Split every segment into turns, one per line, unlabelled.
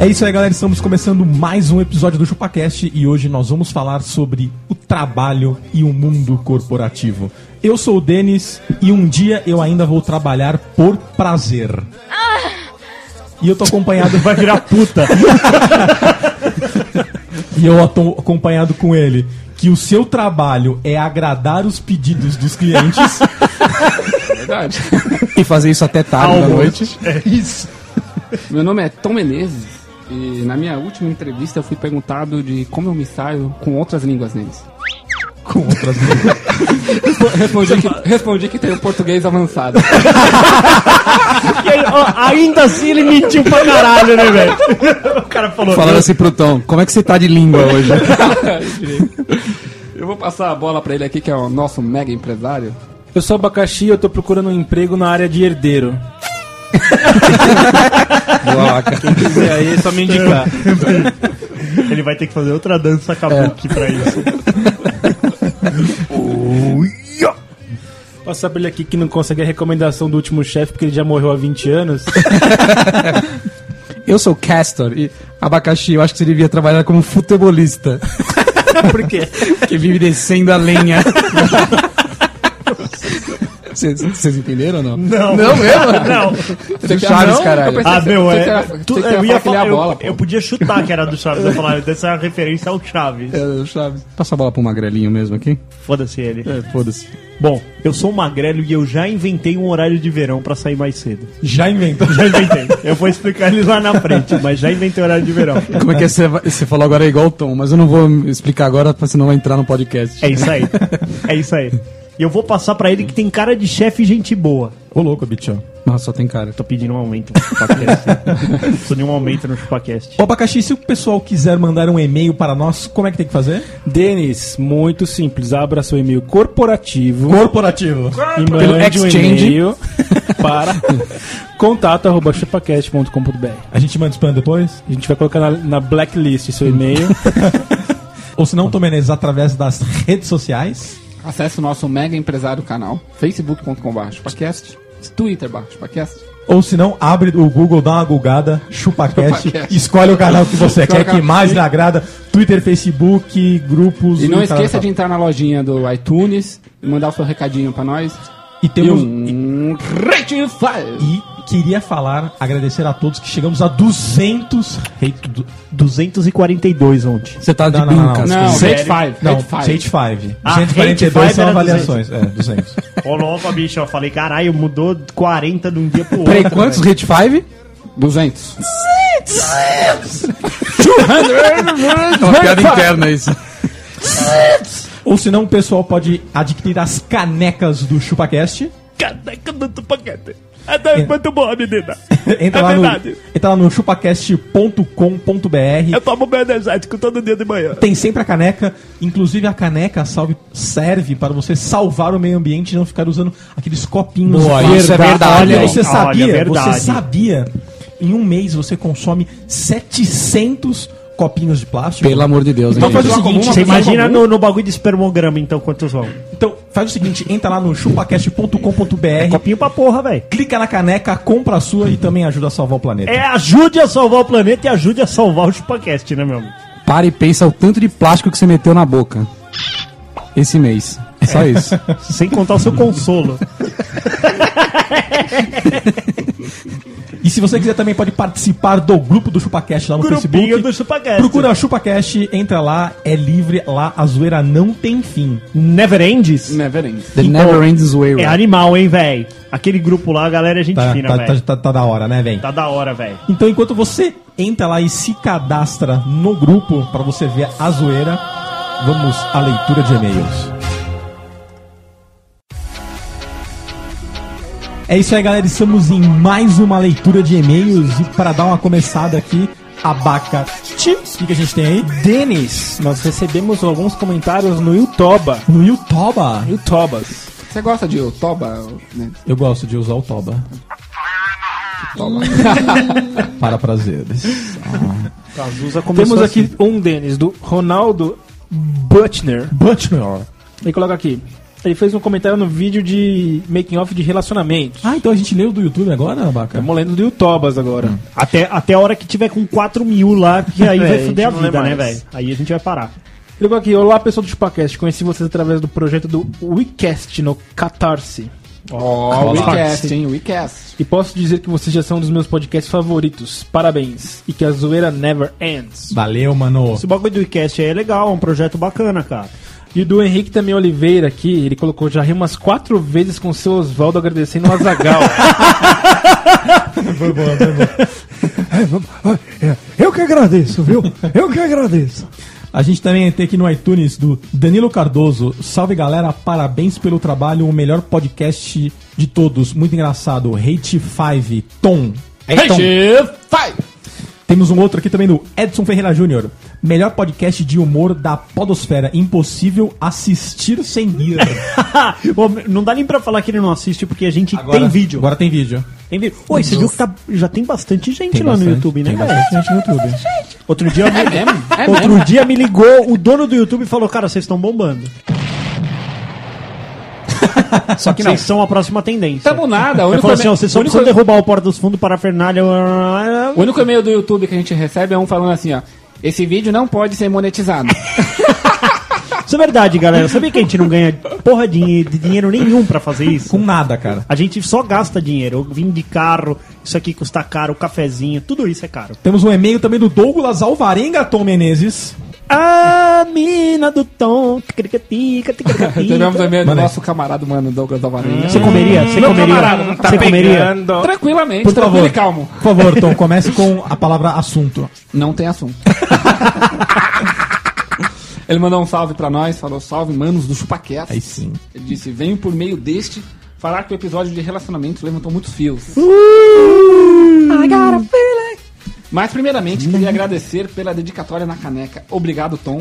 É isso aí, galera. Estamos começando mais um episódio do ChupaCast e hoje nós vamos falar sobre o trabalho e o mundo corporativo. Eu sou o Denis e um dia eu ainda vou trabalhar por prazer.
Ah!
E eu tô acompanhado. Vai virar puta! e eu tô acompanhado com ele. Que o seu trabalho é agradar os pedidos dos clientes.
Verdade.
E fazer isso até tarde da noite.
É
Meu nome é Tom Menezes e na minha última entrevista eu fui perguntado de como eu me saio com outras línguas neles.
Com outras
Respondi que, respondi que tenho português avançado.
ainda assim ele mentiu pra caralho, né, velho? O cara falou.
Falando assim pro Tom, como é que você tá de língua hoje?
Eu vou passar a bola pra ele aqui, que é o nosso mega empresário.
Eu sou abacaxi e eu tô procurando um emprego na área de herdeiro. E aí, é só me indicar.
Ele vai ter que fazer outra dança
É.
kabuki pra isso.
Passar pra ele aqui que não consegue a recomendação do último chefe porque ele já morreu há 20 anos.
Eu sou Castor e abacaxi, eu acho que você devia trabalhar como futebolista.
Por quê?
Que vive descendo a lenha. Vocês vocês entenderam ou não?
Não.
Não mesmo?
Não.
Do é Chaves, caralho.
Ah, meu, é. tu-
Tu,
eu, ia falar,
a
eu,
bola, pô.
eu podia chutar que era do Chaves. Eu falava, dessa é uma referência ao Chaves.
É, o Chaves. Passa a bola pro magrelinho mesmo aqui.
Foda-se ele.
É, foda-se.
Bom, eu sou magrelo e eu já inventei um horário de verão pra sair mais cedo.
Já inventou.
Já inventei. eu vou explicar ele lá na frente, mas já inventei horário de verão.
Como é que é? Você vai- você falou agora é igual o Tom, mas eu não vou explicar agora, porque senão vai entrar no podcast.
É isso aí. É isso aí. E eu vou passar pra ele que tem cara de chefe e gente boa.
Ô, louco, bichão.
Nossa, só tem cara.
Tô pedindo um aumento no chupacast. Não Preciso de um aumento no chupacast.
Ô, abacaxi, se o pessoal quiser mandar um e-mail para nós, como é que tem que fazer?
Denis, muito simples. Abra seu e-mail corporativo
Corporativo.
e mande um
Exchange.
e-mail para contato.chupacast.com.br.
A gente manda spam depois?
A gente vai colocar na, na blacklist seu e-mail.
Ou se não, Tom Menezes, através das redes sociais.
Acesse o nosso mega empresário canal, facebook.com.br chupacast, twitter barra chupacast.
Ou se não, abre o Google, dá uma gulgada, chupa cast,
Chupacast.
escolhe o canal que você quer,
Coloca-
que mais lhe agrada. Twitter, Facebook, grupos...
E não
caralho,
esqueça de
tal.
entrar na lojinha do iTunes e mandar o seu recadinho pra nós.
E
E
temos...
um rating five.
E queria falar, agradecer a todos que chegamos a 200... Reito do...
242 ontem.
Você tá de
Não, não, não,
bincas.
não.
Não,
Sério?
rate five,
Não,
rate five.
105.
Ah,
142
105
são
era
avaliações. É, 200.
Ô, louco, bicho, eu falei, caralho, mudou 40 de um dia pro outro.
Peraí, quantos? Hit 5?
200.
É uma piada interna isso.
Ou se não, o pessoal pode adquirir as canecas do ChupaCast.
Caneca do Tupaquete. Até
É.
muito boa, menina.
Entra,
É
lá, no,
verdade.
entra lá no chupacast.com.br.
tomo meu energético todo dia de manhã.
Tem sempre a caneca. Inclusive, a caneca salve- serve para você salvar o meio ambiente e não ficar usando aqueles copinhos.
Boa,
de
isso é
plástico.
verdade,
Porque
hein?
Você sabia,
Olha, é verdade.
você sabia, em um mês você consome 700 copinhos de plástico.
Pelo amor de Deus,
Então
hein,
faz o
gente?
seguinte,
é Você imagina
comum.
no, no bagulho de espermograma, então, quantos vão?
Então, faz o seguinte, entra lá no chupacast.com.br,
É Copinho pra porra, velho.
clica na caneca, compra a sua e também ajuda a salvar o planeta.
É, ajude a salvar o planeta e ajude a salvar o chupacast, né, meu amigo?
Para e pensa o tanto de plástico que você meteu na boca. Esse mês. É Só isso.
Sem contar o seu consolo.
E se você quiser também pode participar do grupo do ChupaCast lá no
Grupinho
Facebook.
do chupacast.
Procura ChupaCast, entra lá, é livre lá, a zoeira não tem fim.
Never Ends?
Never ends.
The
Então,
Never Ends Way.
É animal, hein, velho? Aquele grupo lá, a galera é gente
Tá,
fina,
tá-
velho. Tá,
tá- tá da hora, né, velho?
da hora, velho.
Então enquanto você entra lá e se cadastra no grupo pra você ver a zoeira, vamos à leitura de e-mails. É isso aí, galera. Estamos em mais uma leitura de e-mails. E para dar uma começada aqui, abacate. O que, que a gente tem aí?
Denis, nós recebemos alguns comentários no Yutoba.
No Yutoba.
Yutobas.
Você gosta de Otoba? Né?
Eu gosto de usar o Toba
Toba.
para prazeres.
Cazuza começou Temos aqui um Denis, do Ronaldo Butner.
Butner.
Ele coloca aqui. Ele fez um comentário no vídeo de making off de relacionamentos.
Ah, então a gente leu do YouTube agora, abaca?
Estamos lendo do Yutobas agora.
Até, até a hora que tiver com 4 mil lá, que aí
É, a
vai
gente
foder a
não lê
vida, né,
mais.
velho? Aí a gente vai parar.
Ele colocou aqui, olá pessoal do Chupacast, conheci vocês através do projeto do WeCast no Catarse.
Ó,
Olá.
WeCast, hein? WeCast.
E posso dizer que vocês já são um dos meus podcasts favoritos. Parabéns. E que a zoeira never ends.
Valeu, mano.
Esse bagulho do iCast aí é legal, é um projeto bacana, cara.
E do Henrique também Oliveira aqui, ele colocou já ri umas quatro vezes com o seu Oswaldo agradecendo o Azagal.
Eu que agradeço, viu? Eu que agradeço.
A gente também tem aqui no iTunes do Danilo Cardoso. Salve galera, parabéns pelo trabalho, o melhor podcast de todos. Muito engraçado. Hate 5, Tom.
Então, vai!
Temos um outro aqui também do Edson Ferreira Júnior. Melhor podcast de humor da Podosfera. Impossível assistir sem rir.
Bom, não dá nem pra falar que ele não assiste, porque a gente tem vídeo.
Agora tem vídeo.
Tem vídeo. Oi, você viu que tá- já tem bastante gente lá no YouTube, né,
Tem
velho?
bastante gente no YouTube.
Outro dia, me-
É
outro
mesmo?
dia me ligou o dono do YouTube e falou, cara, vocês estão bombando. Só que Vocês são a próxima tendência.
Tamo nada. O
Ele
único,
falou assim, ó,
e-mail-
vocês
o
só
único-
precisam derrubar o Porta dos Fundos para a Fernalha.
o único e-mail do YouTube que a gente recebe é um falando assim, ó. Esse vídeo não pode ser monetizado.
Isso é verdade, galera. Sabia que a gente não ganha porra de, de dinheiro nenhum pra fazer isso?
Com nada, cara.
A gente só gasta dinheiro. Eu vim de carro, isso aqui custa caro, o cafezinho, tudo isso é caro.
Temos um e-mail também do Douglas Alvarenga Tom Menezes.
A mina do Tom. ticaricatica, ticaricatica.
Tivemos e-mail do
Manda aí.
nosso camarada, mano, Douglas Alvarenga.
Você comeria?
Hum,
Você comeria?
tá
você comeria?
Tranquilamente,
Por
tranquilo
favor.
e calmo.
Por favor, Tom, comece com a palavra assunto.
Não tem assunto. Ele mandou um salve pra nós, falou salve, manos do ChupaCast.
Aí sim.
Ele disse, venho por meio deste falar que o episódio de relacionamentos levantou muitos fios.
Uh!
Mas primeiramente, queria agradecer pela dedicatória na caneca. Obrigado, Tom.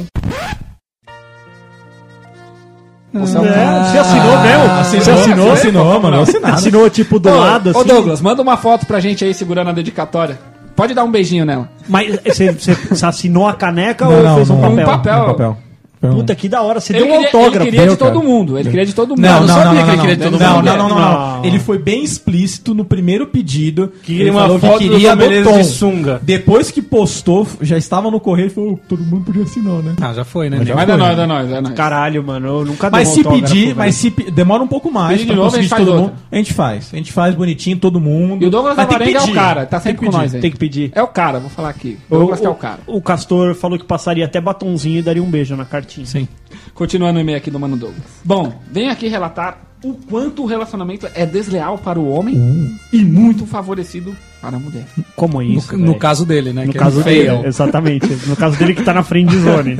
Você é um cara-
Você assinou mesmo?
Você Ah, assinou? Assinou, mano. Assinado.
Assinou tipo do
Ô,
lado,
Ô
assim.
Douglas, manda uma foto pra gente aí segurando a dedicatória. Pode dar um beijinho nela.
Mas você, você assinou a caneca
Não,
ou
não,
fez um
não.
papel?
Um papel.
Foi um-
Puta que da hora, você deu um
queria,
autógrafo.
ele queria de
Deu,
todo
cara.
mundo. Ele queria de todo mundo.
Não,
Eu
não, não,
sabia
não,
que ele
não,
queria de
não,
todo
não,
mundo. Ah.
não, não, não,
Não.
não. Ele foi bem explícito no primeiro pedido.
Queria
ele
uma
falou
foto
que
do
queria
Tom
do
Menezes
Tom.
de sunga.
Depois que postou, já estava no correio e falou, "Oh, todo mundo podia assinar, né?
Ah, já foi, né?
Mas é nóis, é nóis, é nóis.
Caralho, mano, eu nunca dei
Mas
um
se
autógrafo,
pedir,
velho.
mas se pe- demora um pouco mais
Pedir de novo, a gente
de
faz
todo
outra.
mundo. A gente faz. A gente faz bonitinho todo mundo.
E o Douglas
Mas tem que
Alvarenga é o
pedir.
cara, tá sempre
Tem que
com nós
pedir.
aí.
Tem que pedir.
É o cara, vou falar aqui.
O,
Douglas que é o
o,
cara.
o Castor falou que passaria até batonzinho e daria um beijo na cartinha.
Sim.
Continuando o e-mail aqui do Mano Douglas. Bom, venho aqui relatar o quanto o relacionamento é desleal para o homem e muito favorecido para a mulher.
Como é isso?
No, no
velho?
caso dele, né?
No
que
caso
é
dele,
fail. É.
exatamente. No caso dele que tá na friend zone.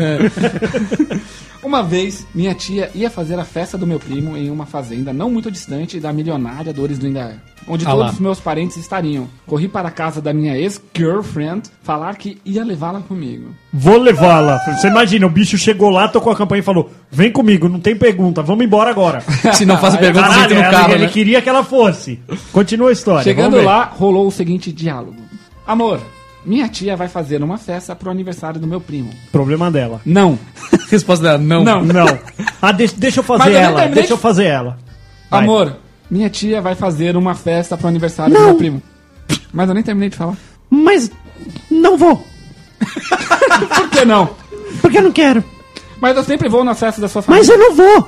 Uma vez, minha tia ia fazer a festa do meu primo em uma fazenda não muito distante da milionária Dores do Indaiá, onde
Ah
todos
lá.
os meus parentes estariam. Corri para a casa da minha ex-girlfriend falar que ia levá-la comigo.
Vou levá-la. Você imagina, o bicho chegou lá, tocou a campanha e falou: Vem comigo, não tem pergunta, vamos embora agora.
Se não faz pergunta,
Caralho,
senta no
ela-
carro,
ele
né?
queria que ela fosse. Continua a história.
Chegando
vamos ver.
lá, rolou o seguinte diálogo: Amor, minha tia vai fazer uma festa pro aniversário do meu primo.
Problema dela.
Não.
Resposta dela, não.
Não.
Não. Ah, deixa, deixa eu
Mas
fazer
eu nem
ela.
terminei
Deixa eu
de-
fazer ela. Vai.
Amor, minha tia vai fazer uma festa pro aniversário do meu primo. Mas eu nem terminei de falar.
Mas não vou,
Por que não?
porque eu não quero.
Mas eu sempre vou na festa da sua família.
Mas eu não vou.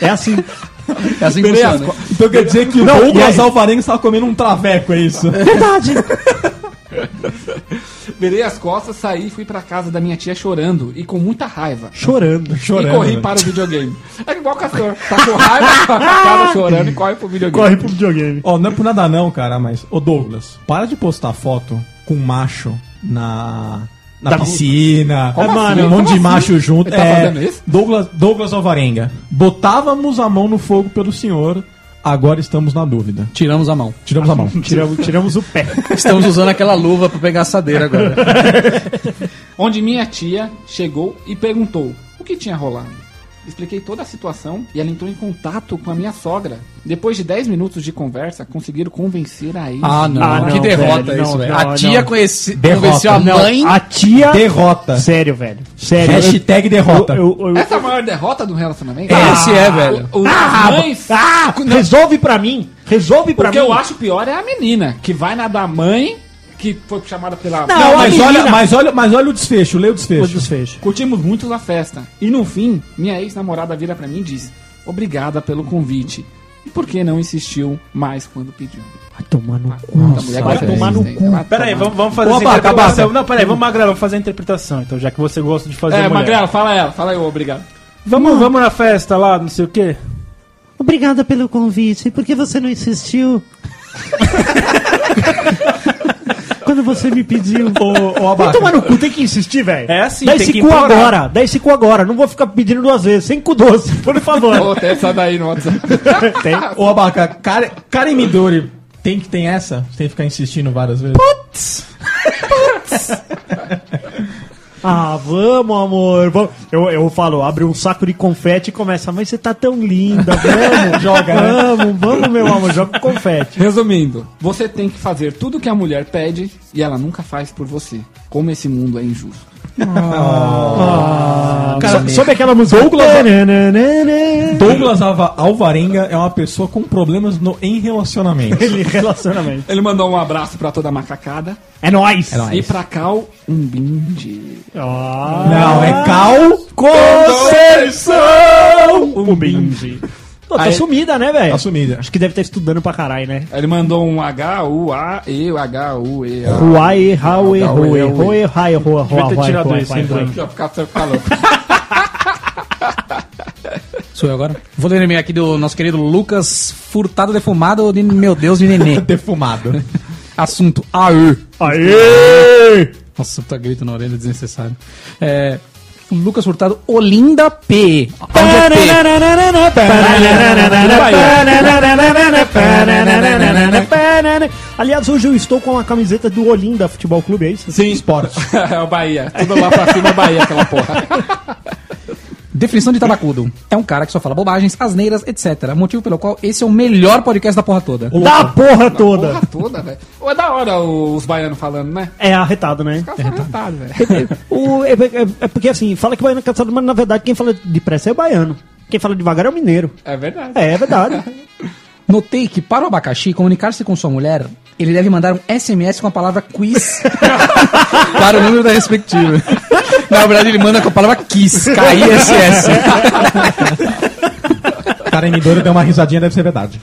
É assim.
É assim que
Esperei
funciona.
as
Então quer dizer que
Não,
o
e aí?
Douglas Alvarenga estava comendo um traveco, é isso?
Verdade.
Virei as costas, saí e fui pra casa da minha tia chorando e com muita raiva.
Chorando.
Chorando.
E corri para o videogame. É igual o Castor. Tá com raiva, vai pra casa chorando e corre pro videogame.
Corre pro videogame.
Ó, não é por nada não, cara, mas... Ô, Douglas, para de postar foto com macho na... Na
Da-
piscina,
Como assim?
um monte de
Como
macho junto.
Ele tá
é,
fazendo isso?
Douglas, Douglas Alvarenga. Botávamos a mão no fogo pelo senhor, agora estamos na dúvida.
Tiramos a mão.
Tiramos a mão.
Tiramos, tiramos o pé.
Estamos usando aquela luva pra pegar assadeira agora.
Onde minha tia chegou e perguntou o que tinha rolado. Expliquei toda a situação e ela entrou em contato com a minha sogra. Depois de 10 minutos de conversa, conseguiram convencer a ex.
Ah, não.
Ah, não,
que derrota
velho,
isso,
não,
velho.
não,
A tia
não.
conheci-
Derrota,
convenceu a
não.
mãe.
A tia.
Derrota.
Sério, velho. Sério.
Hashtag derrota.
Eu, eu, eu-
Essa é a maior derrota do relacionamento?
É, se é, velho.
O-
Ah,
as mães,
ah, resolve pra mim. Resolve pra
o que
mim.
eu acho pior é a menina, que vai na da mãe, que foi chamada pela...
Não,
Não,
a
mas,
menina-
olha, mas, olha, mas olha o desfecho, lê o desfecho.
O desfecho.
Curtimos muito a festa. E no fim, minha ex-namorada vira pra mim e diz: Obrigada pelo convite. E por que não insistiu mais quando pediu?
Vai tomar no cu.
Nossa, mulher
vai tomar no
É,
cu.
Peraí, vamos, vamos fazer
Ô,
essa
Abaca,
interpretação.
Abaca.
Não, peraí, vamos, Magrela, vamos fazer a interpretação, então, já que você gosta de fazer
É,
mulher.
Magrela, fala ela, fala eu, obrigado.
Vamos, vamos na festa lá, não sei o quê.
Obrigada pelo convite. Por que você não insistiu?
Quando você me pediu.
Ô, ô,
Vai
Abaca.
tomar no cu, tem que insistir, velho.
É assim,
Dá
tem
esse
que
cu
implorar.
agora, dá esse cu agora. Não vou ficar pedindo duas vezes. Sem cu doce, por
Ô,
favor.
tem essa daí no WhatsApp.
Tem.
Ô, Abaca, Karen, Karen Midori tem que tem essa? Você tem que ficar insistindo várias vezes?
Ah, vamos, amor. Vamos. Eu, eu falo, abre um saco de confete e começa. Mas você tá tão linda, vamos. joga, vamos, vamos, meu amor, joga o confete.
Resumindo, você tem que fazer tudo que a mulher pede e ela nunca faz por você. Como esse mundo é injusto.
So- Sobe aquela música. Tananana,
Douglas Alva- Alvarenga é uma pessoa com problemas no, em relacionamento.
Ele relacionamento.
Ele mandou um abraço pra toda a macacada
É nóis.
e pra Cal um brinde.
Não, é Cal
Conceição! O Bindi. Pô, tá
Aí-
sumida, né, velho?
Assumida.
Acho que deve estar estudando pra caralho, né?
Ele mandou um H-U-A-E, H-U-E.
Ruai, Raue,
Não,
Rue,
não,
Rue, Rai, Rua, Rua,
Devia ter
Rua,
tirado
Rua,
esse, hein,
Rua.
Bruno?
Aqui, ó, ficar- ficar louco.
Ah, Sou eu agora? Vou ler o e-mail aqui do nosso querido Lucas Furtado Defumado de Meu Deus de Nenê.
defumado.
Assunto AE.
Aê!
Nossa, puta grito na orelha desnecessário. É, Lucas Furtado Olinda P. Onde é P?
Aliás, hoje eu estou com a camiseta do Olinda Futebol Clube, é isso?
Sim. Esporte.
é o Bahia. Tudo lá pra cima é Bahia, aquela porra.
Definição de tabacudo. É um cara que só fala bobagens, asneiras, etc. Motivo pelo qual esse é o melhor podcast da porra toda.
Da porra toda!
Porra toda, velho. Ou é da hora os baianos falando, né?
É arretado, né?
Fica
tá.
arretado, velho.
O- é, é- é porque assim, fala que baiano é cansado, mas na verdade quem fala depressa é o baiano. Quem fala devagar é o mineiro.
É verdade.
É, é verdade.
Notei que para o abacaxi comunicar-se com sua mulher, ele deve mandar um SMS com a palavra quiz para o número da respectiva. Na verdade, ele manda com a palavra kiss, K-I-S-S.
Karen Midori deu uma risadinha, deve ser verdade.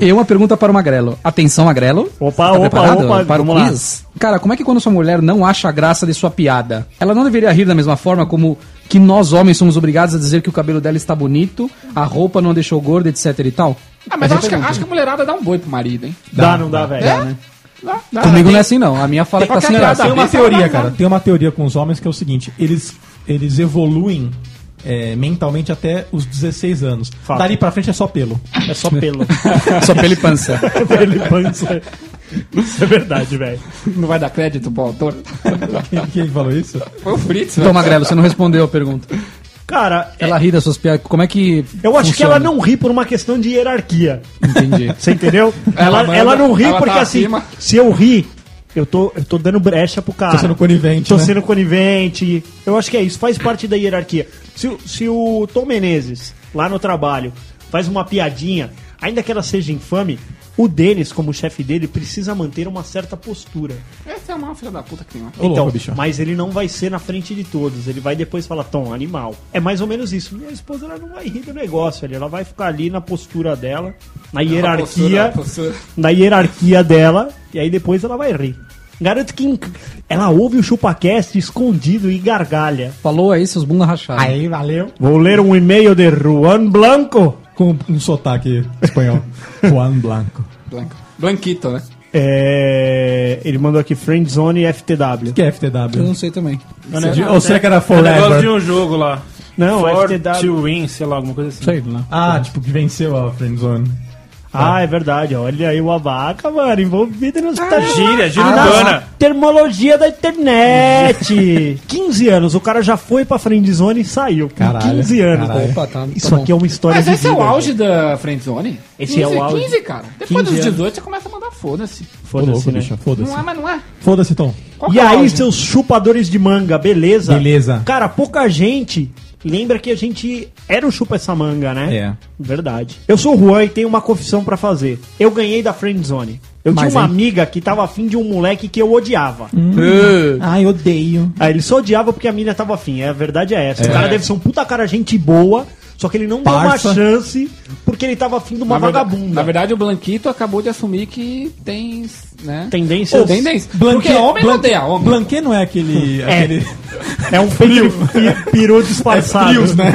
E uma pergunta para o Magrelo. Atenção, Magrelo.
Opa,
Tá
opa,
preparado
opa,
para
vamos
o
lá.
quiz? Cara, como é que quando sua mulher não acha a graça de sua piada, ela não deveria rir da mesma forma como que nós homens somos obrigados a dizer que o cabelo dela está bonito, a roupa não a deixou gorda, etc e tal?
Ah, mas acho que,
é
acho que a mulherada dá um boi pro marido, hein?
Dá, não dá, velho. né?
É? Dá, dá.
Comigo
Tem-
não é assim não, a minha fala que tá
qualquer
sem graça.
Tem
piada.
uma teoria, cara. Tem uma teoria com os homens que é o seguinte: eles, eles evoluem é, mentalmente até os 16 anos.
Fato.
Dali pra frente é só pelo.
É só pelo. É
Só pelo e pança.
Ele pança. Isso é verdade, velho.
Não vai dar crédito pro autor?
Quem, quem falou isso?
Foi o Fritz,
Então,
velho.
Magrelo, você não respondeu a pergunta.
Cara, é-
Ela ri das suas piadas. Como é que.
eu acho que ela
funciona?
não ri por uma questão de hierarquia.
Entendi.
Você entendeu?
Ela
Ela,
manda,
ela não ri
ela tá
porque assim,
acima.
se eu ri, eu tô, eu tô dando brecha pro cara.
Tô sendo conivente.
Tô
né?
sendo conivente. Eu acho que é isso, faz parte da hierarquia. Se, o- se o Tom Menezes, lá no trabalho, faz uma piadinha, ainda que ela seja infame, o Denis, como chefe dele, precisa manter uma certa postura.
Essa é uma filha da puta que tem lá.
Ô,
Então,
louco, bicho.
mas ele não vai ser na frente de todos. Ele vai depois falar, Tom, animal. É mais ou menos isso. Minha esposa ela não vai rir do negócio ali. Ela vai ficar ali na postura dela, na hierarquia,
A postura- a postura.
na hierarquia dela, e aí depois ela vai rir. Garanto que em- ela ouve o ChupaCast escondido e gargalha.
Falou aí, seus bunda rachados.
Aí, valeu.
Vou ler um e-mail de Juan Blanco.
Com um sotaque espanhol. Juan Blanco.
Blanca. Blanquito, né?
É, ele mandou aqui Friendzone FTW.
que é
Eu
FTW?
não sei também.
De- Ou será que era
É um negócio de
Forever?
um jogo lá.
Não,
For
FTW.
to win, sei lá, alguma coisa assim.
Sei Tá lá.
Ah, tipo, que venceu a Friendzone.
Ah, é verdade. Olha aí o abaca, mano, envolvido nos ah,
Gíria, gíria
nas
urbana.
termologia da internet. 15 anos, o cara já foi pra friendzone e saiu. Com
Caralho,
15 anos.
caralho.
Opa, tá- tá
Isso
bom.
aqui é uma história
Mas
de
esse é o
vida,
auge da friendzone?
Esse é o auge.
15, cara. Depois
15
dos
anos.
18, você começa a mandar foda-se.
velho.
Ô,
Foda-se,
louco,
né?
bicha, foda-se.
Não é, mas não é.
Foda-se, Tom.
Qual que
E
é o
aí,
auge?
seus chupadores de manga, beleza?
Beleza.
Cara, pouca gente lembra que a gente era o chupa essa manga, né?
É.
Verdade. Eu sou o Juan e tenho uma confissão pra fazer. Eu ganhei da friendzone. Eu
Mas,
tinha uma
hein?
amiga que tava afim de um moleque que eu odiava.
Ah,
Ai, odeio.
Ah, ele só odiava porque a mina tava afim. É, a verdade é essa. O cara deve ser um puta cara gente boa, só que ele não
Parça.
deu uma chance porque ele tava afim de uma
Na verda-
vagabunda.
Na verdade, o Blanquito acabou de assumir que tem, né?
Tendência.
Tendência. Porque homem não odeia homem. né?
Blanquet não é aquele. aquele...
É um peito de pi- peru disfarçado. É,
frios, né?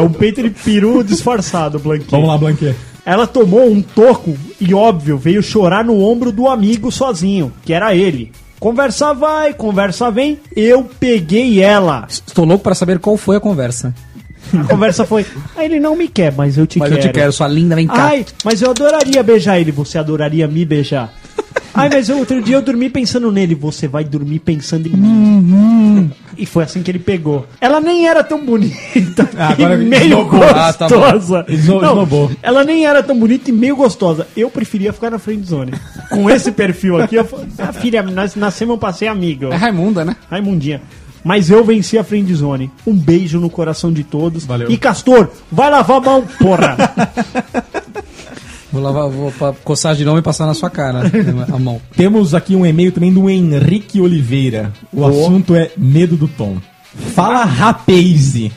um peito de peru disfarçado, Blanquinho.
Vamos lá, Blanquet.
Ela tomou um toco e, óbvio, veio chorar no ombro do amigo sozinho, que era ele. Conversa vai, conversa vem, eu peguei ela.
Estou louco pra saber qual foi a conversa.
A conversa foi, ah, ele não me quer, mas eu te
Mas
quero.
eu te quero, sua linda, vem cá.
Ai, mas eu adoraria beijar ele, você adoraria me beijar. Ai, mas eu- outro dia eu dormi pensando nele, você vai dormir pensando em mim.
Uhum.
E foi assim que ele pegou. Ela nem era tão bonita
Ah, agora
e meio
esnobou.
Ah, tá bom.
gostosa.
Esno-
Não,
esnobou.
ela nem era tão bonita e meio gostosa. Eu preferia ficar na friendzone. Com esse perfil aqui, eu falo, ah, filha, nós nascemos pra ser amigo.
É Raimunda, né?
Raimundinha. Mas eu venci a friendzone. Um beijo no coração de todos.
Valeu.
E Castor, vai lavar a mão, porra!
Vou lavar, vou pa- coçar de novo e passar na sua cara né, a mão.
Temos aqui um e-mail também do Henrique Oliveira. O assunto é medo do tom. Fala rapaze.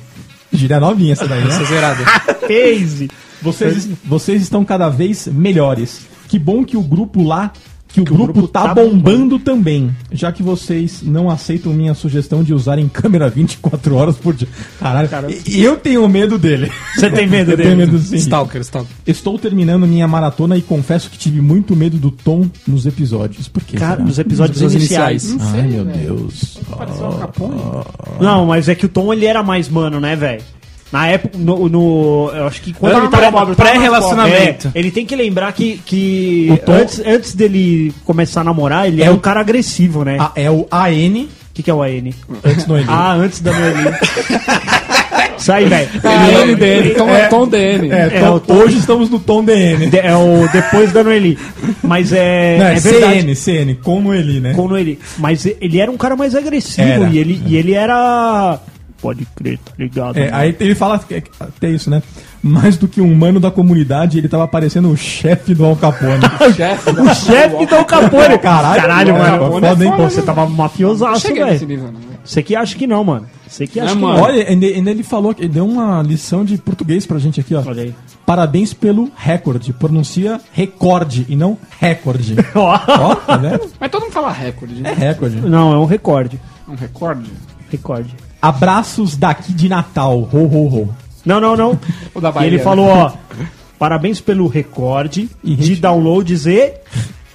Gira novinha essa daí,
Tá
né?
zerado.
Case.
Vocês, vocês estão cada vez melhores. Que bom que o grupo lá, que o, grupo, tá, bombando, também. Já que vocês não aceitam minha sugestão de usarem câmera 24 horas por dia. Caralho, e eu tenho medo dele.
Você tem medo
Eu tenho
dele?
medo sim.
Stalker, stalker.
Estou terminando minha maratona e confesso que tive muito medo do tom nos episódios. Por quê?
Cara,
será?
nos episódios
Dos
iniciais.
iniciais.
Ai, meu Deus.
Pareceu um capone.
Não, mas é que o Tom ele era mais mano, né, velho? Na época, no, no- Eu acho que quando
Era
ele tava
pré-
pobre, tava mais
pré-relacionamento.
pobre. É, ele tem que lembrar que, que
O Tom-
antes, antes dele começar a namorar, ele é,
É
um
o-
cara agressivo, né? O
Ah, é o AN
que, que é o AN?
antes do N.
Ah, antes da Noeli. Isso aí, velho. Ah,
É ele dele. Então é tom dele.
É,
é
tom-
o tom-
Hoje estamos no tom DN.
De- É o depois da Noeli. Mas é.
Não, é,
é verdade.
CN, CN, como ele, né?
com ele. Mas ele era um cara mais agressivo
Era.
e ele, e ele era. Pode crer, tá ligado?
É, aí ele fala que- que- até isso, né? Mais do que um mano da comunidade, ele tava parecendo o chefe do Al Capone.
Chefe.
O chefe do Al Capone.
Caralho,
Caralho,
mano,
mano.
foda, hein,
Pô,
pô.
você tava mafiosaço,
Chega nesse
velho.
nível, né? não. velho.
Você que acha que não, mano. Você que acha
É,
que
mano.
não.
Olha, ainda ainda ele falou que ele deu uma lição de português pra gente aqui, ó.
Olha aí.
Parabéns pelo recorde. Pronuncia recorde e não recorde. ó, tá vendo?
Mas todo mundo fala recorde,
É
né?
recorde.
Não, é um recorde.
Um recorde.
Recorde.
Abraços daqui de Natal. Ho, ho, ho.
Não, não, não.
O da
E
Bahia. né?
ele falou, ó. Parabéns pelo recorde
E
de
hit.
downloads e.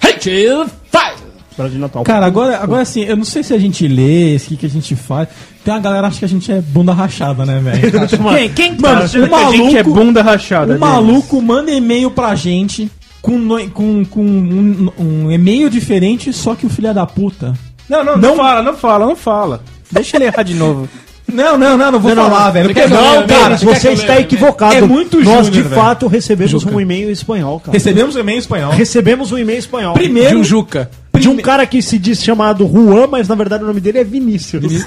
Hey, tio, vai!
Pra de Natal.
Cara, agora, agora assim, eu não sei se a gente lê, o que, que a gente faz. Tem uma galera que acha que a gente é bunda rachada, né, velho?
quem, quem
Mano,
Tá achando
o
que a gente
maluco-
é bunda rachada.
O maluco manda e-mail pra gente com, no- com, com um, um e-mail diferente, só que o filho é da puta.
Não, não, não, fala, não fala, não fala. Deixa ele errar de novo.
Não, não, não, não vou falar, velho.
Você quer que eu leia
um
não,
e-mail?
cara.
Cara,
Você quer que
você
eu né?
está
leia?
equivocado.
É muito
Nós,
júnior,
de
velho.
fato, recebemos um e-mail em espanhol, cara.
Recebemos um e-mail em espanhol.
Recebemos um e-mail espanhol.
Primeiro,
De um Juca.
de um cara que se diz chamado Juan, mas na verdade o nome dele é Vinícius.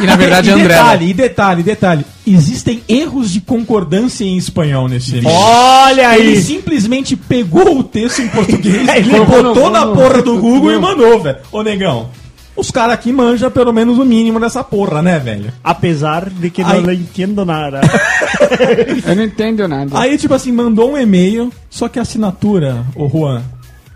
E na verdade, é
e
André. né?
detalhe, e detalhe, detalhe. Existem erros de concordância em espanhol nesse e-mail.
Olha
Ele simplesmente pegou o texto em português, ele
Colocou
botou na porra do Google e mandou, velho. Ô, negão, os caras aqui manjam pelo menos o mínimo dessa porra, né, velho?
Apesar de que
Ai.
não entendo nada.
Eu não entendo nada.
Aí, tipo assim, mandou um e-mail, só que a assinatura, ô Juan,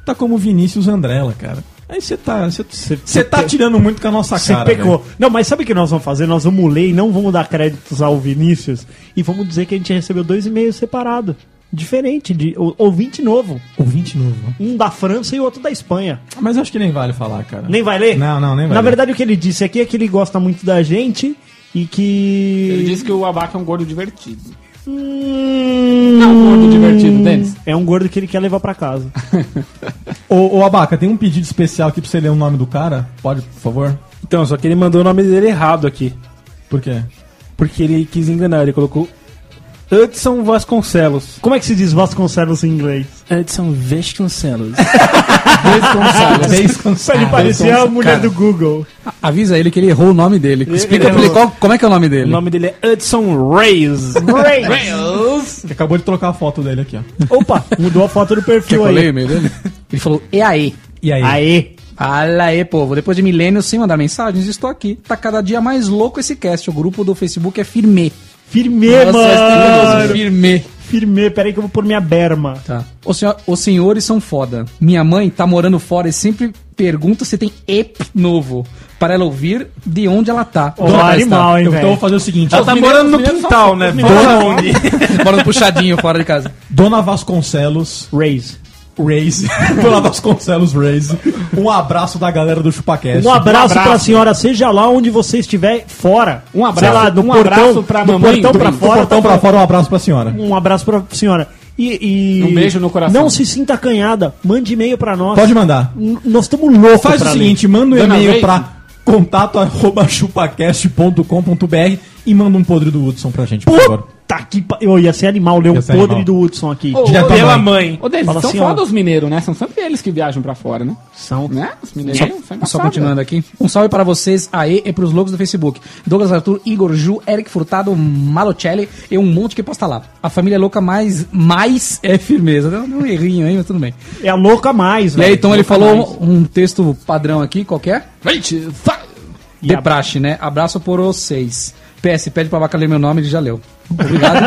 tá como Vinícius Andrela, cara. Aí você tá. Você tá tirando muito com a nossa
Você
cara.
pecou.
velho.
Não, mas sabe o que nós vamos fazer? Nós vamos ler e não vamos dar créditos ao Vinícius e vamos dizer que a gente recebeu dois e-mails separados. diferente, de ou- ouvinte novo.
Ouvinte novo.
Um da França e outro da Espanha.
Mas acho que nem vale falar, cara.
Nem vai ler?
Não, não, nem vai
Na
ler.
verdade, o que ele disse aqui é que ele gosta muito da gente e que.
Ele disse que o Abaca é um gordo divertido.
Hum...
É um gordo divertido, Denis.
É um gordo que ele quer levar pra casa.
Ô, ô, Abaca, tem um pedido especial aqui pra você ler o nome do cara? Pode, por favor?
Então, só que ele mandou o nome dele errado aqui.
Por quê?
Porque ele quis enganar, ele colocou Hudson Vasconcelos.
Como é que se diz Vasconcelos em inglês?
Hudson Vasconcelos.
né?
Pra ele parecer a mulher do Google.
Avisa ele que ele errou o nome dele. Explica pra ele qual, como é que é o nome
o
dele.
nome dele é Hudson Reyes.
Que acabou de trocar a foto dele aqui, ó.
Opa, mudou a foto do
Quer que
perfil
eu leia o
aí.
e-mail dele? Ele falou, e aí?
E aí?
Aê.
Fala aí, povo. Depois de milênios sem mandar mensagens, estou aqui. Tá cada dia mais louco esse cast. O grupo do Facebook é firme.
Firme,
é assim
mano.
firme.
Firme, peraí que eu vou pôr minha berma.
Tá. Ô, senhor- Os senhores são foda. Minha mãe tá morando fora e sempre pergunta se tem EP novo para ela ouvir de onde ela tá.
Ó,
Onde ela
animal, hein,
então eu vou
velho.
fazer o seguinte,
Ela tá morando no quintal, né? Fala onde?
está. Mora no puxadinho fora de casa.
Dona Vasconcelos
Raise.
Reis, Dona Vasconcelos Reis, um abraço da galera do ChupaCast.
Um abraço,
abraço.
pra senhora, seja lá onde você estiver, fora.
Um abraço.
Sei lá, do
Um
portão,
abraço pra
do
mamãe,
portão
do-
pra
do
fora.
Portão
tá
pra fora, um abraço pra senhora.
Um abraço pra senhora. E, e-
Um beijo no coração.
Não se sinta acanhada. Mande e-mail pra nós.
Pode mandar.
N- Nós estamos loucos.
Faz o
pra ler.
seguinte, manda um
Dona
e-mail
Reis?
pra contato@chupacast.com.br e manda um podre do Hudson pra gente,
Uh!
por favor.
Puta que pa... Eu ia ser animal ler
Ia
um
ser
podre
animal.
do Hudson aqui.
Ô,
Direto à
Pela mãe.
Ô, Denis,
Fala
são
assim, ó.
foda os mineiros, né? São sempre eles que viajam pra fora, né?
São.
Né? Os mineiros são
Só continuando aqui. Um salve para vocês, Aê, e pros loucos do Facebook. Douglas Arthur, Igor Ju, Eric Furtado, Malocelli e um monte que posta lá. A família louca mais, mais é firmeza. Deu um errinho aí, mas tudo bem.
É a louca mais,
E aí,
velho.
então ele
Louca mais.
falou um texto padrão aqui, qualquer.
Gente, fa-
E
De
a-
praxe, né? Abraço por vocês. PS, pede pra vaca ler meu nome, ele já leu. Obrigado.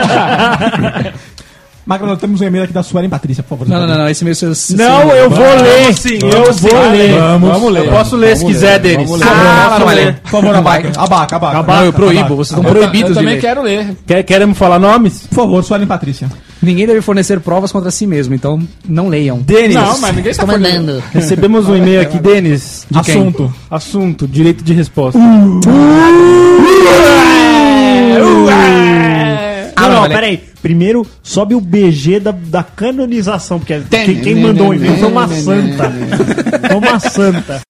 Magro, nós temos um e-mail aqui da Suelen Patrícia, por favor.
não, não, não, não, esse meu... Esse,
Não, eu vou ler.
sim,
eu vou ler.
Vamos,
Eu posso ler se quiser, Denis.
Ah, ela não vai ler.
Por favor, abaca, abaca, abaca.
Não, eu proíbo, vocês estão proibidos
eu
de
também
ler.
quero ler.
Quer, queremos falar nomes?
Por favor, Suelen Patrícia.
Ninguém deve fornecer provas contra si mesmo, então não leiam.
Denis,
Não, mas ninguém tá
é
mandando.
recebemos um e-mail aqui, Denis.
Assunto.
Assunto, direito de resposta.
Ah,
Ah, Não, não,
vale.
peraí. Primeiro, sobe o BG da, da canonização, porque
Tem,
quem, quem
né,
mandou o
né,
e-mail foi uma
né, né,
santa. Foi uma santa.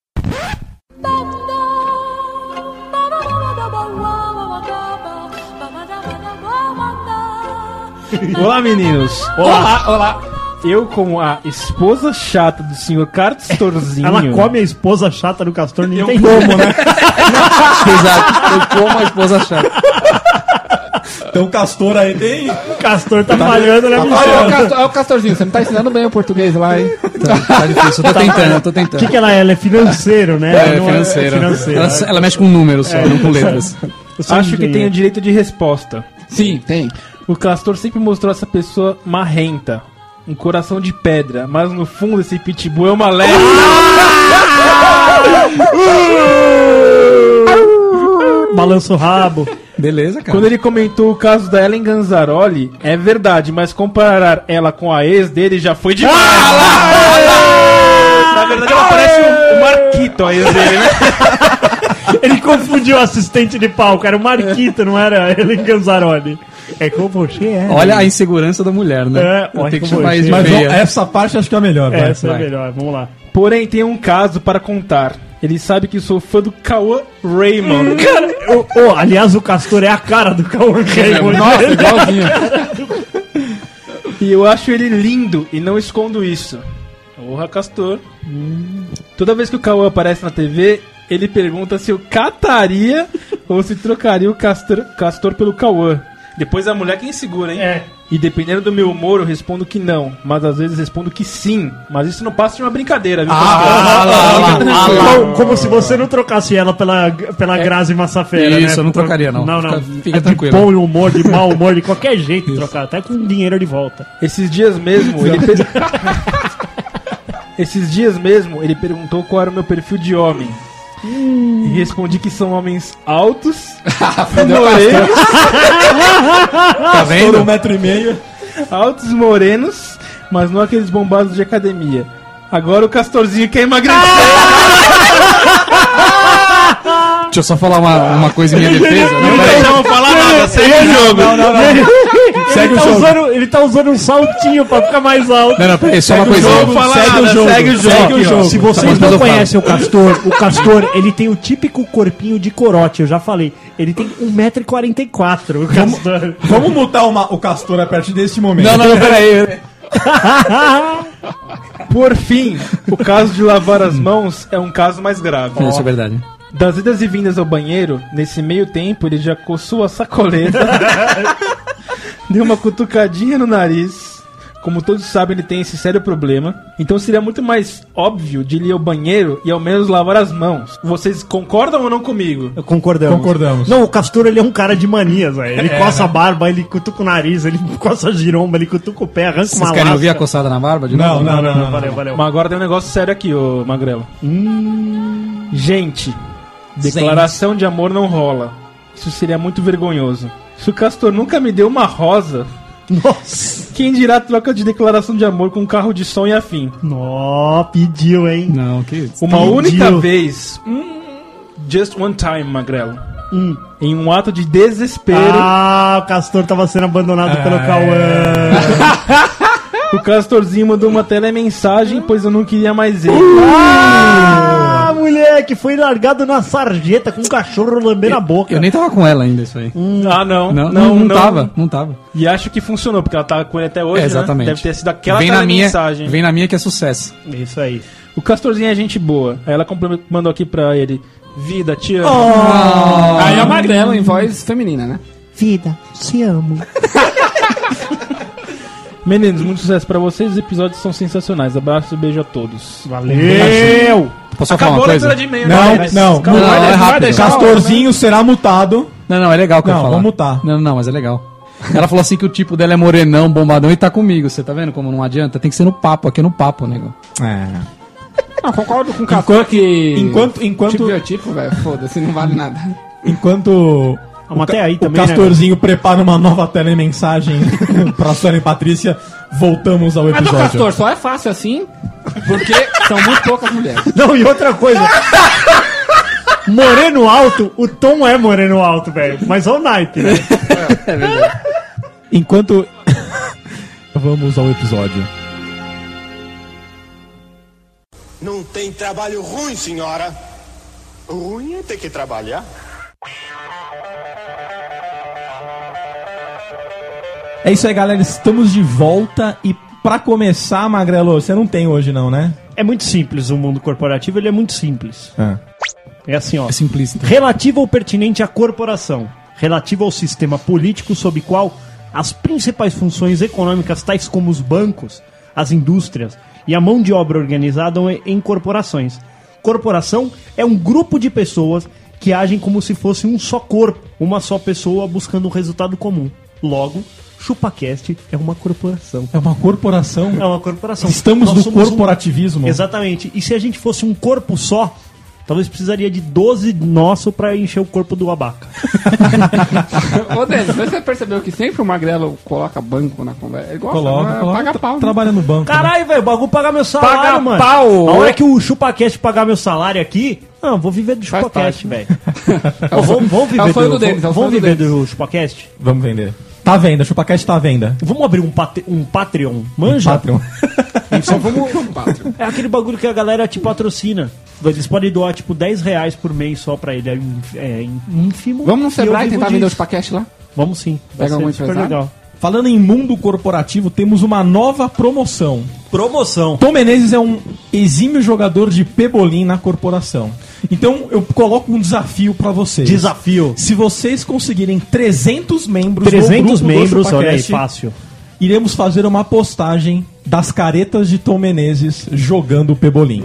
Olá, meninos.
Olá, olá.
Eu, como a esposa chata do senhor Castorzinho.
Ela come a esposa chata do Castor, não tem
como, né?
Exato. Eu como a esposa chata.
Então o Castor aí tem...
O Castor tá falhando, né,
Olha, olha o,
bicho?
Castor, olha o Castorzinho, você não tá ensinando bem o português lá, hein?
Tá, tá difícil, eu tô tentando, eu tô
O
tentando.
que, que ela é? Ela é financeiro, né?
É,
Não
financeiro.
financeiro.
Ela, ela mexe com números só, não com letras.
Eu sou um
Acho que
engenheiro.
tem o direito de resposta.
Sim, tem.
O Castor sempre mostrou essa pessoa marrenta. Um coração de pedra, mas no fundo esse pitbull é uma leve.
Balança o rabo.
Beleza, cara.
Quando ele comentou o caso da Ellen Ganzaroli, é verdade, mas comparar ela com a ex dele já foi demais. Na verdade, ela parece o- o Marquito, a ex dele, né?
Ele confundiu o assistente de palco. Era o Marquito, não era ele Ganzaroli. É como você é.
Olha a insegurança da mulher, né?
É, olha
Tem que
como
chamar
hoje.
isso de
Mas ó,
feia.
essa parte acho que é a melhor, vai.
Essa
vai.
é melhor, vamos lá.
Porém, tem um caso para contar. Ele sabe que sou fã do Cauã Raymond.
Cara, ô, ô, aliás, o Castor é a cara do Cauã
é
Raymond.
Nossa, igualzinho.
E eu acho ele lindo e não escondo isso. Porra, Castor. Toda vez que o Cauã aparece na TV, ele pergunta se eu cataria ou se trocaria o Castor, Castor pelo Cauã. Depois a mulher quem segura, hein?
É.
E dependendo do meu humor, eu respondo que não. Mas às vezes respondo que sim. Mas isso não passa de uma brincadeira, viu? Castor?
Como, como se você não trocasse ela pela, pela Grazi Massafera,
É. Isso,
né?
eu não trocaria, não.
Não, não.
Fica- fica
de
tranquilo.
bom humor, de mau humor, de qualquer jeito trocar. Até com dinheiro de volta.
Esses dias mesmo, ele per- Esses dias mesmo, ele perguntou qual era o meu perfil de homem. E respondi que são homens altos, morenos
Tá vendo?
Um metro e meio.
altos e morenos, mas não aqueles bombados de academia. Agora o Castorzinho quer emagrecer.
Deixa eu só falar uma, uma coisa em minha defesa. Não,
né?
peraí.
Não vou falar nada, segue o jogo.
Ele tá, usando, ele tá usando um saltinho pra ficar mais alto.
não, não, peraí, só uma
o
coisa.
jogo, fala
segue o
nada,
jogo,
segue o jogo.
segue o
Aqui, ó.
jogo.
Se vocês
Depois
não
eu falo.
conhecem o Castor, o Castor, ele tem o típico corpinho de corote, eu já falei. Ele tem 1,44m, o Castor.
Vamos mutar uma- o Castor a partir desse momento.
Não, não, não, peraí.
Por fim, o caso de lavar as mãos é um caso mais grave.
Isso é verdade.
Das idas e vindas ao banheiro, nesse meio tempo ele já coçou a sacoleta, deu uma cutucadinha no nariz. Como todos sabem, ele tem esse sério problema. Então seria muito mais óbvio de ele ir ao banheiro e ao menos lavar as mãos. Vocês concordam ou não comigo?
Concordamos.
Concordamos. É.
Não, o Castor ele é um cara de manias, velho. Ele coça a barba, ele cutuca o nariz, ele coça a giromba, ele cutuca o pé, arranca uma
Vocês querem ouvir a
lasca.
coçada na barba? de
Não,
novo?
não, não, não.
Valeu, valeu.
Mas agora tem um negócio sério aqui, ô Magrelo. Gente, declaração de amor não rola. Isso seria muito vergonhoso. Se o Castor nunca me deu uma rosa,
Nossa.
quem dirá troca de declaração de amor com carro de som e afim?
Nó, pediu, hein?
Não, que
Uma
Meu
única
Deus.
vez. Hum, just one time, Magrelo.
Hum.
Em um ato de desespero,
Ah, o Castor tava sendo abandonado pelo Cauã.
o Castorzinho mandou uma telemensagem, pois eu não queria mais ele.
Uh.
Ah, moleque, foi largado na sarjeta com um cachorro lambendo a boca.
Eu nem tava com ela ainda, isso aí.
Ah, não.
Hum. Não, não, não tava, não tava.
E acho que funcionou, porque ela tá com ele até hoje,
É,
né?
exatamente.
Deve ter sido aquela
vem na minha,
telemensagem.
vem na minha que é sucesso.
Isso aí.
O Castorzinho é gente boa. Aí ela complemen- mandou aqui pra ele. Vida, te amo.
Oh.
Aí é o Magrelo em voz feminina, né?
Vida, te amo.
Meninos, muito sucesso pra vocês. Os episódios são sensacionais. Abraço e beijo a todos.
Valeu!
Posso só falar uma coisa?
de e-mail,
Não,
né? Mas-
não.
Calma,
Não,
vai
é
deixar- vai
rápido.
deixar-
Castorzinho será mutado.
Não, não, é legal que eu
Não,
falar.
vamos tá.
Não, não, mas é legal. Ela falou assim que o tipo dela é morenão, bombadão e tá comigo. Você tá vendo como não adianta? Tem que ser no papo, aqui é no papo, nego.
É.
Não, concordo com o Um Castor que.
Enquanto, enquanto,
Tipo biotipo, velho, foda-se, não vale nada.
enquanto
Ah, mas até aí
o
também, né,
Castorzinho prepara uma nova telemensagem pra Sônia e Patrícia, voltamos ao
Mas do
episódio.
Castor só é fácil assim, porque são muito poucas mulheres.
Não, e outra coisa. Moreno alto, o Tom é moreno alto, velho. Mas olha o naipe, né?
Enquanto. Vamos ao episódio.
Não tem trabalho ruim, senhora. O Ruim é ter que trabalhar.
É isso aí, galera. Estamos de volta e pra começar, Magrelo, você não tem hoje, não, né?
É muito simples o mundo corporativo, ele é muito simples.
É.
É assim, ó.
É simplista.
Relativo ou pertinente à corporação. Relativo ao sistema político sob qual as principais funções econômicas, tais como os bancos, as indústrias e a mão de obra organizada em corporações. Corporação é um grupo de pessoas que agem como se fosse um só corpo, uma só pessoa buscando um resultado comum. Logo, ChupaCast é uma corporação.
É uma corporação.
É uma corporação.
Estamos
Nós
no
somos um-
corporativismo.
Exatamente. E se a gente fosse um corpo só, talvez precisaria de 12 nosso pra encher o corpo do abaca.
Ô, Denis, você percebeu que sempre o Magrelo coloca banco na conversa? Ele gosta,
Coloca,
né?
coloca.
paga pau. né?
Trabalha no banco. né?
Caralho, velho, o bagulho pagar meu salário,
Paga
mano.
pau.
A hora que o ChupaCast pagar meu salário aqui, ah, vou viver do
Faz
ChupaCast,
parte.
velho.
É o
Vamos, vamos
é
viver
o sonho do
do,
Denis, é o
vamos
sonho do
viver
Denis.
do ChupaCast?
Vamos vender. Tá à venda, ChupaCast tá à venda.
Vamos abrir um, pate- um Patreon, manja?
Patreon.
E
Então
só vamos...
Pátrio.
É aquele bagulho que a galera te patrocina. Eles podem doar, tipo, 10 reais por mês só pra ele. É, inf- é ínfimo.
Vamos no
E eu
Sebrae
vivo
tentar vender
disso.
os paquetes lá?
Vamos sim. Vai
Pega
ser
algum
super
empresário?
legal.
Falando em mundo corporativo, temos uma nova promoção.
Promoção.
Tom Menezes é um exímio jogador de pebolim na corporação. Então eu coloco um desafio pra vocês.
Desafio.
Se vocês conseguirem 300 membros
300
do
membros, olha aí,
ChupaCast,
fácil.
iremos fazer uma postagem das caretas de Tom Menezes jogando o pebolim.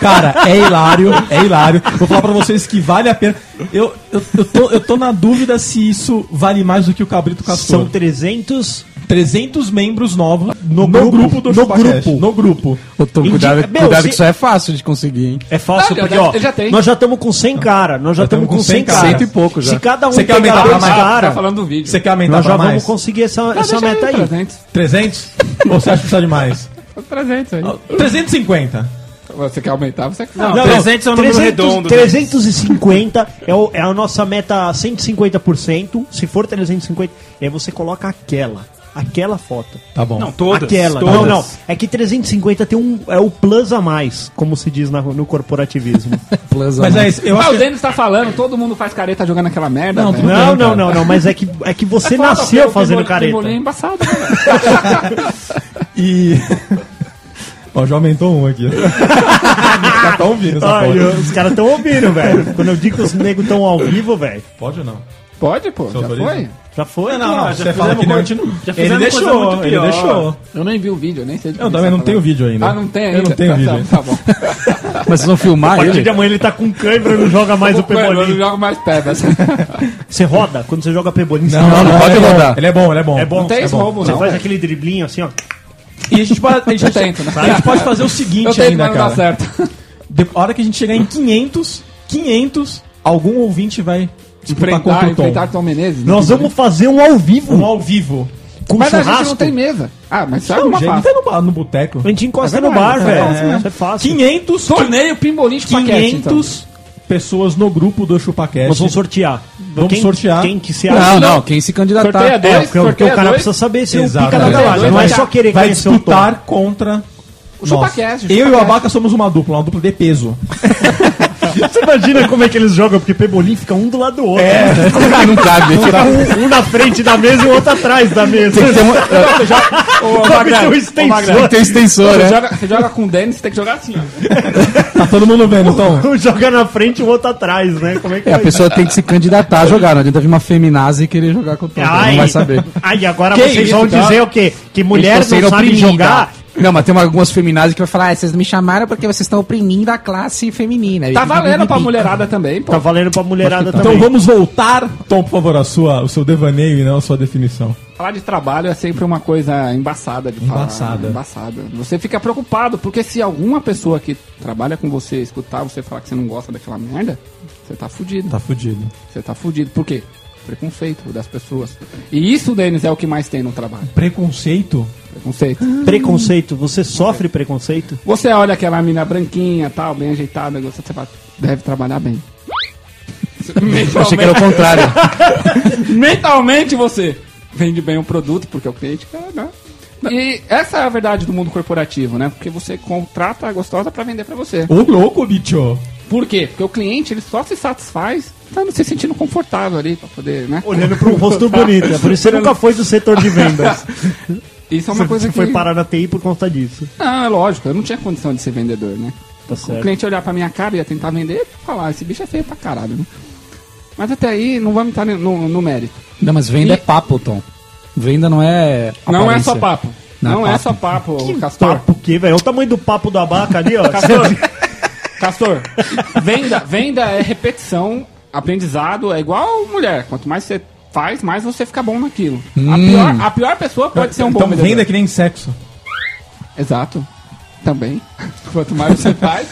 Cara, é hilário, é hilário. Vou falar pra vocês que vale a pena. Tá Eu, eu, eu tô, eu tô na dúvida se isso vale mais do que o Cabrito Castor.
São 300
300 membros novos no,
No
grupo,
grupo,
do
no
ChupaCast.
grupo.
No grupo.
Ô, Tom,
Indica-
cuidado,
Meu,
cuidado
se-
que isso é fácil de conseguir, hein?
É fácil,
Ah,
porque,
já-
ó,
já tem.
nós já estamos com 100 cara. Nós já estamos com 100 cara.
Cento e pouco já.
Se cada um
Você quer
pegar
aumentar pra
dois
mais?
Tá
cara,
falando do vídeo.
Você quer aumentar
nós já
pra
vamos
mais?
conseguir essa,
Ah,
essa
deixa
meta aí.
300.
300? Ou você acha que precisa de mais?
300 aí.
350.
Você quer aumentar, você que
Não,
fala.
não,
300 é um número
300,
redondo,
350 é, o- é a nossa meta 150%. Se for 350, e aí você coloca aquela. Aquela foto.
Tá bom.
Não, todas.
aquela.
todas.
Não, não. É que 350 tem um. É o plus a mais, como se diz na- no corporativismo.
Plus
Mas é
aí,
isso. Eu
Ah,
acho
o Denis tá falando, todo mundo faz careta jogando aquela merda.
Não,
velho.
Não,
não,
cara.
não, não, não. Mas é que, é que
É
você
foda, porque
nasceu
o
fazendo
Pimbolim- Pimbolim é
careta.
embaçado, né, velho?
E. Ó, já aumentou um aqui. Já tá ouvindo essa
Ai,
porra.
eu- os caras estão ouvindo, velho. Quando eu digo que os negros estão ao vivo, velho.
Pode ou não?
Pode, pô, já
autoriza?
foi.
Já foi?
Não, não,
Ah,
você fala que não, a gente não.
já
ele
fizemos coisa
deixou,
muito
ele
pior.
deixou.
Eu nem vi o vídeo, eu nem sei de
Eu
que
também
você
não
tá
tenho
falando.
vídeo ainda.
Ah, não tem
Eu
ainda?
não tenho
Tá,
vídeo ainda.
Tá, tá bom.
Mas vocês vão
A
filmar
partir de
ele?
amanhã ele tá com cãibra, não joga mais o
Mano, eu não
pebolim.
jogo mais pedras.
Você roda? Quando você joga pebolim, você
não,
roda.
não pode
ele é bom,
rodar.
Ele é bom, ele é bom.
É bom.
Não tem esse roubo,
Você
não.
faz
velho.
aquele driblinho assim, ó.
E a gente, pode- a gente-
Eu tento, né?
a gente pode fazer o seguinte
Eu tento,
ainda,
mas não dá
cara. tá
certo.
De, a hora que a gente chegar em 500, 500, algum ouvinte vai disputar
Enfrentar,
contra o Tom.
enfrentar Tom Menezes.
Nós vamos fazer um ao vivo.
Um ao vivo.
Com
Mas a
churrasco.
gente não tem mesa. Ah, mas sabe
Não,
uma
gente,
pasta.
tá no, bar- no boteco.
A gente encosta
É
no bar,
verdade, é fácil
velho.
mesmo.
Isso é fácil.
500,
Torneio Pimbolim de paquete, então.
500 pessoas no grupo do ChupaCast.
Nós vamos sortear.
Vamos
Quem-
sortear.
Quem que se
Não,
acha.
não, quem se
Sorteia
Tá,
candidatar.
É,
dois,
porque, porque o
sorteia
cara
dois.
precisa saber se
Exato.
o pica da
Sorteia
galáxia.
dois,
Não é
vai
só
dar-
querer
vai
conhecer o Tom.
disputar contra
O ChupaCast, o
Eu e o
ChupaCast.
Abaca somos uma dupla, uma dupla de peso.
Você imagina como é que eles jogam, porque pebolim fica um do lado do outro.
não cabe.
Um, um na frente da mesa e o outro atrás da mesa.
Tem que ter um-
Ô,
Deve ter um
Magrelo, ô,
tem que
extensor.
ter um extensor,
Você
né?
joga, você joga com o Denis, você tem que jogar assim, ó.
Tá todo mundo vendo, então.
Um joga na frente e o outro atrás, né? Como é que
É, a
vai
pessoa tem que se candidatar a jogar. Não adianta vir uma feminazi e querer jogar com o Tom. cara,
Ai,
Não vai saber.
ai, agora
Que
vocês
isso,
vão
cara?
dizer o quê? Que mulher
Eles tão
não
sendo
sabe
oprimida.
jogar?
Não, mas tem uma- algumas feminazes que vai falar, ah, vocês não me chamaram porque vocês estão oprimindo a classe feminina.
Tá valendo pra mulherada também, pô.
Tá valendo pra mulherada
Então
também.
vamos voltar, Tom, por favor, a sua, o seu devaneio e não a sua definição.
Falar de trabalho é sempre uma coisa embaçada de falar. né?
Embaçada.
Embaçada. Você fica preocupado, porque se alguma pessoa que trabalha com você escutar você falar que você não gosta daquela merda, você tá fudido.
Tá fudido.
Você tá fudido. Por quê? Preconceito das pessoas. E isso, Denis, é o que mais tem no trabalho.
Preconceito?
Preconceito.
Preconceito, você sofre preconceito?
Você olha aquela mina branquinha, tal, bem ajeitada, você fala, deve trabalhar bem. Mentalmente,
Achei que era o contrário.
mentalmente você vende bem o produto, porque o cliente quer, né? E essa é a verdade do mundo corporativo, né? Porque você contrata a gostosa pra vender pra você.
Ô, louco, bicho.
Por quê? Porque o cliente ele só se satisfaz tá se sentindo confortável ali pra poder, né?
Olhando pra um rosto bonito, é por isso que você nunca foi do setor de vendas.
Isso é uma coisa
você
que
foi parar na TI por conta disso.
Não, é lógico, eu não tinha condição de ser vendedor, né?
Tá
O
certo.
cliente olhar pra minha cara e ia tentar vender e falar, esse bicho é feio pra caralho, né? Mas até aí não vamos entrar no, no mérito.
Não, mas venda
E-
é papo, Tom. Venda não é.
Não é
aparência.
só papo.
Não é
Não, é
papo.
só papo, Castor.
Papo que, velho? Olha o tamanho do papo do abaca ali, ó.
Castor. Castor. Venda, venda é repetição, aprendizado, é igual mulher. Quanto mais você faz, mais você fica bom naquilo. A, pior, a pior pessoa pode ser um
Hum.
bom
então
vendedor.
venda que nem sexo.
Exato. Também. Quanto mais você faz,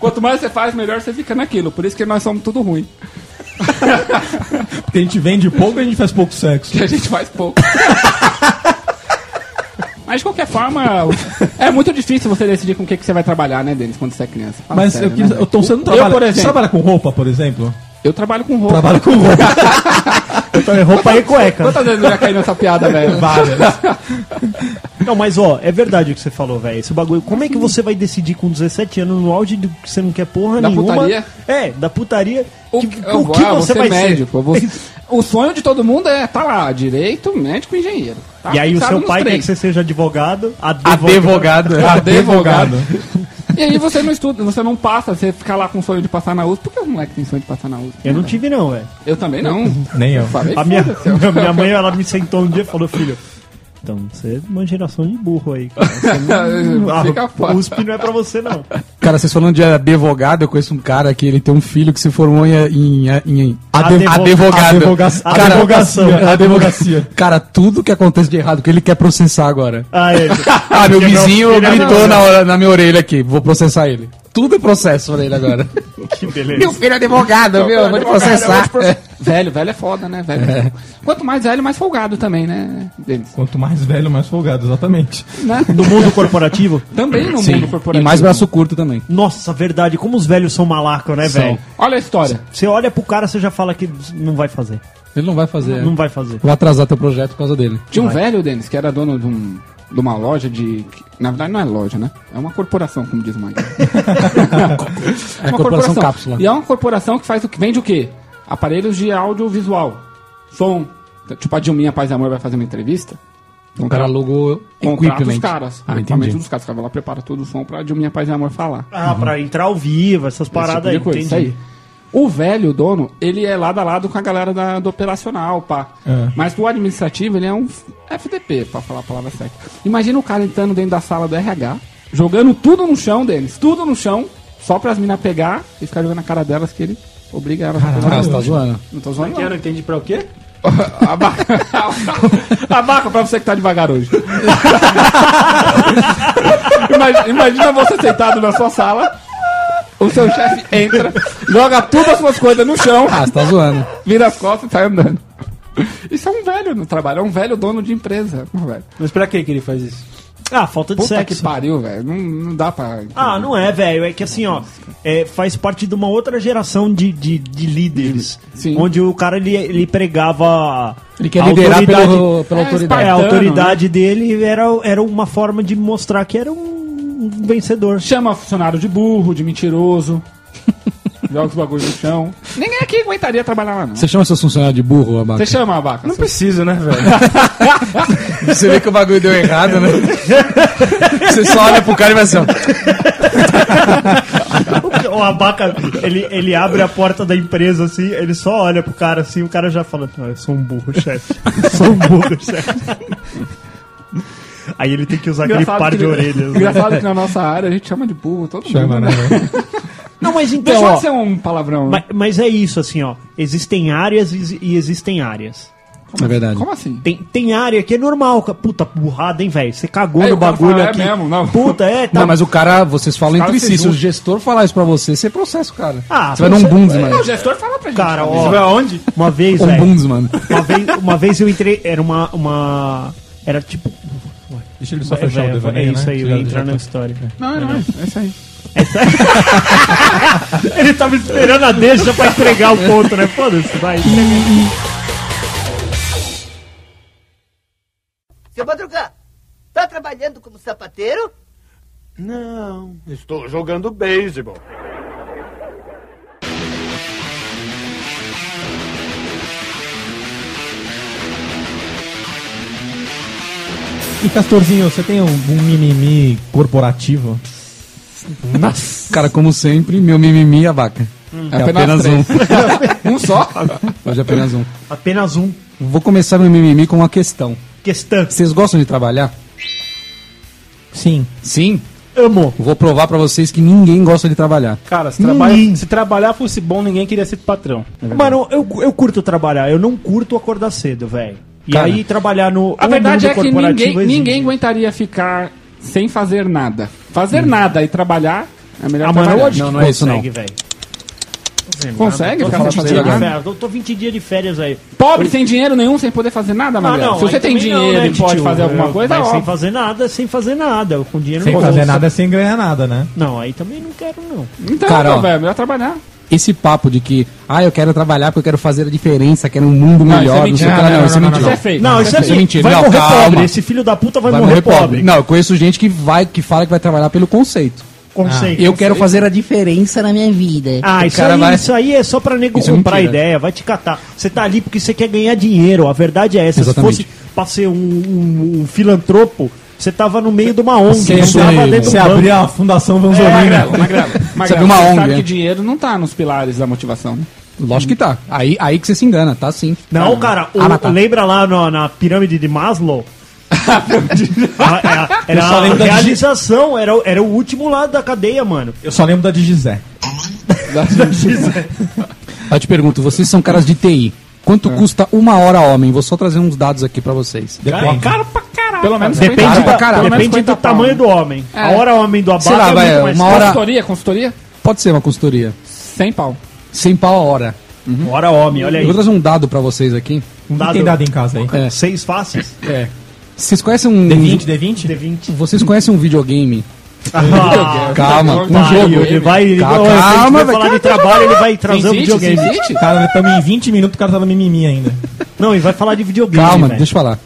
quanto mais você faz, melhor você fica naquilo. Por isso que nós somos tudo ruim.
Porque a gente vende pouco e a gente faz pouco sexo.
que a gente faz pouco. Mas de qualquer forma, é muito difícil você decidir com o que, que você vai trabalhar, né, Denis, quando você é criança. Fala
Mas
sério,
eu
né,
quis.
velho?
Ô, Tom, você não
Eu,
trabalha.
por
você
exemplo,
trabalha com roupa, por exemplo?
eu trabalho com roupa.
Trabalha com roupa.
Então é roupa e cueca.
Quantas vezes eu já caí nessa piada, velho?
Várias.
Não, mas ó, é verdade o que você falou, velho. Esse bagulho. Como é que você vai decidir com 17 anos no auge do que você não quer porra
Da
nenhuma?
putaria?
É, da putaria.
O,
que-
eu-
o que
ah,
Tipo, é, você
você
vai
médico,
ser? É,
você- o sonho de todo mundo é tá lá, direito, médico, engenheiro. Tá
E aí o
fixado
seu
nos
pai quer que
três.
você seja advogado, advogado.
Advogado.
Advogado. E aí você não estuda, você não passa, você fica lá com sonho de passar na USP. Por que o moleque tem sonho de passar na USP?
Eu não tive não, velho.
Eu também não.
Nem eu.
Falei,
A minha,
foda-se, é eu-
minha mãe, ela me sentou um dia e falou, filho, então você é de uma geração de burro aí. Cara.
Fica
A
fora.
USP não é pra você não.
Cara, vocês falando de advogado, eu conheço um cara que ele tem um filho que se formou em, em, em, em ade-
Advo-
advogado.
advoga-
Cara,
advogacia, advogacia.
Cara, tudo que acontece de errado, que ele quer processar agora.
Ah, é.
Ah, meu
Quebrar o
vizinho
filho,
gritou
não,
na, hora, na minha orelha aqui, vou processar ele. Tudo é processo pra ele agora.
Que beleza.
meu filho é advogado, meu, vou te processar.
Velho, velho é foda, né? Velho. Quanto mais velho, mais folgado também, né, Denis?
Quanto mais velho, mais folgado, exatamente.
Né?
No mundo corporativo?
Também no
Sim,
mundo
e
corporativo.
mais braço curto também.
Nossa, verdade, como os velhos são malacos, né,
São.
velho?
Olha a história.
Você olha pro cara, você já fala que não vai fazer.
Ele não vai fazer.
Não vai fazer.
Vai atrasar teu projeto por causa dele.
Tinha um velho, Denis, que era dono de, um- de uma loja de. Na verdade, não é loja, né? É uma corporação, como diz o Mike.
É a corporação cápsula.
E é uma corporação que faz o que? Vende o quê? Aparelhos de audiovisual. Som. Tipo, a Dilminha Paz e Amor vai fazer uma entrevista.
O cara alugou
Contrata
equipment.
os caras.
Ah,
o equipamento
entendi.
dos caras. O cara vai lá, prepara todo o som pra Dilminha Paz e Amor falar.
Ah, pra entrar ao vivo, essas
Esse tipo
paradas
de
aí,
coisa,
entendi.
isso aí. O velho dono, ele é lado a lado com a galera da- do operacional, pá.
É.
Mas o administrativo, ele é um FDP, pra falar a palavra certa. Imagina o cara entrando dentro da sala do RH, jogando tudo no chão deles, tudo no chão, só pras minas pegar e ficar jogando na cara delas que ele obriga elas a pegar.
Ah, você tá zoando?
Não tô zoando,
Eu
não.
não entendi pra o quê?
Abaca. Abaca pra você que tá devagar hoje. Imag- Imagina você sentado na sua sala, o seu chefe entra, joga todas as suas coisas no chão,
Ah, você tá zoando.
vira as costas e sai andando. Isso é um velho no trabalho, é um velho dono de empresa. um velho.
Mas pra que que ele faz isso?
Ah, falta de
Puta que
sexo.
pariu, velho. Não, não dá pra.
Ah, não é, velho. É que assim, ó, é, faz parte de uma outra geração de, de, de líderes.
Sim.
Onde o cara ele, ele pregava.
Ele quer
a
liderar
autoridade-
pelo, pela
É,
É,
autoridade.
a
Espartano,
autoridade dele era, era uma forma de mostrar que era um vencedor.
Chama funcionário de burro, de mentiroso. Joga os bagulho no chão. Ninguém aqui aguentaria trabalhar lá, não.
Você chama seus funcionários de burro, abaca?
Você chama, Abaca?
Não
seu-
preciso, né, velho?
Você vê que o bagulho deu errado, né? Você só olha pro cara e vai assim, ó.
O abaca, ele, ele abre a porta da empresa assim, ele só olha pro cara assim, o cara já fala: "Não, Eu sou um burro, chefe. Eu Sou um burro, chefe. Aí ele tem que usar aquele
Engraçado
par
que-
de orelhas. né?
Engraçado que na nossa área a gente chama de burro, todo mundo.
Chama, né?
né?
Não, mas então.
Deixa
ó,
de ser um palavrão.
ma-
né?
mas, é isso, assim, ó. Existem áreas e e existem áreas.
É verdade.
Como assim?
Tem, tem área que é normal. ca- Puta, burrada, hein, velho? Você cagou
Aí
no
o cara
bagulho
fala, "É
aqui.
mesmo, não."
Puta, é, tá.
Não, mas o cara, vocês falam
Cara,
entre si.
vocês
Se o
julgam.
gestor falar isso pra você, você processa o cara.
Ah,
um- você vai dar um
você-
bundes, mano.
Não, o gestor fala pra gente.
Cara,
né?
ó.
Vai aonde?
Uma vez,
Um
velho.
bundes, mano.
Uma vez, uma vez eu entrei. Era uma. uma era tipo.
Deixa ele só
é,
fechar
velho,
o devaneio,
é isso
né?
aí, eu
Tirar
ia entrar
do-
na história.
Não, não, é isso aí.
Ele tava esperando a deixa pra entregar o ponto, né? Foda-se, vai.
Seu Madruga, tá trabalhando como sapateiro?
Não, estou jogando beisebol.
E Castorzinho, você tem um, um mimimi corporativo?
Cara, como sempre, meu mimimi é a vaca. É apenas, um.
Um só?
Hoje é apenas um.
Apenas um.
Vou começar meu mimimi com uma questão.
Questão.
Vocês gostam de trabalhar?
Sim.
Sim.
Amo.
Vou provar pra vocês que ninguém gosta de trabalhar.
Cara, se,
Ninguém. É
trabalha- se trabalhar fosse bom, ninguém queria ser patrão.
Mano, eu, eu curto trabalhar, eu não curto acordar cedo, velho. E
Cara,
aí trabalhar no.
A
o
verdade
mundo
é que
corporativo
ninguém,
exige.
ninguém aguentaria ficar sem fazer nada. Fazer nada e trabalhar é melhor
Ah, mano,
trabalhar.
hoje
Não,
não,
não é
consegue,
isso, não.
velho.
Consegue ficar sem fazer
Dia de
nada?
férias, Eu tô 20 dias de férias aí.
Pobre, sem dinheiro nenhum, sem poder fazer nada, Maria. Se você
aí
tem
também Ah, não,
dinheiro
né,
e pode
tio?
fazer alguma
Eu-
coisa, é
mas
ó.
sem fazer nada, sem fazer nada. eu Com dinheiro
Sem
no
fazer
bolso.
nada, sem ganhar nada, né?
Não, aí também não quero, não.
Então,
Cara, ó.
velho, melhor trabalhar.
Esse papo de que, ah, eu quero trabalhar porque eu quero fazer a diferença, quero um mundo
Não,
melhor, não
isso
sei
é
o que lá.
mentira.
Não, isso é
Não, não, não,
mentira.
não, isso é fake.
Não,
Não,
isso
isso
é
é mentira.
Vai
Não,
morrer
calma.
pobre. Esse filho da puta vai,
Vai
morrer, pobre.
Não, eu conheço gente que vai, que fala que vai trabalhar pelo conceito.
Conceito.
Eu quero fazer a diferença na minha vida.
Ah,
O
isso
cara
aí,
vai-
isso aí é só pra nego
Isso é
comprar
mentira.
ideia, vai te catar. Você tá ali porque você quer ganhar dinheiro, a verdade é essa.
Exatamente.
Se fosse pra ser um, um- um filantropo, você tava no meio de uma ONG,
Sim,
não
isso
tava
aí,
dentro
Você
do
um
banco.
abrir a Fundação
É,
né? Vanzolina.
é
Magrelo, magrelo, magrelo.
viu uma
é Você
ONG,
sabe
né?
que dinheiro não tá nos pilares da motivação. né?
Lógico que tá. Aí, aí que você se engana, tá sim.
Não, cara, o-
Ah, tá.
lembra lá no- na pirâmide de Maslow? Ela- ela-
Eu
Era
só
a
lembro da
realização, era, o- era o último lado da cadeia, mano.
Eu só lembro da de Gizé.
Aí eu te pergunto, vocês são caras de TI. Quanto custa uma hora homem? Vou só trazer uns dados aqui pra vocês.
Depende.
Caro
pra caralho. Pelo menos tá.
Depende
50
pra
pau.
caralho.
Pelo menos
Depende
50
do tamanho do
pau.
homem.
É.
A hora homem do
né? Sei lá,
abate
vai,
é muito mais
uma
caro.
hora-
Consultoria, consultoria?
Pode ser uma consultoria.
100 pau.
100 pau a hora.
Hora homem, olha
Eu
aí.
vou trazer um dado pra vocês aqui.
Um dado-
Tem dado em casa aí.
É.
Seis faces?
É. Vocês conhecem um.
D20, D20?
D20.
Vocês conhecem um videogame? Calma,
Puta que
um
pariu,
jogo.
Ah, tá, Ele vai. ele-
Calma,
ó, se a gente
calma,
vai
velho.
falar de trabalho, ele vai trazer um
Existe,
videogame.
existe?
Cara, estamos em 20 minutos, o cara tá no mimimi ainda.
Não, ele vai falar de videogame.
Calma,
velho.
deixa eu falar.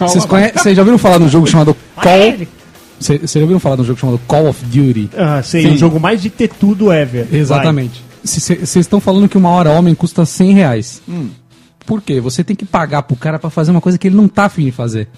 Vocês conhe- Vocês já ouviram falar de um jogo chamado Call? Vocês vocês já ouviram falar de um jogo chamado Call of Duty?
Ah, sei,
Sim.
o jogo mais de ter tudo ever.
Exatamente. Se- se- Vocês estão falando que uma hora homem custa 100 reais. Por quê? Você tem que pagar pro cara pra fazer uma coisa que ele não tá afim de fazer.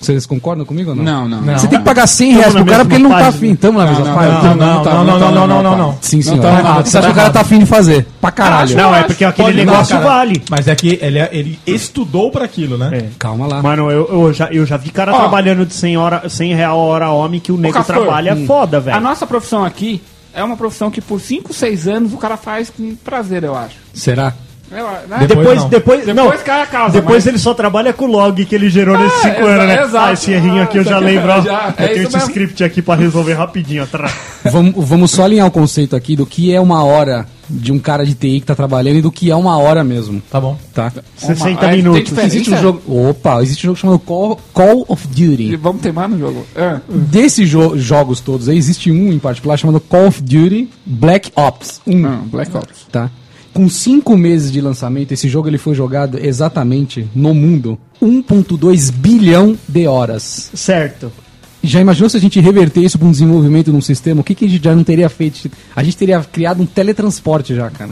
Vocês concordam comigo ou não?
Não, não.
Você tem que pagar 100 reais
Tamo
pro
na
cara porque ele
mesma
não tá
página.
afim. Tamo na mesma página?
não, não,
Tá,
não, não, não, não, não, não.
Sim, senhor.
tá errado,
Você acha que
tá
o cara
errado.
tá afim de fazer? Pra caralho.
Vai. Não, é porque aquele
Pode
negócio
né?
dar, cara.
vale.
Mas é que ele, ele estudou pra aquilo, né?
É.
Calma lá.
Mano, eu, eu já, eu já vi cara
Ó.
trabalhando de 100, hora, 100 real hora homem que o nego
Castor,
trabalha é foda,
A
velho.
nossa profissão aqui é uma profissão que por 5, 6 anos o cara faz com prazer, eu acho.
Será?
Eu, né?
Depois,
não.
depois,
Depois
não,
cai a casa,
depois
mas- É,
ele só trabalha com o log que ele gerou nesses 5
exa-
anos, né?
exato.
Ah, esse errinho aqui eu
Ah,
já
isso aqui
lembro. ó.
já-
eu
é
tenho
isso
esse
mesmo.
script aqui pra resolver rapidinho. ó, tra-
vamos, vamos só alinhar o conceito aqui do que é uma hora de um cara de TI que tá trabalhando e do que é uma hora mesmo,
Tá bom.
tá?
60
Aí tem
minutos.
diferença?
Existe um jogo. Opa, existe um jogo chamado Call, Call of
E
Duty.
Vamos teimar no jogo. Ah,
Desses jo- jogos todos aí, existe um em particular chamado Call of Duty Black Ops 1,
não, Black Ops.
tá? Com cinco meses de lançamento, esse jogo ele foi jogado exatamente no mundo 1.2 bilhão de horas.
Certo.
Já imaginou se a gente reverter isso para um desenvolvimento de um sistema? O que, que a gente já não teria feito? A gente teria criado um teletransporte já, cara.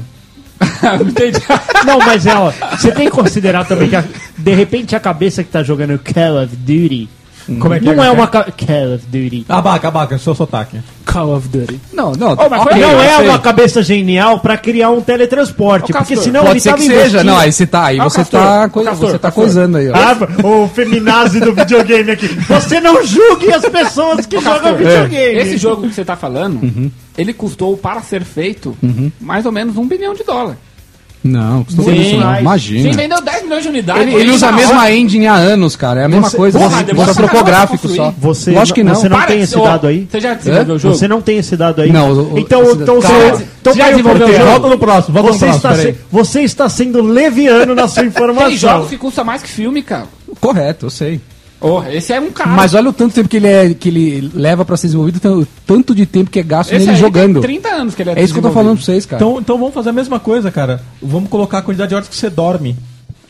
Entendi.
Não, mas é, ó, você tem que considerar também que, a- de repente, a cabeça que tá jogando Call of Duty
Como é que
não é
é
uma. ca- Call of Duty.
Abaca, abaca, seu
Tá.
sotaque.
Call of Duty.
Não, não.
Oh, mas foi-
ok,
não
eu
é
sei.
uma cabeça genial pra criar um
Ô,
teletransporte,
Castor,
porque senão ele
Pode ser
tava
que seja.
investindo-
Não, aí você tá, aí
Ah, o
você
Castor,
tá,
o
coi-
Castor,
você tá
Castor.
coisando aí, ó.
Ah, o feminazi do videogame aqui. Você não julgue as pessoas que jogam videogame.
Esse jogo que você tá falando, ele custou para ser feito mais ou menos um bilhão de dólares.
Não, custou
Sim,
tudo isso não.
mas-
Imagina.
Sim, vendeu 10 milhões de unidades.
Ele, ele usa a mesma engine há anos, cara. É a mesma
Você-
coisa.
Porra,
Você,
demora
você trocou
pra
gráfico
construir.
só.
Você
Lógico que
não-
não.
você não-
Para
tem
de-
esse
ô,
dado aí?
Você já desenvolveu o é jogo?
Você não tem esse dado aí.
Não, o-
então,
esse-
então,
Calma.
seu- então
Você já
caiu o
desenvolveu
porteiro.
o jogo?
Volta no próximo, volta no
Você
próximo,
está, se-
peraí.
você está sendo leviano na sua
Tem
informação.
jogos que custa mais que filme, cara.
Correto, eu sei.
Oh, esse é um cara.
Mas olha o tanto tempo que ele, é, que ele leva pra ser desenvolvido, tan- o tanto de tempo que é gasto
esse
nele
aí
jogando.
Tem 30 anos que ele
É isso que eu tô falando pra vocês, cara.
Então, então vamos fazer a mesma coisa, cara. Vamos colocar a quantidade de horas que você dorme.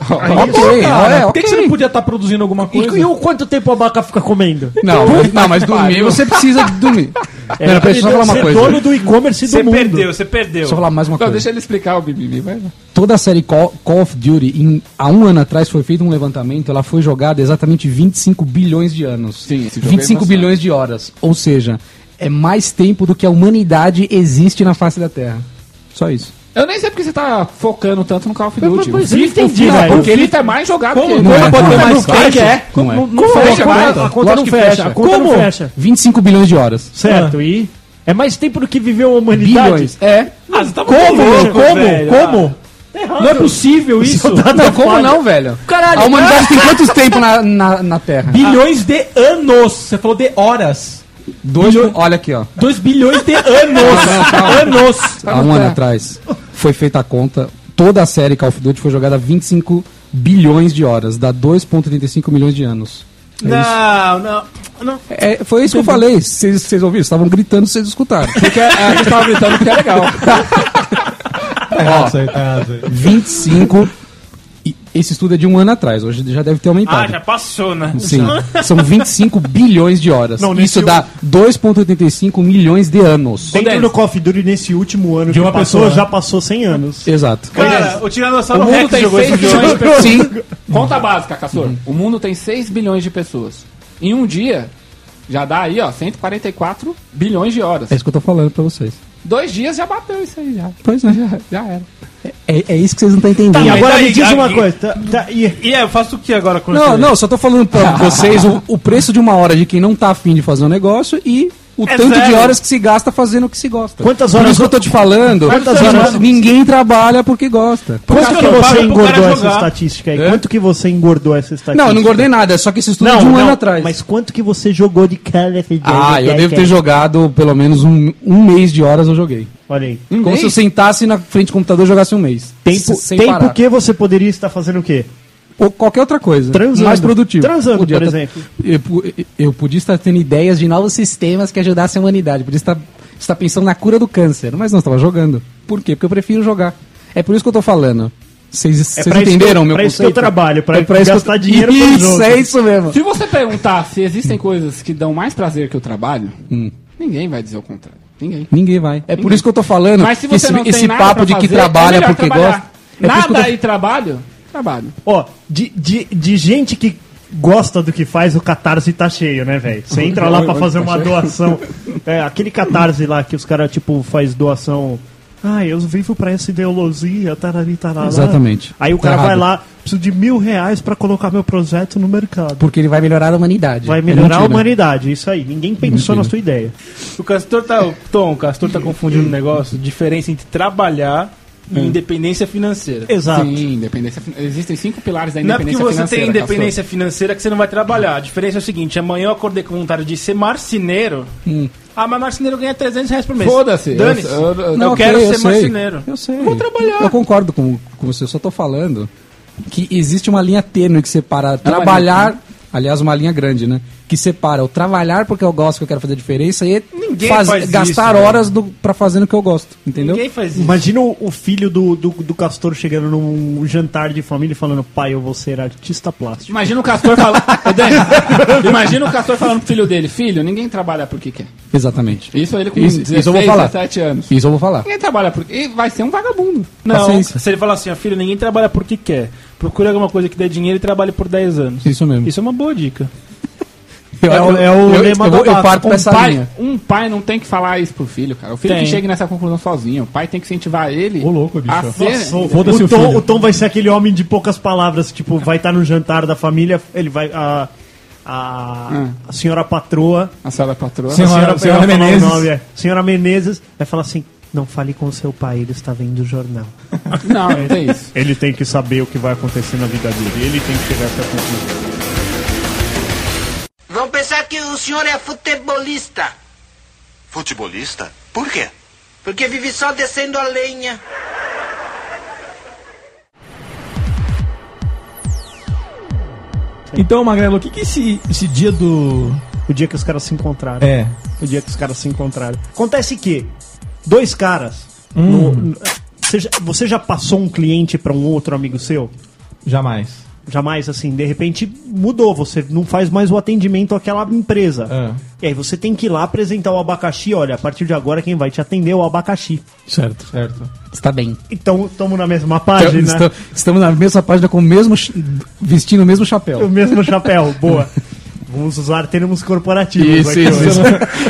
ok,
Cara,
é,
Por que, que você não
ok.
podia estar produzindo alguma
E,
coisa?
e o quanto tempo a vaca fica comendo?
Não, mas- não, mas dormir você precisa dormir. Não, não, peraí, deixa eu só falar uma
Ser
coisa.
é dono do e-commerce do
Você
mundo.
perdeu, você tá- perdeu.
Deixa eu falar mais uma
Não,
coisa.
deixa ele explicar o Bibi. Vai, vai.
Toda a série Call, Call of Duty, em- há um ano atrás, foi feito um levantamento, ela foi jogada exatamente 25 bilhões de anos.
Sim, esse jogo é
25
embaçado.
bilhões de horas. Ou seja, é mais tempo do que a humanidade existe na face da Terra. Só isso.
Eu nem sei porque você tá focando tanto no Call of
Mas-
Duty.
mas
O
eu
FIFA-
entendi,
o FIFA-
é,
velho.
Porque ele tá mais jogado que
Não é, não é.
mais
Claro que é.
Como,
Não é.
não, não fecha,
fecha,
a
vai.
conta, a conta
Lógico
não
que
fecha.
fecha.
A conta não
Como?
fecha.
25 bilhões de horas.
Certo, e? É mais tempo do que viveu a humanidade?
Bilhões.
É.
Ah, você tá
Como?
louco,
como?
velho.
Como? Não é possível isso.
ah. Não, como não, velho?
Caralho,
a humanidade tem quantos tempo na, na, na Terra?
Bilhões de anos. Você falou de horas.
Dois, olha aqui, ó.
2 bilhões de anos. anos.
Tá
Há um ano atrás foi feita a conta, toda a série Call of Duty foi jogada 25 bilhões de horas, dá 2,35 milhões de anos. É isso.
Não, não. não.
É, foi isso que eu falei. Vocês vocês ouviram? Vocês estavam gritando, vocês escutaram.
Porque a gente tava gritando que é legal.
Tá
25. e Esse estudo é de um ano atrás, hoje já deve ter
Ah,
aumentado.
já passou, né?
Sim, são 25 bilhões de horas.
Não, nesse
Isso dá 2,85 milhões de anos.
Dentro do Call of Duty nesse último ano de
uma
que passou,
pessoa, né?
já passou 100 anos.
Exato.
Cara, o Tiranossauro
O mundo
Rex
tem
jogou
6
esse jogo.
bilhões de pessoas.
Sim.
Conta básica, Castor.
Uhum.
O mundo tem 6 bilhões de pessoas. Em um dia, já dá aí, ó, 144
É
bilhões de horas.
É isso que eu tô falando pra vocês.
Dois dias já bateu isso aí, já.
Pois é.
Já era.
É, é isso que vocês não estão entendendo.
E agora
Tá, Mas aí,
me diz uma
aí-
coisa. tá- tá- e-
E é, eu faço o que agora com
Não,
essa-
não, só tô falando pra vocês o, o preço de uma hora de quem não tá afim de fazer um negócio e o
É
tanto de
sério.
horas que se gasta fazendo o que se gosta.
Quantas
Por
horas-
isso que eu tô te falando.
Quantas
que
horas-
Ninguém trabalha porque gosta.
Quanto que
eu
você
não pago pro cara
engordou essa
jogar.
estatística aí?
É?
Quanto que você engordou essa estatística?
Não, eu não engordei nada, é só que esse estudo
Não,
de um
não,
ano atrás.
Mas quanto que você jogou de Call of Duty?
Ah, eu devo ter jogado pelo menos um, um mês de horas eu joguei.
Olha aí.
Como se eu sentasse na frente do computador e jogasse um mês.
Um Tempo,
sem
tempo
parar.
que você poderia estar fazendo o quê?
Ou qualquer outra coisa.
Transando.
Mais produtivo.
Transando, por
tá-
exemplo.
Eu, pu- eu podia estar tendo ideias de novos sistemas que ajudassem a humanidade. Podia estar, estar pensando na cura do câncer. Mas não, eu estava jogando. Por quê? Porque eu prefiro jogar. É por isso que eu tô falando. Vocês vocês
É pra isso
entenderam
que eu-
meu conceito?
pra
É
isso que eu trabalho, pra
isso que eu-
gastar dinheiro com
Isso,
jogo.
é isso mesmo.
Se você perguntar se
Hum.
existem coisas que dão mais prazer que o trabalho, ninguém vai dizer o contrário. Ninguém.
Ninguém vai. É por isso que eu tô falando.
Mas se
que
você
esse,
não tem
esse
nada
papo
pra
de que
fazer,
trabalha
é melhor
porque
trabalhar.
gosta. É por isso que eu
Nada
tô-
e trabalho, trabalho.
Ó, de, de, de gente que gosta do que faz, o catarse tá cheio, né, velho? Você entra lá pra fazer uma doação. É, aquele catarse lá que os caras, tipo, faz doação. Ah, eu vivo pra essa ideologia, tarari, tarará.
Exatamente.
Aí o
Tá
cara vai
errado.
lá, preciso de mil reais pra colocar meu projeto no mercado.
Porque ele vai melhorar a humanidade.
Vai
É
melhorar a
mentira.
humanidade, isso aí. Ninguém pensou na sua ideia.
O Castor tá. o Tom, o Castor tá confundindo o negócio. Diferença entre trabalhar
É.
e independência financeira.
Exato.
Sim, independência. fin- Existem cinco pilares da
Não é porque
independência
você tem
financeira,
independência financeira que você não vai trabalhar. A diferença é o seguinte: amanhã eu acordei com vontade de ser marceneiro.
Hum.
Ah, mas marceneiro ganha 300 reais por
Castor.
mês.
Foda-se. eu-
Dane-se.
eu- eu-
Não, eu quero
ok,
ser marceneiro.
Eu sei. Vou trabalhar. Eu concordo com, com você, eu só tô falando que existe uma linha tênue que separa trabalhar, aliás, uma linha grande, né? Que separa o trabalhar porque eu gosto, que eu quero fazer diferença e
Ninguém
faz-
faz isso,
gastar
velho.
horas do, pra fazer o que eu gosto, entendeu?
Ninguém faz isso.
Imagina o o filho do, do, do Castor chegando num jantar de família e falando: pai, eu vou ser artista plástico.
Imagina o Castor falando. Ô, Dani, imagina o Castor falando pro filho dele: Filho, ninguém trabalha porque quer.
Exatamente.
Isso ele com
Isso-
16,
isso eu vou falar.
17 anos.
Isso eu vou falar.
Ninguém trabalha porque. e vai ser um vagabundo.
Não,
Paciência.
se ele falar assim, ó, filho, ninguém trabalha porque quer. Procure alguma coisa que dê dinheiro e trabalhe por 10 anos.
Isso mesmo.
Isso é uma boa dica.
Eu-
É o- é o
eu- eu,
lema
eu,
do
vou- eu
Baco.
parto com
Um
essa
pai,
linha.
um pai não tem que falar isso pro filho, cara. O filho
Tem.
que chega nessa conclusão sozinho. O pai tem que incentivar ele.
Ô, louco, bicho.
A ser...
Nossa, o,
Foda-se
o
o
Tom,
filho.
o Tom vai ser aquele homem de poucas palavras, tipo, vai estar no jantar da família, ele vai. A, a,
Hum.
a senhora patroa.
A senhora patroa.
Senhora-
vai
senhora
falar o
Menezes.
é. senhora Menezes vai falar assim: não fale com seu pai, ele está vendo o jornal.
Não, não tem isso.
Ele tem que saber o que vai acontecer na vida dele, ele tem que chegar a essa conclusão.
Vão pensar que o senhor é futebolista,
Futebolista? Por quê?
porque vive só descendo a lenha.
Então, Magrelo, o que, que esse, esse dia do.
O dia que os caras se encontraram.
É.
O dia que os caras se encontraram. Acontece que dois caras.
Hum.
no- no- você, já, você já passou um cliente para um outro amigo seu?
Jamais.
Jamais assim, de repente mudou, você não faz mais o atendimento àquela empresa.
É.
Ah.
E aí você tem que ir lá apresentar o abacaxi, olha, a partir de agora quem vai te atender é o abacaxi.
Certo. Certo.
Está tá bem.
Então, estamos na mesma
Então,
página.
estam- estamos na mesma página com o mesmo ch- vestindo o mesmo
O
chapéu.
mesmo chapéu, boa. Vamos usar termos corporativos aqui hoje.
vamos,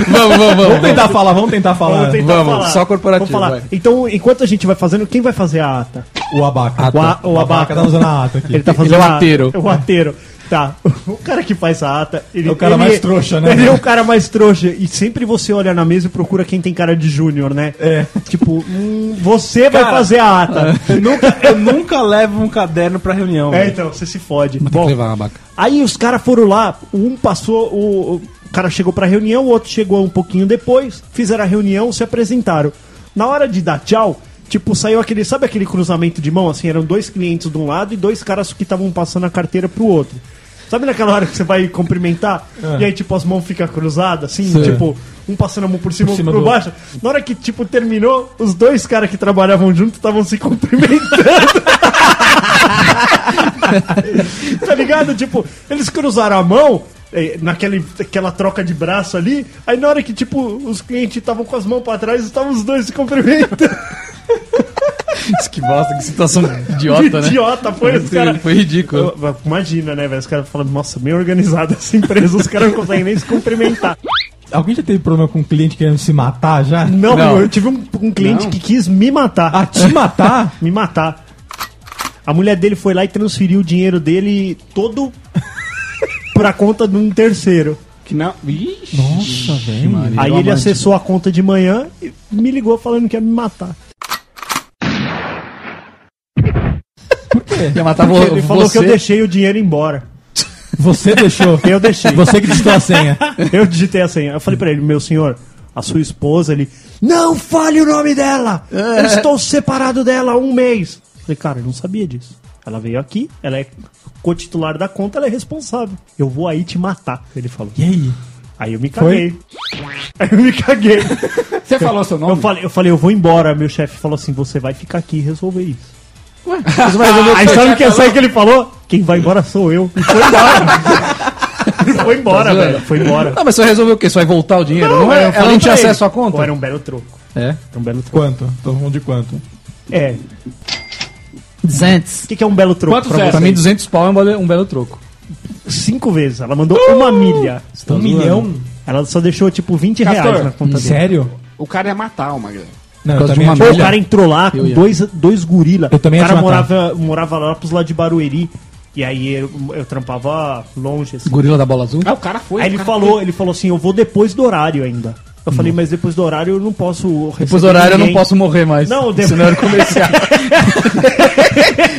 vamos, vamos.
Vamos tentar falar, vamos tentar
Vamos
falar.
tentar
Vamos,
falar.
só corporativo,
Vamos falar.
vai.
Então, enquanto a gente vai fazendo, quem vai fazer a ata?
O abaca.
O, a- o abaca.
tá usando a ata aqui.
Ele tá fazendo
Ele é o
a-
ateiro.
é o ateiro. Tá. O cara que faz a ata. Ele,
É o cara
ele-
mais trouxa, né?
Ele é o cara mais trouxa. E sempre você olha na mesa e procura quem tem cara de júnior, né? É. Tipo, hum, você vai
Cara.
fazer a ata.
É.
Eu nunca, eu nunca levo um caderno pra reunião.
É,
velho.
então, você se fode.
Tem que
Bom,
levar uma abaca.
aí os caras foram lá, um passou, o, o cara chegou pra reunião, o outro chegou um pouquinho depois, fizeram a reunião, se apresentaram. Na hora de dar tchau, tipo, saiu aquele, sabe aquele cruzamento de mão? Assim, eram dois clientes de um lado e dois caras que estavam passando a carteira pro outro. Sabe naquela hora que você vai cumprimentar? E aí, tipo, as mãos ficam cruzadas, assim, tipo, um passando a mão por cima,
Por
por,
cima
por
do
baixo. Na hora que, tipo, terminou, os dois caras que trabalhavam junto estavam se cumprimentando. tá ligado? Tipo, eles cruzaram a mão eh, naquele, naquela troca de braço ali, aí na hora que, tipo, os clientes estavam com as mãos pra trás, estavam os dois se cumprimentando.
Que bosta, que situação idiota, né?
Idiota, foi os caras...
Foi ridículo.
Imagina, né, velho? Os caras falam, nossa, bem organizada essa empresa, os caras não conseguem nem se cumprimentar.
Alguém já teve problema com um cliente querendo se matar já?
Não, eu tive um, um cliente
Não.
que quis me matar. Ah,
te matar?
me matar. A mulher dele foi lá e transferiu o dinheiro dele todo pra conta de um terceiro.
Que não. Ixi, Nossa,
velho. Aí ele acessou a conta de manhã e me ligou falando que ia me matar. Por quê?
Ia matar vo-
ele falou
você?
que eu deixei o dinheiro embora.
Você deixou?
Eu deixei.
Você que digitou a senha.
Eu digitei a senha. Eu falei pra ele, meu senhor, a sua esposa, ele. Não fale o nome dela! Eu estou separado dela há um mês. Eu falei, cara, eu não sabia disso. Ela veio aqui, ela é co-titular da conta, ela é responsável. Eu vou aí te matar, ele falou. E
aí?
Aí eu me
Foi?
caguei. Aí eu me caguei.
Você falou seu nome?
Eu falei, eu falei, eu vou embora. Meu chefe falou assim: você vai ficar aqui e resolver isso.
Ué,
você vai resolver Aí sabe o que, é sabe o que ele falou? Quem vai embora sou eu. E foi embora. Ele foi embora, velho. Foi embora.
Não, mas você vai resolver o quê? Você vai voltar o dinheiro? Não, é-
eu
ela
falei
não tinha
pra ele.
acesso à conta?
Pô, era um belo troco.
É.
Era um belo troco.
Quanto? Tô falando de quanto?
É.
200.
O que, que é um belo troco
Quanto
pra
pra,
você?
mim, 200 pau é um belo, um belo troco.
Cinco vezes. Ela mandou
Uh!
uma milha.
um milhão?
Ela só deixou, tipo, 20 reais
Castor,
na
né?
conta dele.
Sério?
O cara ia matar o Magrão.
Não,
Por causa de
também
uma
acho-
milha. o cara entrou lá com
Eu ia.
dois, dois gorila.
Eu também
o
ia
cara
te matar.
morava, morava lá pros lados de Barueri. E aí eu, eu trampava longe. assim.
Gorila da bola azul?
Ah, o cara foi.
Aí
o
ele
cara
falou,
foi.
ele falou assim, eu vou depois do horário ainda. Eu falei, mas depois do horário eu não posso receber
Hum. Depois do horário eu não
ninguém."
posso morrer mais.
Não, depois-
Senão era comercial.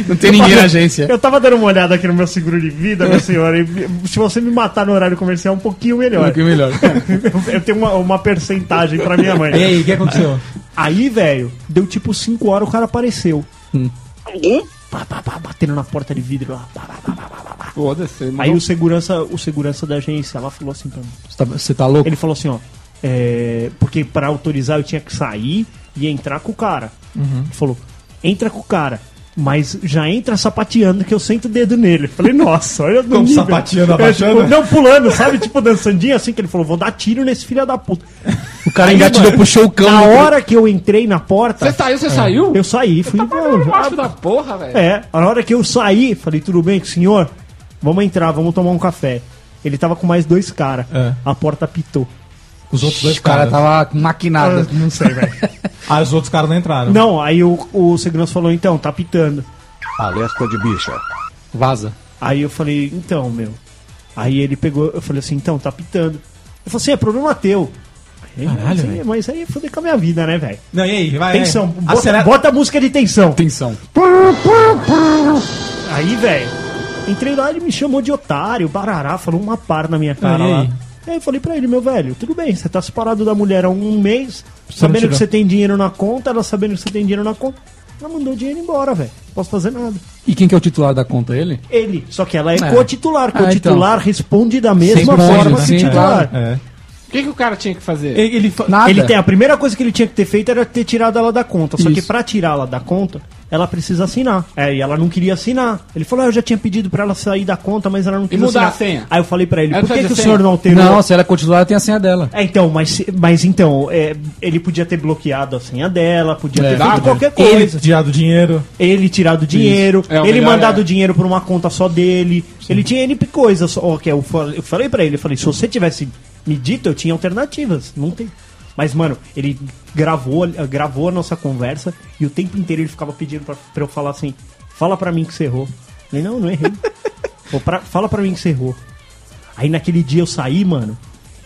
não tem ninguém na agência.
Eu tava dando uma olhada aqui no meu seguro de vida, meu senhor. e se você me matar no horário comercial, um pouquinho melhor.
Um pouquinho melhor.
Eu- Eu tenho uma, uma percentagem pra minha mãe.
E aí, o que aconteceu?
Aí, velho, deu tipo 5 horas, o cara apareceu.
Hum.
Pá, pá, pá, batendo na porta de vidro lá. pá, pá, pá, pá, pá, pá.
Foda-se. ele
Aí
mandou- um
o segurança, o segurança da agência lá falou assim pra mim.
Você tá, você tá louco?
Ele falou assim, ó. é, porque pra autorizar eu tinha que sair e entrar com o cara.
Uhum.
Ele falou, entra com o cara. Mas já entra sapateando que eu sento o dedo nele. Eu Falei, nossa, olha do
Como
nível.
sapateando,
é, tipo,
abaixando?
Não, pulando, sabe? Tipo, dançandinha assim, que ele falou, vou dar tiro nesse filho da puta.
O cara
Aí,
engatilhou,
mano,
puxou o cão.
Na hora que eu entrei na
Você
porta,
saiu, você saiu?
eu saí, fui...
Macho da porra, velho.
É, na hora que eu saí, falei, tudo bem, senhor? Vamos entrar, vamos tomar um café. Ele tava com mais dois caras.
É.
A porta pitou.
Os outros dois
O cara
caras.
tava maquinado.
não sei, velho.
Ah, os outros caras não entraram.
Não, aí o, o segurança falou, então, tá pitando.
Alerta de bicha.
Vaza.
Aí eu falei, então, meu. Aí ele pegou, eu falei assim, então, tá pitando. Eu falei assim, é problema teu. Aí,
Caralho,
assim,
velho. É.
mas aí é foder com a minha vida, né, velho?
Não, e aí? Vai. Ah,
Tensão,
vai.
bota,
Acelera.
bota a música de tensão.
Atenção.
Aí, velho, entrei lá, ele me chamou de otário, barará, falou uma par na minha cara
Ah, e
lá.
aí?
Aí eu falei pra ele, meu velho, tudo bem, você tá separado da mulher há um mês,
não
sabendo
tirou.
que você tem dinheiro na conta, ela sabendo que você tem dinheiro na conta, ela mandou o dinheiro embora, velho. Não posso fazer nada.
E quem que é o titular da conta? Ele?
Ele, só que ela é,
É.
co-titular,
Ah,
co-titular responde da
Sempre
mesma forma
responde,
que
né? É.
o titular.
É.
O que, que o cara tinha que fazer?
Ele, ele fa-
Nada.
Ele tem, a primeira coisa que ele tinha que ter feito era ter tirado ela da conta. Só que
Isso.
pra tirá-la da conta, ela precisa assinar. É, e ela não queria assinar. Ele falou: ah, eu já tinha pedido pra ela sair da conta, mas ela não queria
mudar
assinar.
a senha?
Aí eu falei pra ele:
Ela
por que,
precisa
que o
de
senhor
senha?
não alterou?
Não, se ela continuar, tem a senha dela. Ah,
É, então, mas, se- mas então, é, ele podia ter bloqueado a senha dela, podia
É.
ter feito
verdade.
qualquer
ele
coisa.
tirado dinheiro.
Ele, tirado o dinheiro,
É, o
ele
melhor
mandado
é-
o dinheiro pra uma conta só dele. Ele tinha N coisas. Só, ó, que eu fal- eu falei pra ele, eu falei, se você tivesse me dito, eu tinha alternativas. Não tem. Mas, mano, ele gravou, eh, gravou a nossa conversa e o tempo inteiro ele ficava pedindo pra, pra eu falar assim, fala pra mim que você errou. Eu falei, não, não errei. Ou pra- fala pra mim que você errou. Aí naquele dia eu saí, mano,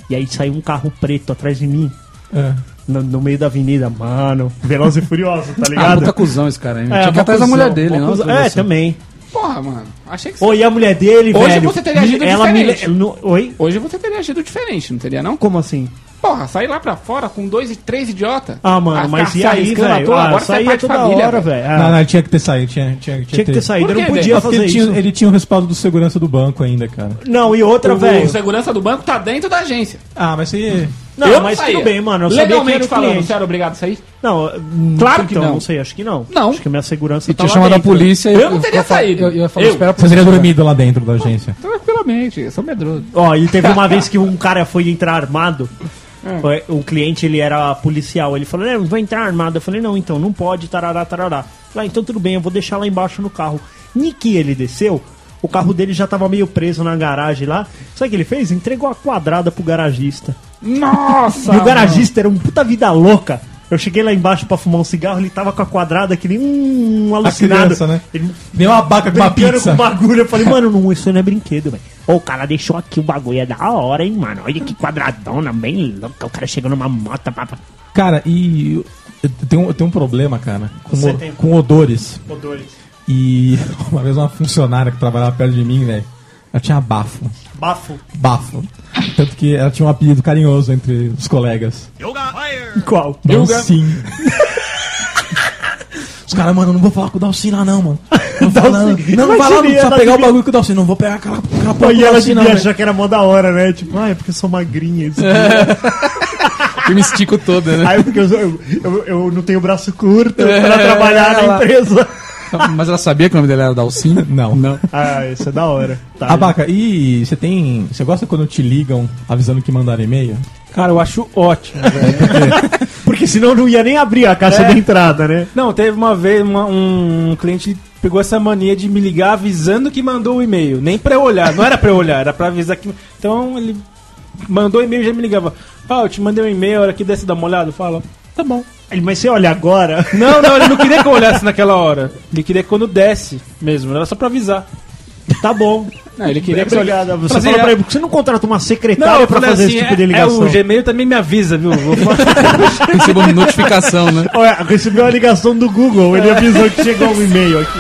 e aí saiu um carro preto atrás de mim.
É.
No, no meio da avenida, mano. Veloz e furioso, tá
Ah,
ligado?
puta cuzão esse cara aí. meu.
É,
Tinha que ir
mó
atrás da
cuzão,
mulher dele,
mó
não?
cuzão. É, também.
Porra, mano. Achei que você...
Oi, e a mulher dele,
Hoje
velho.
você teria agido
ela me...
diferente.
no- Oi?
Hoje você teria agido diferente, não teria não?
Como assim?
Porra, sair lá pra fora com dois e três idiota.
Ah, mano,
tá,
mas e aí, velho? Ah,
é
saía toda hora, velho. Ah,
Não, não, ele tinha que ter saído. Tinha, tinha, tinha,
Tinha que ter saído,
Por
eu não
quê,
podia
velho?
Porque
fazer
ele, tinha,
isso.
ele tinha o respaldo do segurança do banco ainda, cara.
Não, e outra,
O, o
velho.
segurança do banco tá dentro da agência.
Ah, mas aí.
Não,
Eu
mas
saía.
tudo bem, mano. Eu sabia que
Legalmente
era o
falando,
cliente.
você era obrigado a sair?
Não, hum,
Claro que
então,
não.
não sei, acho que não.
Não.
Acho que a minha segurança tá
E tinha
lá
chamado a
dentro.
polícia.
Eu não teria
ia falar-
saído.
Eu, eu ia falar,
Eu.
espera a
Você
polícia
teria
chegar.
dormido lá dentro da agência.
Tranquilamente, eu sou medroso.
Ó, e teve uma vez que um cara foi entrar armado. O cliente, ele era policial. Ele falou, não, vou entrar armado. Eu falei, não, então, não pode, tarará, tarará. Lá, então tudo bem, eu vou deixar lá embaixo no carro. Ni que ele desceu, o carro dele já tava meio preso na garagem lá. Sabe o que ele fez? Entregou a quadrada pro garagista.
Nossa!
Ah,
E o garagista era um puta vida louca. Eu cheguei lá embaixo pra fumar um cigarro, ele tava com a quadrada que nem um, um alucinado.
criança, né?
Ele
Deu uma baca com uma
Tá brincando
pizza.
com bagulho. Eu falei, mano, não, isso não é brinquedo, velho. Ô, o cara deixou aqui o bagulho, é da hora, hein, mano. Olha que quadradona, bem louca. O cara chegou numa moto, pá, pá.
Cara, e eu- eu tenho, eu tenho um problema, cara, com,
Você
o-
tem.
com odores.
Odores.
E uma vez uma funcionária que trabalhava perto de mim, velho, ela tinha bafo.
Bafo.
Bafo. Tanto que ela tinha um apelido carinhoso entre os colegas.
Qual?
Dalcin. Os caras, mano, eu não vou falar com o Dalcin lá não, mano. Não vou falar, não, não, não vai lá, não
Imagina,
precisa pegar o
Dalcin.
bagulho com o Dalcin, não vou pegar aquela, aquela porra
e
com o
ela
Dalcin, não,
devia
velho.
achar que era mó da hora, né? Tipo, ah, é porque eu sou magrinha. Isso aqui.
Eu me estico toda, né?
Ah, é porque eu, sou- eu, eu, eu não tenho braço curto pra
É,
trabalhar na
ela-
empresa.
Mas ela sabia que o nome dela era Dalcin?
Não.
Não.
Ah, isso é da hora. Tá,
Abaca, e você tem. Você gosta quando te ligam avisando que mandaram e-mail?
Cara, eu acho ótimo, velho.
Porque senão eu não ia nem abrir a caixa
É.
de entrada, né?
Não, teve uma vez uma- um cliente pegou essa mania de me ligar avisando que mandou o e-mail. Nem pra eu olhar, não era pra eu olhar, era pra avisar que. Então ele mandou o e-mail e já me ligava. Ah, eu te mandei um e-mail, a hora que desce dá uma olhada, fala. Tá bom.
Ele, Mas você olha agora.
Não, não, ele não queria que eu olhasse naquela hora. Ele queria quando desce mesmo, era só pra avisar.
Tá bom.
Não, ele queria que eu
Obrigado. Você
Fazia-
fala pra ele, por que você não contrata uma
Não,
secretária
eu
pra
falei
fazer
assim,
esse tipo
é-
de
é,
ligação?
o Gmail também me avisa, viu? Vou falar.
Recebeu uma notificação, né?
Olha, recebeu uma ligação do Google, ele avisou que chegou um e-mail aqui.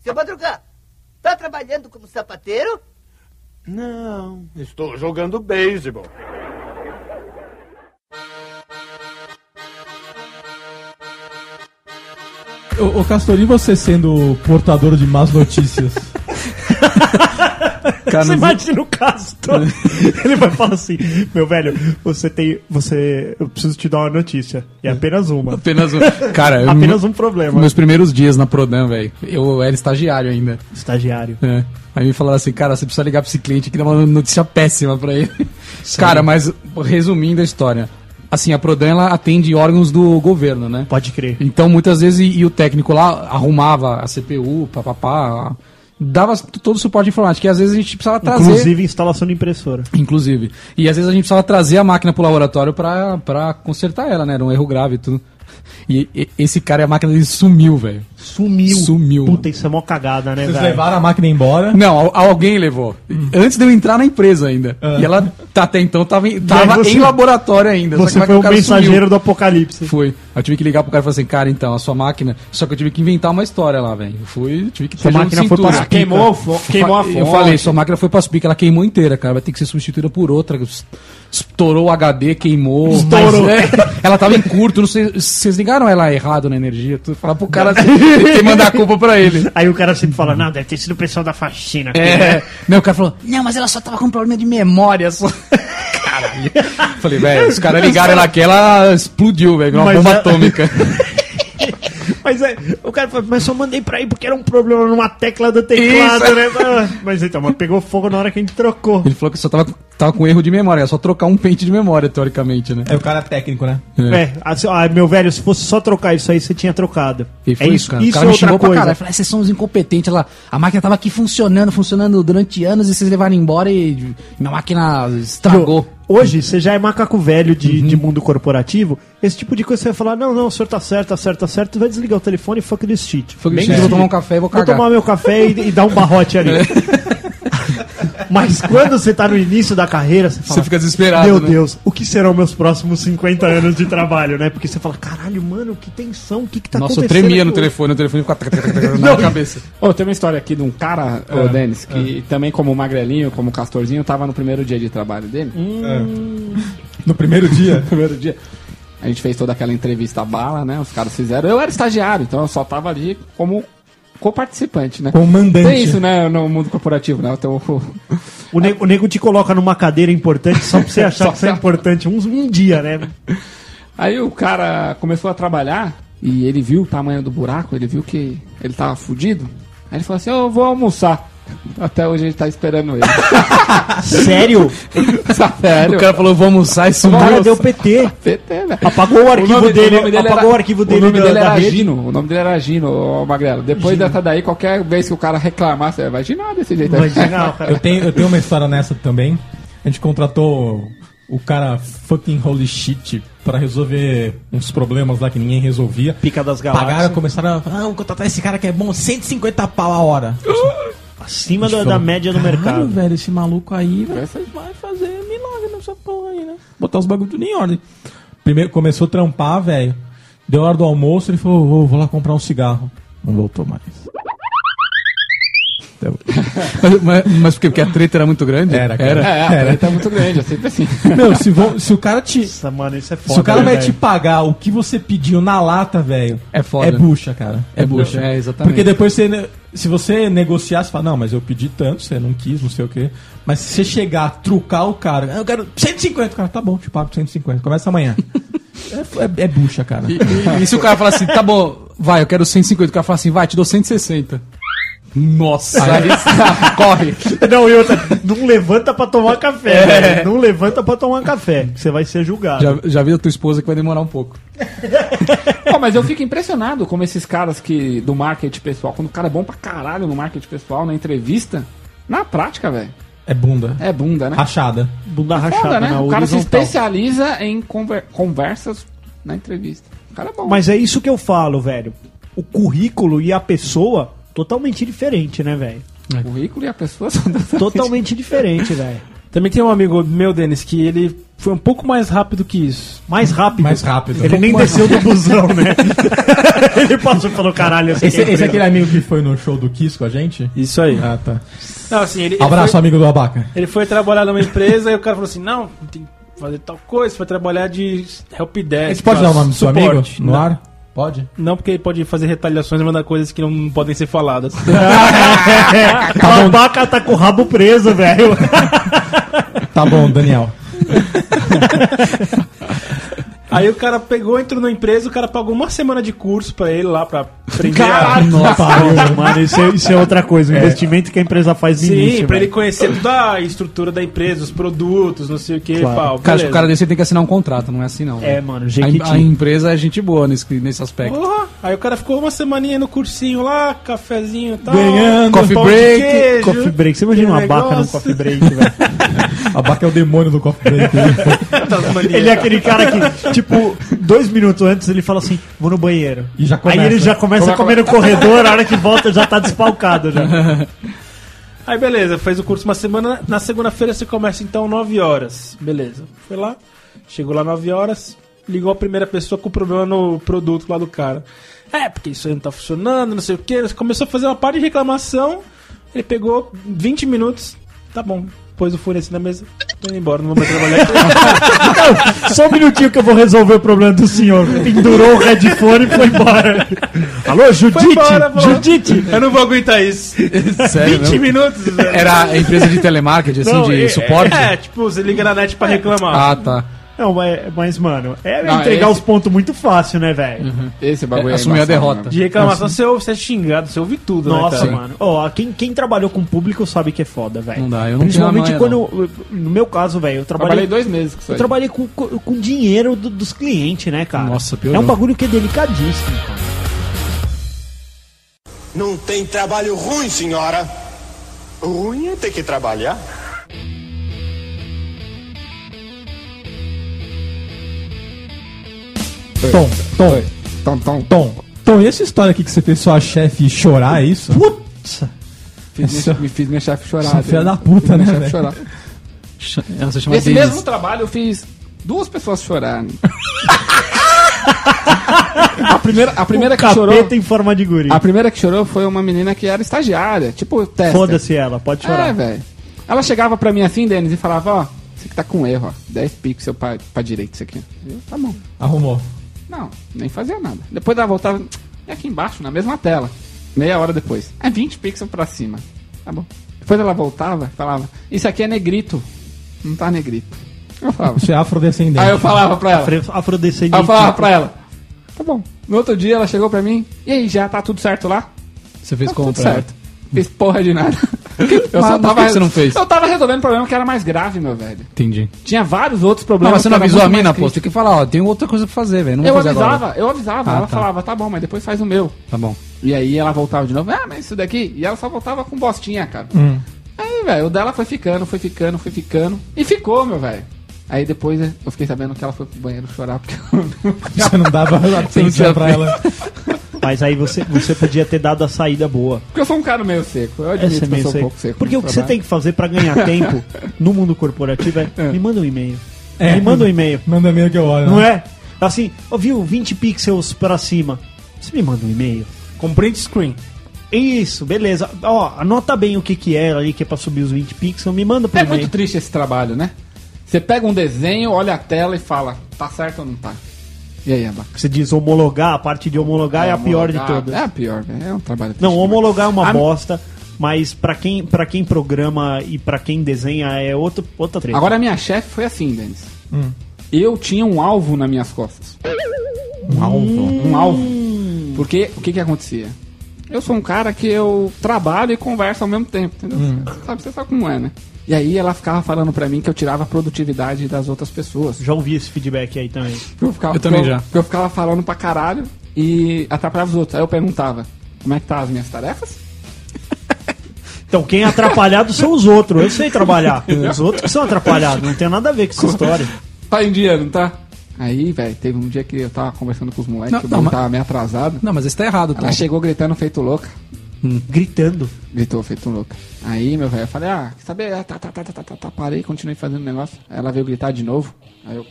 Seu Madruga, tá trabalhando como sapateiro?
Não, estou jogando beisebol.
Ô, ô Castor, e você sendo portador de más notícias?
Cara,
Você
não-
imagina o Castor. Ele vai falar assim: Meu velho, você tem. Você. Eu preciso te dar uma notícia. E é apenas uma.
Apenas um. Cara, eu-
Apenas um problema.
Meus primeiros dias na Prodan, velho. Eu era estagiário ainda.
Estagiário.
É. Aí me falaram assim, cara, você precisa ligar pra esse cliente que dá uma notícia péssima pra ele. Cara, mas resumindo a história. Assim, a Prodan ela atende órgãos do governo, né?
Pode crer.
Então, muitas vezes, e, e o técnico lá arrumava a CPU, papapá, a- dava t- todo o suporte informático. E às vezes a gente precisava trazer.
Inclusive instalação de impressora.
Inclusive. E às vezes a gente precisava trazer a máquina pro laboratório pra, pra consertar ela, né? Era um erro grave e tudo. E, e- esse cara, a máquina dele sumiu, velho.
Sumiu.
Sumiu.
Puta, isso é mó cagada, né,
Vocês
velho?
levaram a máquina embora?
Não, al- alguém levou.
Hum.
Antes de eu entrar na empresa ainda. E ela tá- até então tava, em- tava
Ah. você-
em laboratório ainda.
Você
a
foi
máquina
o
do cara
mensageiro
sumiu.
do apocalipse.
Fui. Eu tive que ligar pro cara e falar assim, cara, então, a sua máquina. Só que eu tive que inventar uma história lá, velho. Eu fui, tive que
Sua
ter jogo
máquina
de um
foi
cintura.
pras pi-
Queimou, a fo- queimou a fonte.
Eu falei, sua máquina foi pras picas, ela queimou inteira, cara. Vai ter que ser substituída por outra. Es- Estourou o HD, queimou.
Estourou.
Mas, né, ela tava em curto, não sei. Vocês ligaram ela errado na energia? Tu falar pro cara tem que mandar a culpa pra ele.
Aí o cara sempre fala: Não, deve ter sido o pessoal da faxina.
É. Não, o cara falou, não, mas ela só tava com um problema de memória. Só. Caralho. Falei, velho, os caras ligaram ela aqui, ela explodiu, velho, virou uma
Mas
bomba
a-
atômica.
Mas é, o cara fala, mas só mandei pra aí porque era um problema numa tecla do teclado,
Isso.
né? Ah, Mas então, mas pegou fogo na hora que a gente trocou.
Ele falou que só tava, tava com erro de memória, é só trocar um pente de memória, teoricamente, né?
É o cara técnico, né?
É.
É, assim, ah, meu velho, se fosse só trocar isso aí, você tinha trocado.
E foi
é
isso, cara. o cara
é
me
outra
xingou pra
coisa.
caralho. Falei, "Ah, vocês são uns incompetentes. Ela, a máquina tava aqui funcionando, funcionando durante anos e vocês levaram embora e minha máquina estragou.
Hoje, você já é macaco velho de,
Uhum.
de mundo corporativo. Esse tipo de coisa você vai falar: não, não, o senhor tá certo, tá certo, tá certo. Vai desligar o telefone e fuck this shit.
Fuck this
Bem
shit, vou
que-
tomar um café e vou cagar. É.
tomar meu café e, e dar um barrote ali. Mas quando você tá no início da carreira, você fala:
desesperado. né?
Meu Deus, o que serão meus próximos 50 anos de trabalho, né? Porque você fala, caralho, mano, que tensão, o que, que tá
Nossa, eu
acontecendo?
tremia
aqui
no
hoje?"
telefone, o telefone ficava tac, tac, tac, tac, na cabeça.
Ô, tem uma história aqui de um cara, ô
Ah,
Denis, que também como magrelinho, como castorzinho, tava no primeiro dia de trabalho dele.
Hum.
No primeiro dia?
primeiro dia. A gente fez toda aquela entrevista bala, né? Os caras fizeram. Eu era estagiário, então eu só tava ali como co-participante,
um
né?
Comandante.
Tem isso, né? No mundo corporativo, né? Então,
O, ne- o nego te coloca numa cadeira importante só pra você achar que você é importante um, um dia, né?
Aí o cara começou a trabalhar e ele viu o tamanho do buraco, ele viu que ele tava fudido. Aí ele falou assim: Eu vou almoçar. Até hoje a gente tá esperando ele. Tá
Sério?
Sério?
O cara falou, vamos almoçar e sumiu.
Cara, deu PT.
PT, velho.
Apagou o arquivo
nome-
dele,
nome
apagou
era-
o arquivo dele
nome
da-
dele
da
era
rede.
Gino. O nome dele era Gino, ô, Magrelo. Depois dessa daí, qualquer vez que o cara reclamar, você vai ginar desse jeito. aí.
Eu tenho, eu tenho uma história nessa também. A gente contratou o cara fucking holy shit pra resolver uns problemas lá que ninguém resolvia.
Pica das galáxias.
Pagaram, começaram a. Ah, vamos contratar esse cara que é bom, 150 pau a hora.
Acima
A gente
da, da
falou,
média do
"Caralho,
mercado.
velho, esse maluco aí vai,
Essa-
vai fazer milagre nessa porra aí, né? Botar os bagulho tudo em ordem. Primeiro começou a trampar, velho. Deu hora do almoço, ele falou: "Ô, vou lá comprar um cigarro. Não voltou mais.
mas, mas por quê? Porque a treta era muito grande? Era,
cara.
Era.
É, a treta é muito grande, é sempre assim.
Meu, se, vão- se o cara te.
Nossa, mano, isso é foda.
Se o cara
né,
vai
velho?
te pagar o que você pediu na lata, velho.
É foda.
É bucha, cara. É,
É
bucha.
bucha, é, exatamente.
Porque depois você. ne- Se você negociar, você fala, não, mas eu pedi tanto, você não quis, não sei o quê. Mas se você chegar, trucar o cara, "Ah, eu quero 150, cara, tá bom, te pago 150, começa amanhã. é, f- é- é bucha, cara.
E, e se o cara falar assim, tá bom, vai, eu quero 150. O cara fala assim, vai, te dou 160. Nossa, aí, corre.
Não, e outra, não levanta pra tomar café, velho. Não levanta pra tomar café, que você vai ser julgado.
Já, já vi a tua esposa que vai demorar um pouco.
Pô, mas eu fico impressionado como esses caras que do marketing pessoal, quando o cara é bom pra caralho no marketing pessoal, na entrevista, na prática, velho,
É bunda.
é bunda, né?
Rachada.
Bunda
Foda,
rachada
né?
na
O cara se
horizontal.
especializa em conver- conversas na entrevista. O cara é bom.
Mas é isso que eu falo, velho. O currículo e a pessoa, totalmente diferente, né, velho?
O currículo e a pessoa são das...
Totalmente diferente, velho.
Também tem um amigo meu, Denis, que ele foi um pouco mais rápido que isso.
Mais rápido.
Mais rápido.
Ele nem desceu do busão, né? Ele passou e falou, caralho, eu sei
Esse,
quem é
esse é
o
aquele amigo que foi no show do Kiss com a gente?
Isso aí.
Ah, tá.
Não, assim, ele, ele
Abraço,
foi-
amigo do Abaca.
Ele foi trabalhar numa empresa e o cara falou assim: não, tem que fazer tal coisa, foi trabalhar de helpdesk.
A gente pode dar o nome do seu amigo
É, suporte. né?
no
Não,
ar? Pode?
Não, porque ele pode fazer retaliações e mandar coisas que não, não podem ser faladas.
Tá bom. Babaca tá com o rabo preso, velho.
Tá bom, Daniel.
aí o cara pegou, entrou na empresa, o cara pagou uma semana de curso pra ele lá, pra aprender a...
Caralho, nossa.
Mano, isso é, isso é outra coisa. O investimento que a empresa faz no
Sim,
início,
pra
velho.
ele conhecer toda a estrutura da empresa, os produtos, não sei o que,
Claro.
pau.
Cara, acho
beleza.
que o cara desse tem que assinar um contrato, não é assim não.
É,
velho.
mano,
A em-
Jequiti.
a, empresa é gente boa nesse, nesse aspecto.
Porra! Aí o cara ficou uma semaninha no cursinho lá, cafezinho e tal.
Ganhando.
pão de
Coffee break,
queijo,
Coffee break. Você imagina uma
aquele
abaca num
negócio.
coffee break, velho.
Abaca é o demônio do coffee break.
Ele é aquele cara que, tipo, dois minutos antes ele fala assim, vou no banheiro.
E já começa.
Aí ele já começa a comer no corredor, a hora que volta já tá despalcado já.
Aí beleza, fez o curso uma semana. Na segunda-feira você começa então 9 horas. Beleza. Foi lá, chegou lá 9 horas, ligou a primeira pessoa com problema no produto lá do cara. É, porque isso aí não tá funcionando, não sei o que. Começou a fazer uma parte de reclamação. Ele pegou 20 minutos. Tá bom, pôs o fone assim na mesa. Tô indo embora, não vou mais trabalhar aqui.
Só um minutinho que eu vou resolver o problema do senhor. Pendurou o headphone e foi embora. Alô, Judite?
Foi embora, pô.
Judite?
Eu não vou aguentar isso. 20 minutos, velho.
Era a empresa de telemarketing, assim,
Não,
de
é-
suporte?
É, tipo, você liga na net pra reclamar.
Ah, tá.
Não, mas, mas, mano, é
Não,
entregar
esse-
os pontos muito fácil, né, velho?
Esse bagulho
É,
é
assumir a
embaçado,
derrota.
né?
De reclamação, você, ouve, você é xingado, você ouve tudo,
Nossa,
né, cara?
mano. Ó, quem, quem trabalhou com público sabe que é foda, velho.
Não dá, eu não
Principalmente
tenho a
quando.
manha,
eu- No meu caso, velho, eu
Trabalhei
trabalhei.
dois meses com isso
Eu
aí.
trabalhei com, com, com dinheiro do- dos clientes, né, cara?
Nossa, piorou.
É um bagulho que é delicadíssimo, cara.
Não tem trabalho ruim, senhora. Ruim é ter que trabalhar.
Tom, Tom,
Tom, tom, tom.
Tom. Tom, e essa história aqui que você fez sua chefe chorar, é isso?
Putz!
Fiz minha, me fiz minha chefe chorar.
Sua
né?
filha da puta, né,
Minha chefe
velho?
chorar.
Essa chama
Nesse
Denise.
mesmo trabalho eu fiz duas pessoas chorarem. a primeira, a primeira
O
que chorou.
capeta em forma de guri.
A primeira que chorou foi uma menina que era estagiária, tipo testa.
Foda-se ela, pode
É,
chorar.
velho. Ela chegava pra mim assim, Denis, e falava, ó, você que tá com erro, ó. 10 pixels pra, pra direita isso aqui. Eu, tá bom.
Arrumou.
Não, nem fazia nada. Depois ela voltava. E aqui embaixo, na mesma tela. Meia hora depois. É 20 pixels pra cima. Tá bom. Depois ela voltava e falava, isso aqui é negrito. Não tá negrito. Eu falava.
Você é afrodescendente.
Aí eu falava pra ela.
Afro- Afrodescendente.
Aí eu falava pra ela. Tá bom. No outro dia ela chegou pra mim. E aí, já tá tudo certo lá?
Você fez
Tá tudo
compra.
certo. Fiz porra de nada.
Eu só tava-
re-
você não fez?
Eu tava resolvendo um problema que era mais grave, meu velho.
Entendi.
Tinha vários outros
Não,
problemas.
mas você não
que era
avisou a
muito mais
mina, pô.
crítico.
Tem que falar, ó, tem outra coisa pra fazer, velho. Não vou
Eu
fazer
avisava,
agora.
eu avisava.
Ah,
ela
tá.
falava, tá bom, mas depois faz o meu.
Tá bom.
E aí ela voltava de novo, ah, mas isso daqui. E ela só voltava com bostinha, cara.
Hum.
Aí, velho, o dela foi ficando, foi ficando, foi ficando. E ficou, meu velho. Aí depois eh, eu fiquei sabendo que ela foi pro banheiro chorar porque eu
Você não dava atenção pra ela.
Mas aí você, você podia ter dado a saída boa.
Porque eu sou um cara meio seco. Eu admito
Essa é
que eu
meio
sou um
seco.
pouco seco.
Porque
no
o que você
trabalho.
tem que fazer pra ganhar tempo no mundo corporativo é me manda um e-mail.
É.
me manda um e-mail.
Manda e-mail que eu olho.
Não
né?
é? Assim, ó, viu, 20 pixels pra cima. Você me manda um e-mail.
Com print screen.
Isso, beleza. Ó, anota bem o que que era ali, que é pra subir os 20 pixels, me manda por
É
e-mail.
muito triste esse trabalho, né? Você pega um desenho, olha a tela e fala, tá certo ou não tá? E aí, Abaca?
Você diz homologar, a parte de homologar é, a pior de
Homologar-
todas.
É a pior, né? é um trabalho triste.
Não, homologar é uma
A-
bosta, mas pra quem, pra quem programa e pra quem desenha é outro, outra treta.
Agora, a minha chefe foi assim, Denis.
Hum.
Eu tinha um alvo nas minhas costas.
Um alvo.
Um alvo. Porque o que que acontecia? Eu sou um cara que eu trabalho e converso ao mesmo tempo, entendeu?
Hum.
Você Sabe, você sabe como é, né? E aí ela ficava falando pra mim que eu tirava a produtividade das outras pessoas.
já ouvi esse feedback aí também.
Eu, ficava,
Eu também
eu,
já.
Eu ficava falando pra caralho e atrapalhava os outros. Aí eu perguntava, como é que tá as minhas tarefas?
Então, quem é atrapalhado são os outros. Eu sei trabalhar. Os outros que são atrapalhados. Não tem nada a ver com essa história.
Tá em dia, não tá? Aí, velho, teve um dia que eu tava conversando com os moleques,
Não,
que o
não,
bagulho
mas-
tava meio atrasado.
Não, mas isso tá errado, tá?
Ela chegou gritando feito louca.
Gritando.
Gritou feito louca. Aí, meu velho, eu falei, ah, quer saber? Ah, Tá, tá, tá, tá, tá, tá, tá, parei, continuei fazendo o negócio. Aí ela veio gritar de novo. Aí eu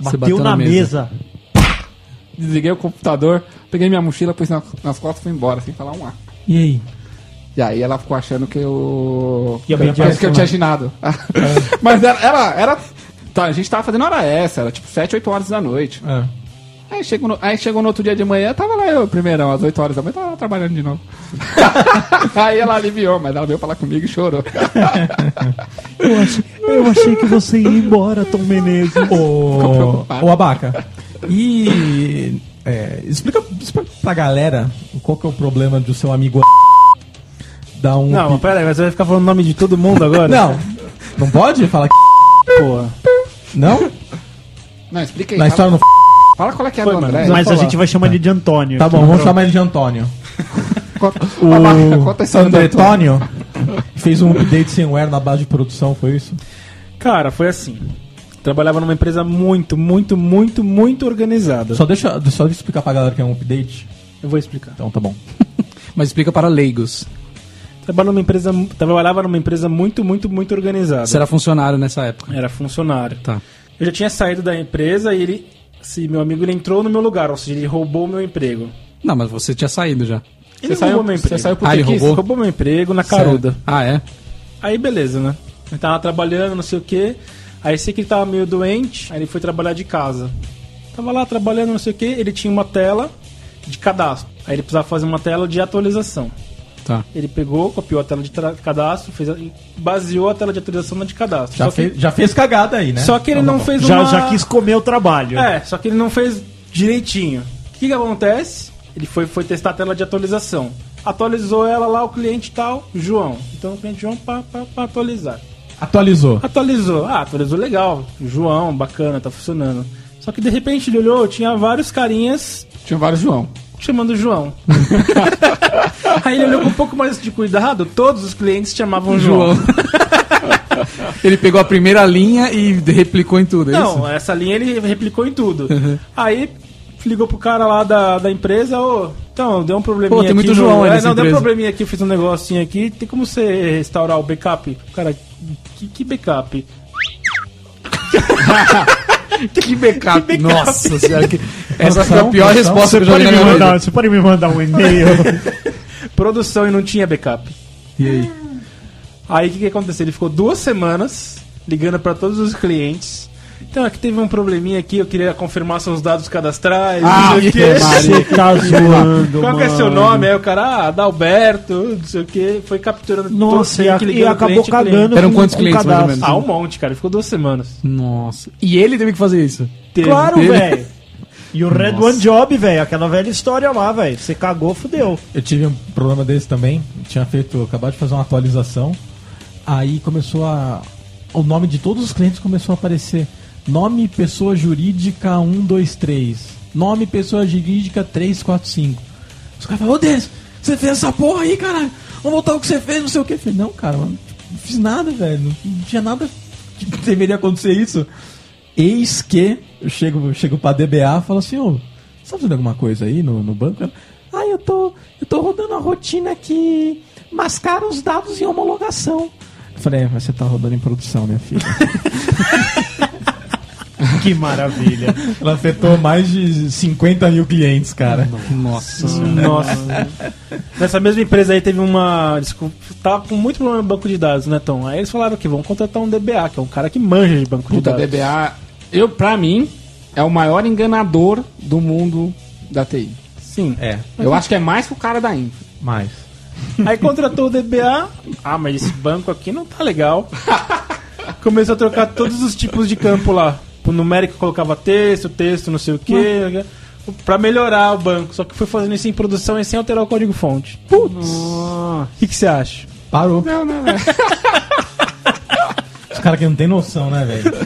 Você
Bateu na mesa.
desliguei o computador, peguei minha mochila, pus na- nas costas e fui embora, sem falar um A.
E aí?
E aí ela ficou achando que eu.
Que
Que
a
eu,
Band
parece que eu
Jackson,
tinha ginado. Mas era. era, era- tá, a gente tava fazendo hora essa, era tipo 7, 8 horas da noite.
É.
Aí chegou, no, aí chegou no outro dia de manhã, tava lá eu, primeirão, às 8 horas da manhã, tava lá trabalhando de novo. aí ela aliviou, mas ela veio falar comigo e chorou.
Eu achei, eu achei que você ia embora, Tom Menezes.
Ô,
preocupado.
ô Abaca, e é, explica, explica pra galera qual que é o problema do seu amigo dar um...
Não, mas pera aí, mas você vai ficar falando o nome de todo mundo agora?
não, não pode falar que...
Porra.
Não?
Não, explica aí.
Na história
fala,
não...
fala qual é que é
Foi,
do
mano,
André.
Mas a
falar.
gente vai chamar ele de Antônio.
Tá bom, vamos chamar ele de Antônio.
Conta,
O
Abaca, conta a história do Antônio.
Antônio fez um update semware na base de produção, foi isso?
Cara, foi assim. Trabalhava numa empresa muito, muito, muito, muito organizada.
Só deixa, só deixa eu explicar pra galera que é um update.
Eu vou explicar.
Então tá bom.
Mas explica para leigos.
Trabalhava numa empresa, trabalhava numa empresa muito, muito, muito organizada.
Você era funcionário nessa época.
Era funcionário.
Tá.
Eu já tinha saído da empresa e ele, se meu amigo, ele entrou no meu lugar, ou seja, ele roubou o meu emprego.
Não, mas você tinha saído já.
Ele
Você saiu,
roubou meu
você
emprego.
saiu
Ah,
por que
ele
que
roubou?
Roubou meu emprego na caruda.
Sério? Ah, é?
Aí beleza, né? Ele tava trabalhando, não sei o quê. Aí sei que ele tava meio doente, aí ele foi trabalhar de casa. Tava lá trabalhando, não sei o quê, ele tinha uma tela de cadastro. Aí ele precisava fazer uma tela de atualização.
Tá.
Ele pegou, copiou a tela de tra- cadastro, fez a- baseou a tela de atualização na de cadastro.
Já,
só, que,
fez, já fez cagada aí, né?
só que ele
Então tá
não
bom.
fez
Já,
uma...
já quis comer o trabalho.
É, só que ele não fez direitinho. O que, que acontece? Ele foi, foi testar a tela de atualização. Atualizou ela lá, o cliente tal, João. Então o cliente João para atualizar.
Atualizou.
Atualizou. Ah, atualizou legal. João, bacana, tá funcionando. Só que de repente ele olhou, tinha vários carinhas
Tinha vários João.
chamando João. Aí ele olhou com um pouco mais de cuidado, todos os clientes chamavam João.
Ele pegou a primeira linha e replicou em tudo, é
Não,
isso? Uhum.
essa linha ele replicou em tudo. Aí ligou pro cara lá da, da empresa, ô, então, deu um probleminha
Pô, tem muito
aqui.
João aí
é,
nessa
não, deu um
empresa.
probleminha aqui, eu fiz um negocinho aqui. Tem como você restaurar o backup? Cara, que, que backup?
Que backup. Nossa senhora, que... essa foi a
Produção,
pior
produção.
resposta que eu já vi
Pode
na
me
minha
mandar-
vida.
Tá Então, você pode me mandar um e-mail?
Produção e não tinha backup. Ah.
E aí?
Aí o que, que aconteceu? Ele ficou duas semanas ligando pra todos os clientes. Então, aqui teve um probleminha aqui, eu queria confirmar seus dados cadastrais. não sei o quê.
Você tá zoando,
Qual que é
mano.
seu nome? Aí o cara, ah, Adalberto, não sei o que, foi capturando
Nossa, e,
sempre
a-
que
e
ligando
acabou
cliente, cliente.
cagando
Eram
com-
quantos
com
clientes, mais ou
cadastro.
Ah, um monte, cara, ele ficou duas semanas.
Nossa. E ele teve que fazer isso?
Teve.
Claro,
Teve.
velho. E o Red
Nossa.
One Job, velho, aquela velha história lá, velho. Você cagou, fudeu.
Eu tive um problema desse também. Eu tinha feito, acabado de fazer uma atualização. Aí começou a. O nome de todos os clientes começou a aparecer. Nome pessoa jurídica 123. Nome pessoa jurídica 345. Os caras falaram, ô Denis, você fez essa porra aí, caralho. Vamos voltar o que você fez, não sei o que. Eu falei, não, cara, mano, não fiz nada, velho. Não, não tinha nada que deveria acontecer isso. Eis que eu chego, eu chego pra DBA e falo assim, ô, você tá fazendo alguma coisa aí no, no banco? Ela, Ah, eu tô, eu tô rodando a rotina que mascara os dados em homologação. Eu falei, é, mas você tá rodando em produção, minha filha.
Que maravilha.
Ela afetou mais de 50 mil clientes, cara.
Nossa
Nossa. Nessa mesma empresa aí teve uma. Desculpa, tava com muito problema no banco de dados, né, Tom? Aí eles falaram que vão contratar um DBA, que é um cara que manja de banco
Puta,
de dados.
DBA, eu, pra mim, é o maior enganador do mundo da TI.
Sim.
É,
Eu acho que é mais que o cara da Infra.
mais.
Aí contratou o DBA. Ah, mas esse banco aqui não tá legal. Começou a trocar todos os tipos de campo lá. O numérico colocava texto, texto, não sei o quê. Pra melhorar o banco. Só que foi fazendo isso em produção e sem alterar o código fonte. Putz! O que que você acha?
Parou.
Não, não, não.
Os caras que não tem noção, né, velho?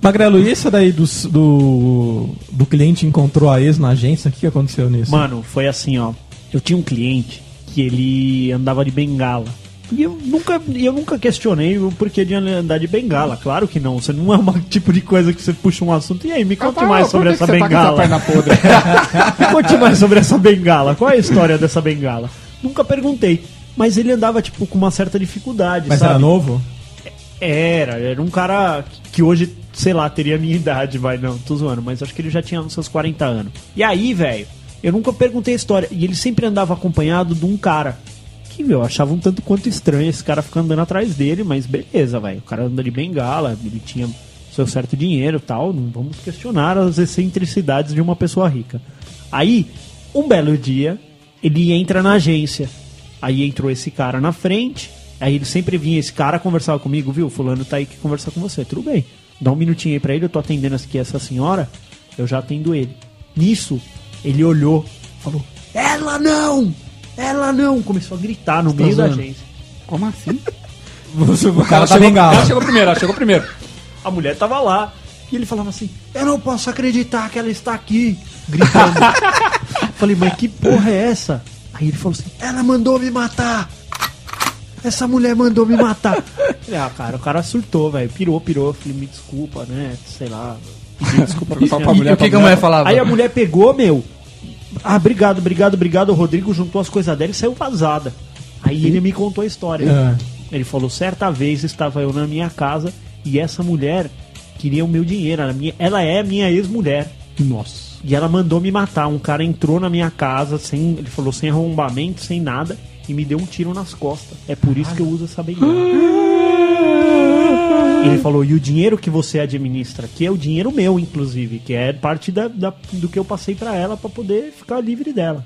Magrelo, e essa daí dos- do, do cliente encontrou a ex na agência? O que que aconteceu nisso?
Mano, foi assim, ó. Eu tinha um cliente que ele andava de bengala. E eu nunca, e eu nunca questionei o porquê de andar de bengala. Claro que não. Você não é um tipo de coisa que você puxa um assunto. E aí, me conte
Rapaz,
mais
Tá por
sobre
que
essa
que você tá com essa perna
bengala.
podre?
Me conte mais sobre essa bengala. Qual é a história dessa bengala? Nunca perguntei. Mas ele andava, tipo, com uma certa dificuldade,
Mas
sabe?
era novo?
Era, era um cara que hoje, sei lá, teria a minha idade, vai, não, tô zoando, mas acho que ele já tinha uns seus 40 anos. E aí, velho, eu nunca perguntei a história, e ele sempre andava acompanhado de um cara. Que, meu, eu achava um tanto quanto estranho esse cara ficar andando atrás dele, mas beleza, velho. O cara anda de bengala, ele tinha seu certo dinheiro e tal, não vamos questionar as excentricidades de uma pessoa rica. Aí, um belo dia, ele entra na agência. Aí entrou esse cara na frente. Aí ele sempre vinha, esse cara conversava comigo, viu? Fulano tá aí que conversar com você. Tudo bem. Dá um minutinho aí pra ele, eu tô atendendo aqui essa senhora. Eu já atendo ele. Nisso, ele olhou, falou: Ela não! Ela não! Começou a gritar no meio da
zoando?
agência.
Como assim?
O
Ela
cara tá
chegou,
bengala.
ela chegou primeiro, ela chegou primeiro.
A mulher tava lá. E ele falava assim: Eu não posso acreditar que ela está aqui. Gritando. Falei, mas que porra é essa? Aí ele falou assim: Ela mandou me matar. Essa mulher mandou me matar. Falei, ah, cara, o cara surtou, velho. Pirou, pirou. Falei, me desculpa, né? Sei lá. Pedi desculpa pra
Só
minha
pra
E
mulher,
o que, que
pra
a mulher
mulher.
falava?
Aí a mulher pegou, meu. Ah, obrigado, obrigado, obrigado. O Rodrigo juntou as coisas dela e saiu vazada. Aí ele me contou a história.
É.
Ele falou: certa vez estava eu na minha casa e essa mulher queria o meu dinheiro. Ela, é minha- ela é a minha ex-mulher.
Nossa.
E ela mandou me matar. Um cara entrou na minha casa, sem, ele falou sem arrombamento, sem nada, e me deu um tiro nas costas. É por isso que eu uso essa bengala. Ele falou, e o dinheiro que você administra aqui é o dinheiro meu, inclusive, que é parte da, da- do que eu passei pra ela pra poder ficar livre dela.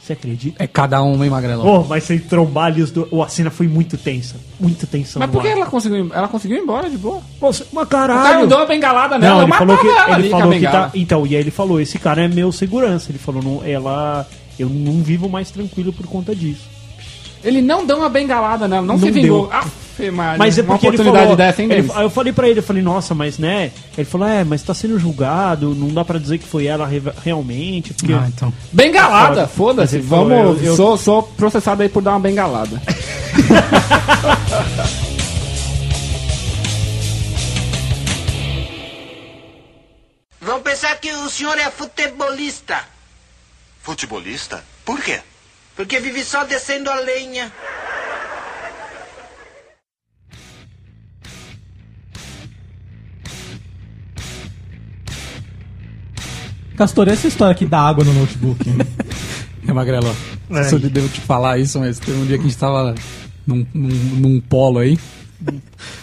Você acredita?
É cada um, hein, Magrelão?
Oh, mas sem trombar ali os dois. Oh, a cena foi muito tensa. Muito tensão.
Mas por que
no ar.
ela conseguiu, ela conseguiu ir embora de boa?
Nossa, mas
O cara
caralho!
não deu uma bengalada nela,
Não,
eu
ele falou
matava
que
ela
ele
ali com a
falou que
bengala.
tá. Então, e aí ele falou: esse cara é meu segurança. Ele falou: não, ela, eu não vivo mais tranquilo por conta disso.
Ele não deu uma bengalada nela, não, se
Não
vingou.
deu.
Aff, Maria,
Mas é
uma
porque ele
oportunidade
falou.
dessa, hein,
ele-
Denis?
aí eu falei pra ele, eu falei, nossa, mas né? Ele falou, é, mas tá sendo julgado, não dá pra dizer que foi ela re- realmente, porque.
Ah, então.
Bengalada,
Foda. Mas
foda-se.
ele falou,
Vamos,
eu- eu-
Sou, sou processado aí por dar uma bengalada.
Vão pensar que o senhor é futebolista,
Futebolista? Por quê?
porque vive só descendo a lenha.
Castor, e essa história aqui da água no notebook.
É, Magrelão.
Ai.
Só devo te falar isso, mas teve um dia que a gente tava num, num, num polo aí.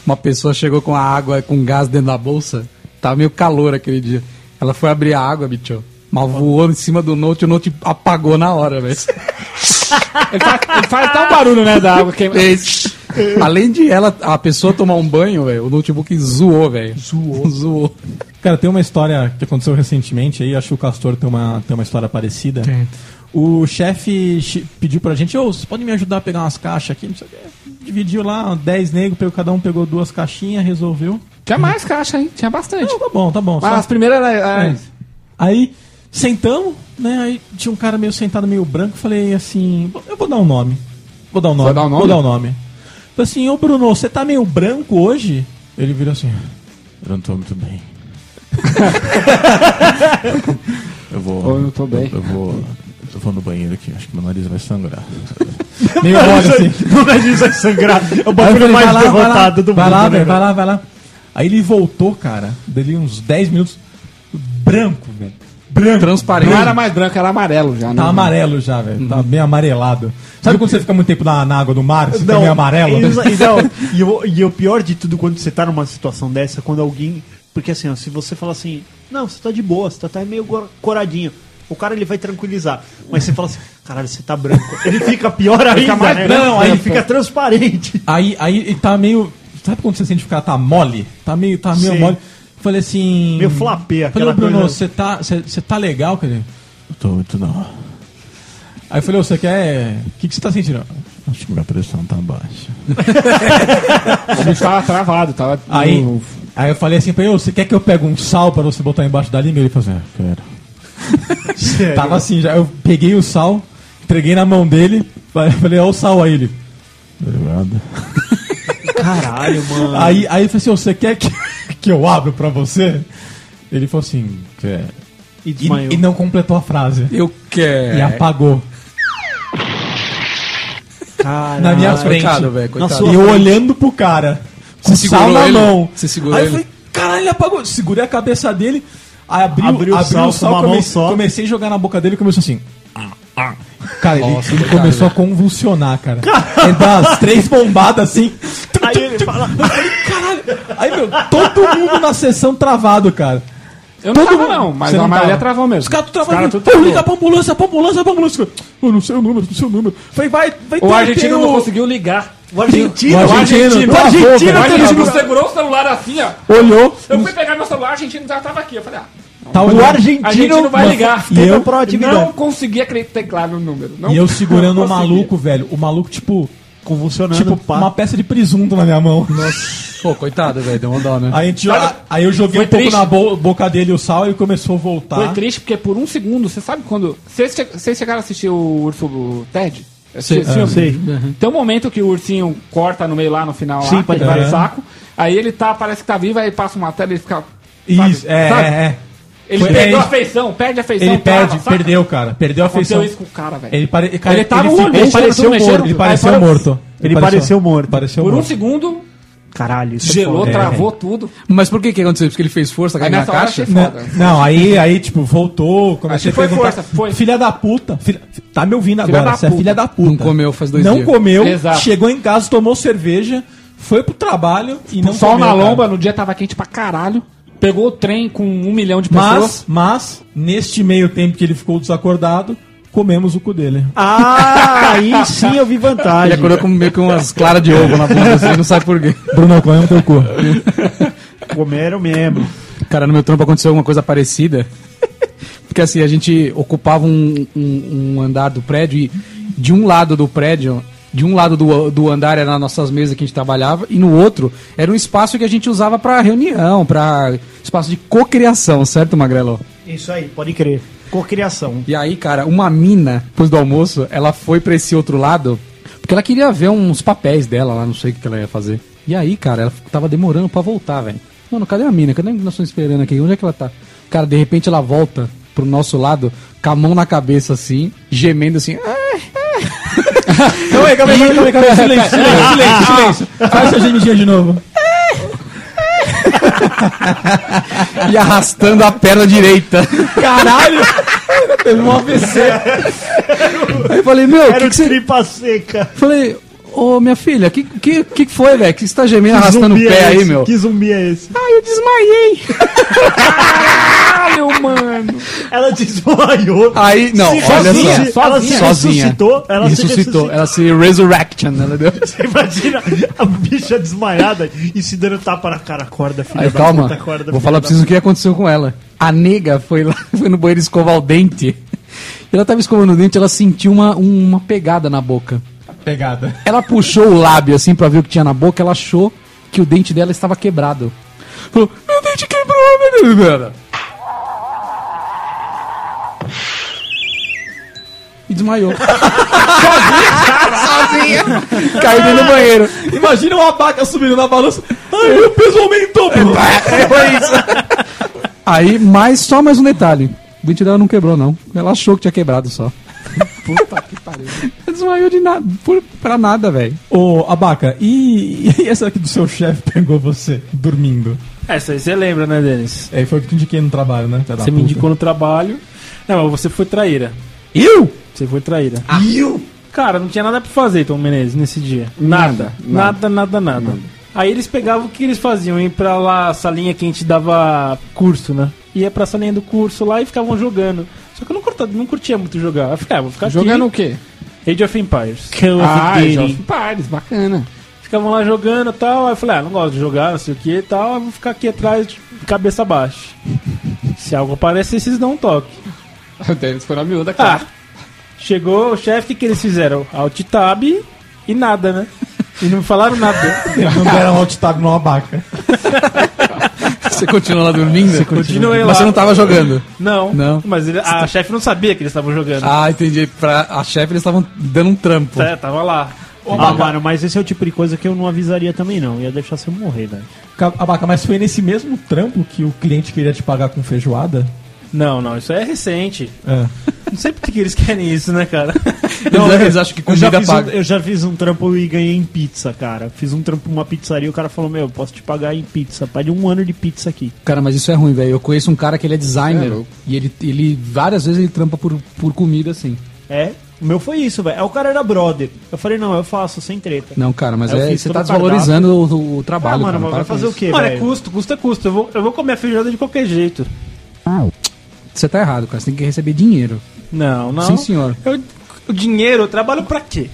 Uma pessoa chegou com a água, com gás dentro da bolsa. Tava meio calor aquele dia. Ela foi abrir a água, bicho. Mas voou em cima do note, o note apagou na hora, velho.
Ele faz, ele faz até um barulho, né, da água queimando.
Fez. É Além de ela, a pessoa tomar um banho, velho, o notebook zoou, velho. Zoou. zoou.
Cara, tem uma história que aconteceu recentemente aí, acho que o Castor tem uma, tem uma história parecida.
Tem.
O chefe chi- pediu pra gente, ô, vocês podem me ajudar a pegar umas caixas aqui, não sei o quê. Dividiu lá, 10 negros, pegou, cada um pegou duas caixinhas, resolveu.
Tinha mais caixa, hein? Tinha bastante.
Não, tá bom, tá bom.
Mas as primeiras era-
É.
era-
É. Aí, sentamos, né? Aí tinha um cara meio sentado, meio branco, falei assim, "Bom, eu vou dar um nome. Vou dar um nome.
Vai dar um nome?
Vou dar um nome. Falei assim, ô Bruno, você tá meio branco hoje? Ele virou assim, eu não tô muito bem. Eu vou.
Ô, eu não tô bem.
Eu, eu vou. Eu vou no banheiro aqui, acho que meu nariz vai sangrar. Meio mole assim.
Meu nariz vai sangrar. É o
Aí eu
bagulho
falei,
mais
vai lá,
derrotado
vai lá,
do
vai
mundo.
Lá,
né,
velho, vai
velho?
lá, vai lá. Aí ele voltou, cara, dali uns 10 minutos, branco, velho. Branco.
Transparente.
Não era mais branco, era amarelo já. né?
Uhum.
Tá amarelo já, velho. Tá bem amarelado. Sabe quando você fica muito tempo na, na água do mar, você fica meio amarelo?
E, e não, e o- e o pior de tudo quando você tá numa situação dessa, quando alguém. Porque assim, ó, se você fala assim, não, você tá de boa, você tá, tá meio go- coradinho. O cara ele vai tranquilizar. Mas você fala assim, caralho, você tá branco. Ele fica pior ainda,
Fica mais
né?
branco,
Não, aí
né,
ele fica
pô.
transparente.
Aí, aí ele tá meio. Sabe quando você sente ficar tá mole? Tá meio, tá meio
Sei.
mole. Falei assim.
Meio flapê,
Falei,
aquela
ô, Bruno,
coisa.
você tá, você- você tá legal, cara? Ele, Eu tô muito não. Aí eu falei, ô, você quer. O que, que você tá sentindo? Acho que minha pressão tá baixa.
O bicho tava travado, tava.
Aí, aí eu falei assim pra ele, ô, você quer que eu pegue um sal pra você botar embaixo da língua? Ele falou assim, ah, quero.
Sério.
Tava assim, já eu peguei o sal, entreguei na mão dele, falei, falei, ó o sal aí, ele. Obrigado.
Caralho, mano.
Aí, aí eu falei assim, "Ô, você quer que, que eu abro pra você? Ele falou assim, quer.
E
E,
desmaiou.
e não completou a frase.
Eu quero.
E apagou.
Caralho.
na minha frente.
Coitado,
Na
velho. Coitado.
sua E eu olhando pro cara. Com
segurou
sal na
ele?
mão.
Você segurou
aí eu
ele?
falei, caralho, ele apagou. Segurei a cabeça dele, aí abriu,
Abriu o
abriu
sal
o sal,
com uma mão
comecei,
só.
comecei a jogar na boca dele e começou assim. ah, ah. Cara, ele-
Nossa,
ele,
coitado,
começou a convulsionar, cara. Ele dá as três bombadas assim.
Aí ele fala.
Caralho. Aí, meu, todo mundo na sessão travado, cara.
Eu não
Todo
tava,
mundo-
não, mas
Você
a
não
maioria
tava.
travou mesmo.
Os caras tu
Os
trabalhando.
caras tudo
Pô,
travou.
liga pra ambulância, pra ambulância, pra ambulância. Eu não sei o número, não sei o número. Falei, vai, vai
O
ter-
argentino
tem
não conseguiu ligar.
O argentino,
O
o
argentino, tá
argentino. tá
o argentino
O
teve
argentino
que-
segurou o celular assim, ó.
Olhou.
Eu fui pegar meu celular, o argentino já tava aqui. Eu falei, ah,
Tá
O
olhando.
argentino,
Argentino vai ligar.
E eu-
não consegui acreditar claro o número. Não,
E eu segurando
não
o
consegui.
maluco, velho. O maluco, tipo,
Convulsionando.
tipo
pá.
uma peça de presunto na minha mão.
Pô, coitado, velho. Deu uma dó, né?
Aí, a gente- a- aí eu joguei
Foi
um pouco
triste.
na bo- boca dele o sal e começou a voltar.
Foi triste porque por um segundo, você sabe quando. Vocês che- vocês chegaram a assistir o Urso o Ted? Assisti esse filme?
sei.
Tem um momento que o ursinho corta no meio lá no final,
Sim,
lá, que
pode
ele vai
crer.
no saco. Aí ele tá, parece que tá vivo, aí passa uma tela e ele fica.
Isso,
sabe?
é,
Sabe? é
é, é.
Ele
Foi-
perdeu
ele-
a feição, perde a feição.
Ele
trava,
perde,
saca?
perdeu, cara. Perdeu a
Aconteceu
feição.
isso com o cara, velho.
Ele, pare... cara,
Ele tava
ele
um
ficou-
olho, ele pareceu
pareceu
mexendo.
morto. Ele pareceu
Aí parou-
morto.
Ele pareceu morto.
Pareceu
Por um
morto.
segundo,
Caralho, isso é
gelou,
foda.
travou tudo.
Mas por que que aconteceu? Porque ele fez força,
Aí
caiu na
nessa hora
caixa?
achei
Não,
foda.
não, aí, aí, tipo, voltou, comecei
Acho que foi
a perguntar.
força, foi.
Filha da puta. filha- fi- tá me ouvindo
Filha
agora,
da
você é
puta.
filha da puta.
Não comeu faz dois
Não
dias.
comeu,
Exato.
chegou em casa, tomou cerveja, foi pro trabalho e não
Sol
comeu,
na
cara.
lomba, no dia tava quente pra caralho. Pegou o trem com um milhão de pessoas.
Mas, mas, neste meio tempo que ele ficou desacordado, comemos o cu dele.
Ah, aí sim eu vi
Ele é
vantagem.
acordou com meio que umas claras de ovo na bunda, assim, não sabe por quê.
Bruno, comemos teu cu.
Comeram mesmo.
Cara, no meu trampo aconteceu alguma coisa parecida. Porque assim, a gente ocupava um, um- um andar do prédio e de um lado do prédio, de um lado do, do andar eram as nossas mesas que a gente trabalhava e no outro era um espaço que a gente usava pra reunião, pra espaço de cocriação, certo, Magrelo?
Isso aí, pode crer. Cocriação.
E aí, cara, uma mina, depois do almoço, ela foi pra esse outro lado, porque ela queria ver uns papéis dela lá, não sei o que ela ia fazer. E aí, cara, ela tava demorando pra voltar, velho. Mano, cadê a mina? Cadê que nós estamos esperando aqui? Onde é que ela tá? Cara, de repente ela volta pro nosso lado, com a mão na cabeça assim, gemendo assim. "Ah".
Calma aí, calma aí, calma aí, calma aí. Silêncio, silêncio,
Ah,
silêncio, silêncio. Faz essa gemidinha de novo.
e arrastando a perna direita.
Caralho! Teve um AVC.
Aí eu falei, meu, o
Era
que,
o
que você.
tripa seca.
Falei, Ô, minha filha, que que, que que foi, velho? Que você tá gemendo,
Que
arrastando o
zumbi
pé
é
aí,
esse?
meu?
Que zumbi é esse?
Ai, eu desmaiei.
Caralho, mano.
Ela desmaiou.
Aí, não,
Se
olha
sozinha,
só.
ela se
sozinha.
ressuscitou, ela se
ressuscitou. Ela se resurrection, ela deu.
Você imagina a bicha desmaiada e se dando tapa na cara. Acorda, filha
Aí,
da
calma.
puta, acorda,
Vou
filha
falar
da
pra vocês o que aconteceu com ela. A nega foi lá, foi no banheiro escovar o dente. E ela tava escovando o dente, ela sentiu uma, uma pegada na boca.
Pegada.
Ela puxou o lábio assim pra ver o que tinha na boca, ela achou que o dente dela estava quebrado. Falou, meu dente quebrou, menina! E desmaiou.
Sozinha!
Caiu dentro do banheiro.
Imagina uma vaca subindo na balança. Ai, meu peso
É
aumentou!
Aí, mais só mais um detalhe. O dente dela não quebrou, não. Ela achou que tinha quebrado só.
Puta que pariu.
Desmaiou de nada, por, pra nada, velho.
Ô, Abaca, e, e essa aqui do seu chefe pegou você dormindo?
Essa aí você lembra, né, Denis?
É, foi o que te indiquei no trabalho, né? filha da
Você me
puta?
indicou no trabalho. Não, mas você foi traíra.
Eu?
Você foi traíra.
Eu?
Cara, não tinha nada pra fazer, Tom Menezes, nesse dia. Nada. Nada, nada, nada. Aí eles pegavam o que eles faziam? Iam pra lá, a salinha que a gente dava curso, né? Ia pra salinha do curso lá e ficavam jogando. Só que eu não curtia, não curtia muito jogar. Eu ficava, vou ficar aqui.
Jogando o quê?
Age of Empires.
Ah, Age of Empires, bacana.
Ficavam lá jogando e tal. Aí eu falei, ah, não gosto de jogar, não sei o que e tal. Eu vou ficar aqui atrás, de cabeça baixa. Se algo aparecer, vocês dão um toque.
O Dennis foi na miúda,
cara. Ah, chegou o chefe, o que, que eles fizeram? Alt tab e nada, né? E não me falaram nada.
Não deram hot tab no Abaca.
Você continuou lá dormindo? Você
Continuei lá.
Mas você não tava jogando?
Não.
Não.
Mas ele- a chefe não sabia que eles estavam jogando.
Ah, entendi. Pra a chefe eles estavam dando um trampo.
É, tava lá.
Ah, mano, mas esse é o tipo de coisa que eu não avisaria também, não. Ia deixar você morrer, velho.
Abaca, mas foi nesse mesmo trampo que o cliente queria te pagar com feijoada?
Não, não, isso aí é recente.
É.
Não sei por que que eles querem isso, né, cara?
é
eu já fiz um- eu já fiz um trampo e ganhei em pizza, cara. Fiz um trampo uma pizzaria e o cara falou: Meu, posso te pagar em pizza. Pede um ano de pizza aqui.
Cara, mas isso é ruim, velho. Eu conheço um cara que ele é
É
designer
louco.
e ele, ele várias vezes ele trampa por, por comida assim.
É, o meu foi isso, velho. Aí o cara era brother. Eu falei: Não, eu faço, sem treta.
Não, cara, mas
Aí eu
é,
fiz
você
todo
tá
o cardápio.
desvalorizando o, o trabalho.
Ah,
cara.
mano, mas
Para
vai
com
fazer
isso.
o quê,
Mano, é
velho?
custo, custo é custo. Eu vou, eu vou comer a feijoada de qualquer jeito.
Você tá errado, cara. Você tem que receber dinheiro.
Não, não.
Sim, senhor.
Eu- o dinheiro eu trabalho pra quê?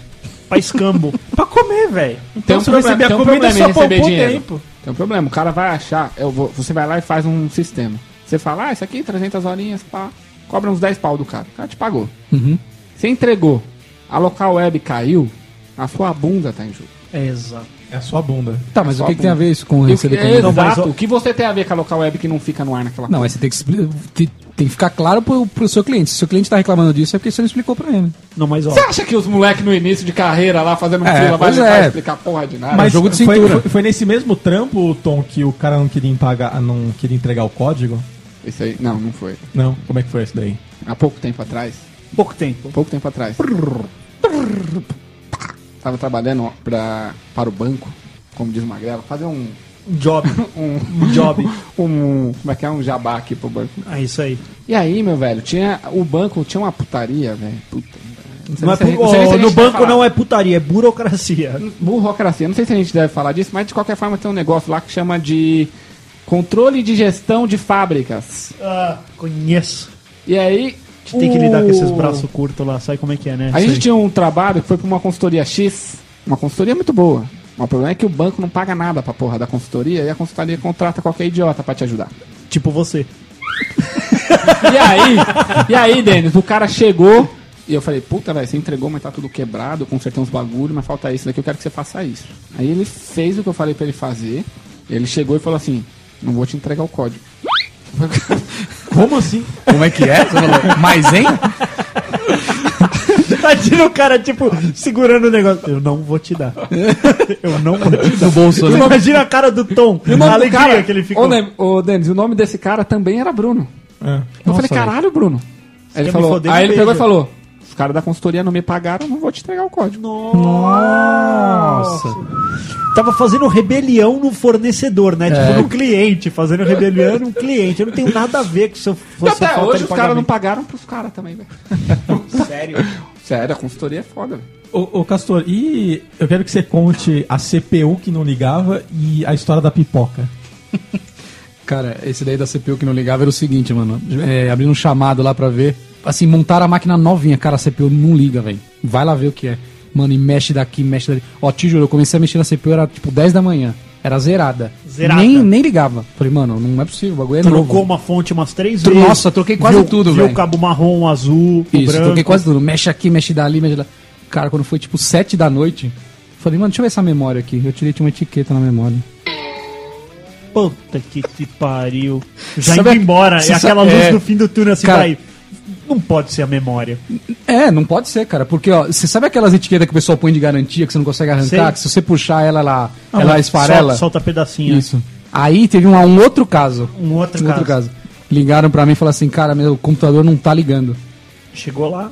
Pra escambo.
pra comer, velho.
Tem
Então
um
se eu
problema,
receber a
tem um
comida,
problema em
só
receber
poupou
dinheiro.
tempo.
Tem um problema, o cara vai achar. Eu vou, você vai lá e faz um sistema. Você fala, ah, isso aqui, 300 horinhas, pá. Cobra uns 10 pau do cara. O cara te pagou.
Uhum.
Você entregou, a local web caiu, a sua bunda tá em jogo.
É, exato.
É a sua bunda.
Tá, mas
Só
o que, que
com-
tem a ver isso com
E o
receber
que,
comida?
exato. o que você tem a ver com a local web que não fica no ar naquela
Não, mas você tem que, expli- te- tem que ficar claro pro, pro seu cliente. Se o seu cliente tá reclamando disso, é porque você não explicou pra ele.
Não, mas ó.
Você acha que os moleques no início de carreira lá fazendo
É,
fila vai
pois
levar
é.
e explicar porra de nada?
Mas
jogo de
foi-
cintura.
Foi, foi nesse mesmo trampo, Tom, que o cara não queria pagar, não queria entregar o código?
Isso aí, não, não foi.
Não, como é que foi isso daí?
Há pouco tempo atrás.
Pouco tempo.
Pouco tempo atrás. Tava trabalhando pra, para o banco, como diz o Magrelo, fazer um.
Job.
um
job.
Um. Como é que é? Um jabá aqui pro banco.
É isso aí.
E aí, meu velho, tinha. O banco tinha uma putaria, velho. Puta. velho.
Não é
sei
pu-
se a gente- sei se a
ó,
gente
no
deve
banco
falar.
não é putaria, é burocracia.
Burocracia. Não sei se a gente deve falar disso, mas de qualquer forma tem um negócio lá que chama de controle de gestão de fábricas.
Ah, conheço.
E aí.
gente tem que lidar com esses
o-
braços curtos lá, sabe como é que é, né?
Uh. A gente
Sei.
tinha um trabalho que foi pra uma consultoria X, uma consultoria muito boa. Mas O problema é que o banco não paga nada pra porra da consultoria e a consultoria contrata qualquer idiota pra te ajudar.
Tipo você.
E aí, e aí, Denis, o cara chegou e eu falei, puta, velho, você entregou, mas tá tudo quebrado, eu consertei uns bagulho, mas falta isso daqui, eu quero que você faça isso. Aí ele fez o que eu falei pra ele fazer, ele chegou e falou assim, não vou te entregar o código.
Como assim?
Como é que é? Você falou, mas hein?
Imagina o cara, tipo, segurando o negócio. Eu não vou te dar. Eu não vou te dar.
No bolso, né?
Imagina a cara do Tom.
E o nome
a
do
alegria
cara-
que ele ficou.
Ô, Nem- Ô, Denis, o nome desse cara também era Bruno. Eu falei, caralho, Bruno. Aí
quer
ele
me
falou,
foder,
aí
me
ele pegou e
beija.
falou: os caras da consultoria não me pagaram, eu não vou te entregar o código.
Nossa. Tava fazendo rebelião no fornecedor, né?
É.
Tipo, no cliente. Fazendo rebelião no cliente. Eu não tenho nada a ver com o seu.
E até hoje os caras não pagaram pros caras também, velho.
Sério?
Os Sério, a consultoria é foda, velho.
Ô, ô, Castor, e eu quero que você conte a CPU que não ligava e a história da pipoca.
Cara, esse daí da CPU que não ligava era o seguinte, mano. É, abri um chamado lá pra ver. Assim, montaram a máquina novinha, cara, a CPU não liga, velho. Vai lá ver o que é. Mano, e mexe daqui, mexe dali. Ó, te juro, eu comecei a mexer na CPU, era tipo 10 da manhã. Era zerada.
Zerada.
Nem, nem ligava. Falei, mano, não é possível, o bagulho é novo.
Trocou uma fonte umas três
Tro-
vezes.
Nossa, troquei quase
Viu-
tudo,
Viu
velho.
o cabo marrom, azul, o
Isso,
branco.
troquei quase tudo. Mexe aqui, mexe dali, mexe dali. Cara, quando foi tipo 7 da noite, falei, mano, deixa eu ver essa memória aqui. Eu tirei tinha uma etiqueta na memória.
Puta que te pariu. Já
Sabe a-
indo embora.
Você
É aquela
sabe-
luz
é.
do fim do túnel assim,
Cara-
vai. Não pode ser a memória.
É, não pode ser, cara, porque ó, você sabe aquelas etiquetas que o pessoal põe de garantia que você não consegue arrancar,
Sei.
que se você puxar ela, ela,
Ah,
ela
mas
esfarela?
sol- Solta pedacinho.
Isso. Aí teve um, um outro caso.
Um outro
Um outro
caso.
caso. Ligaram pra mim e falaram assim, cara, meu computador não tá ligando.
Chegou lá.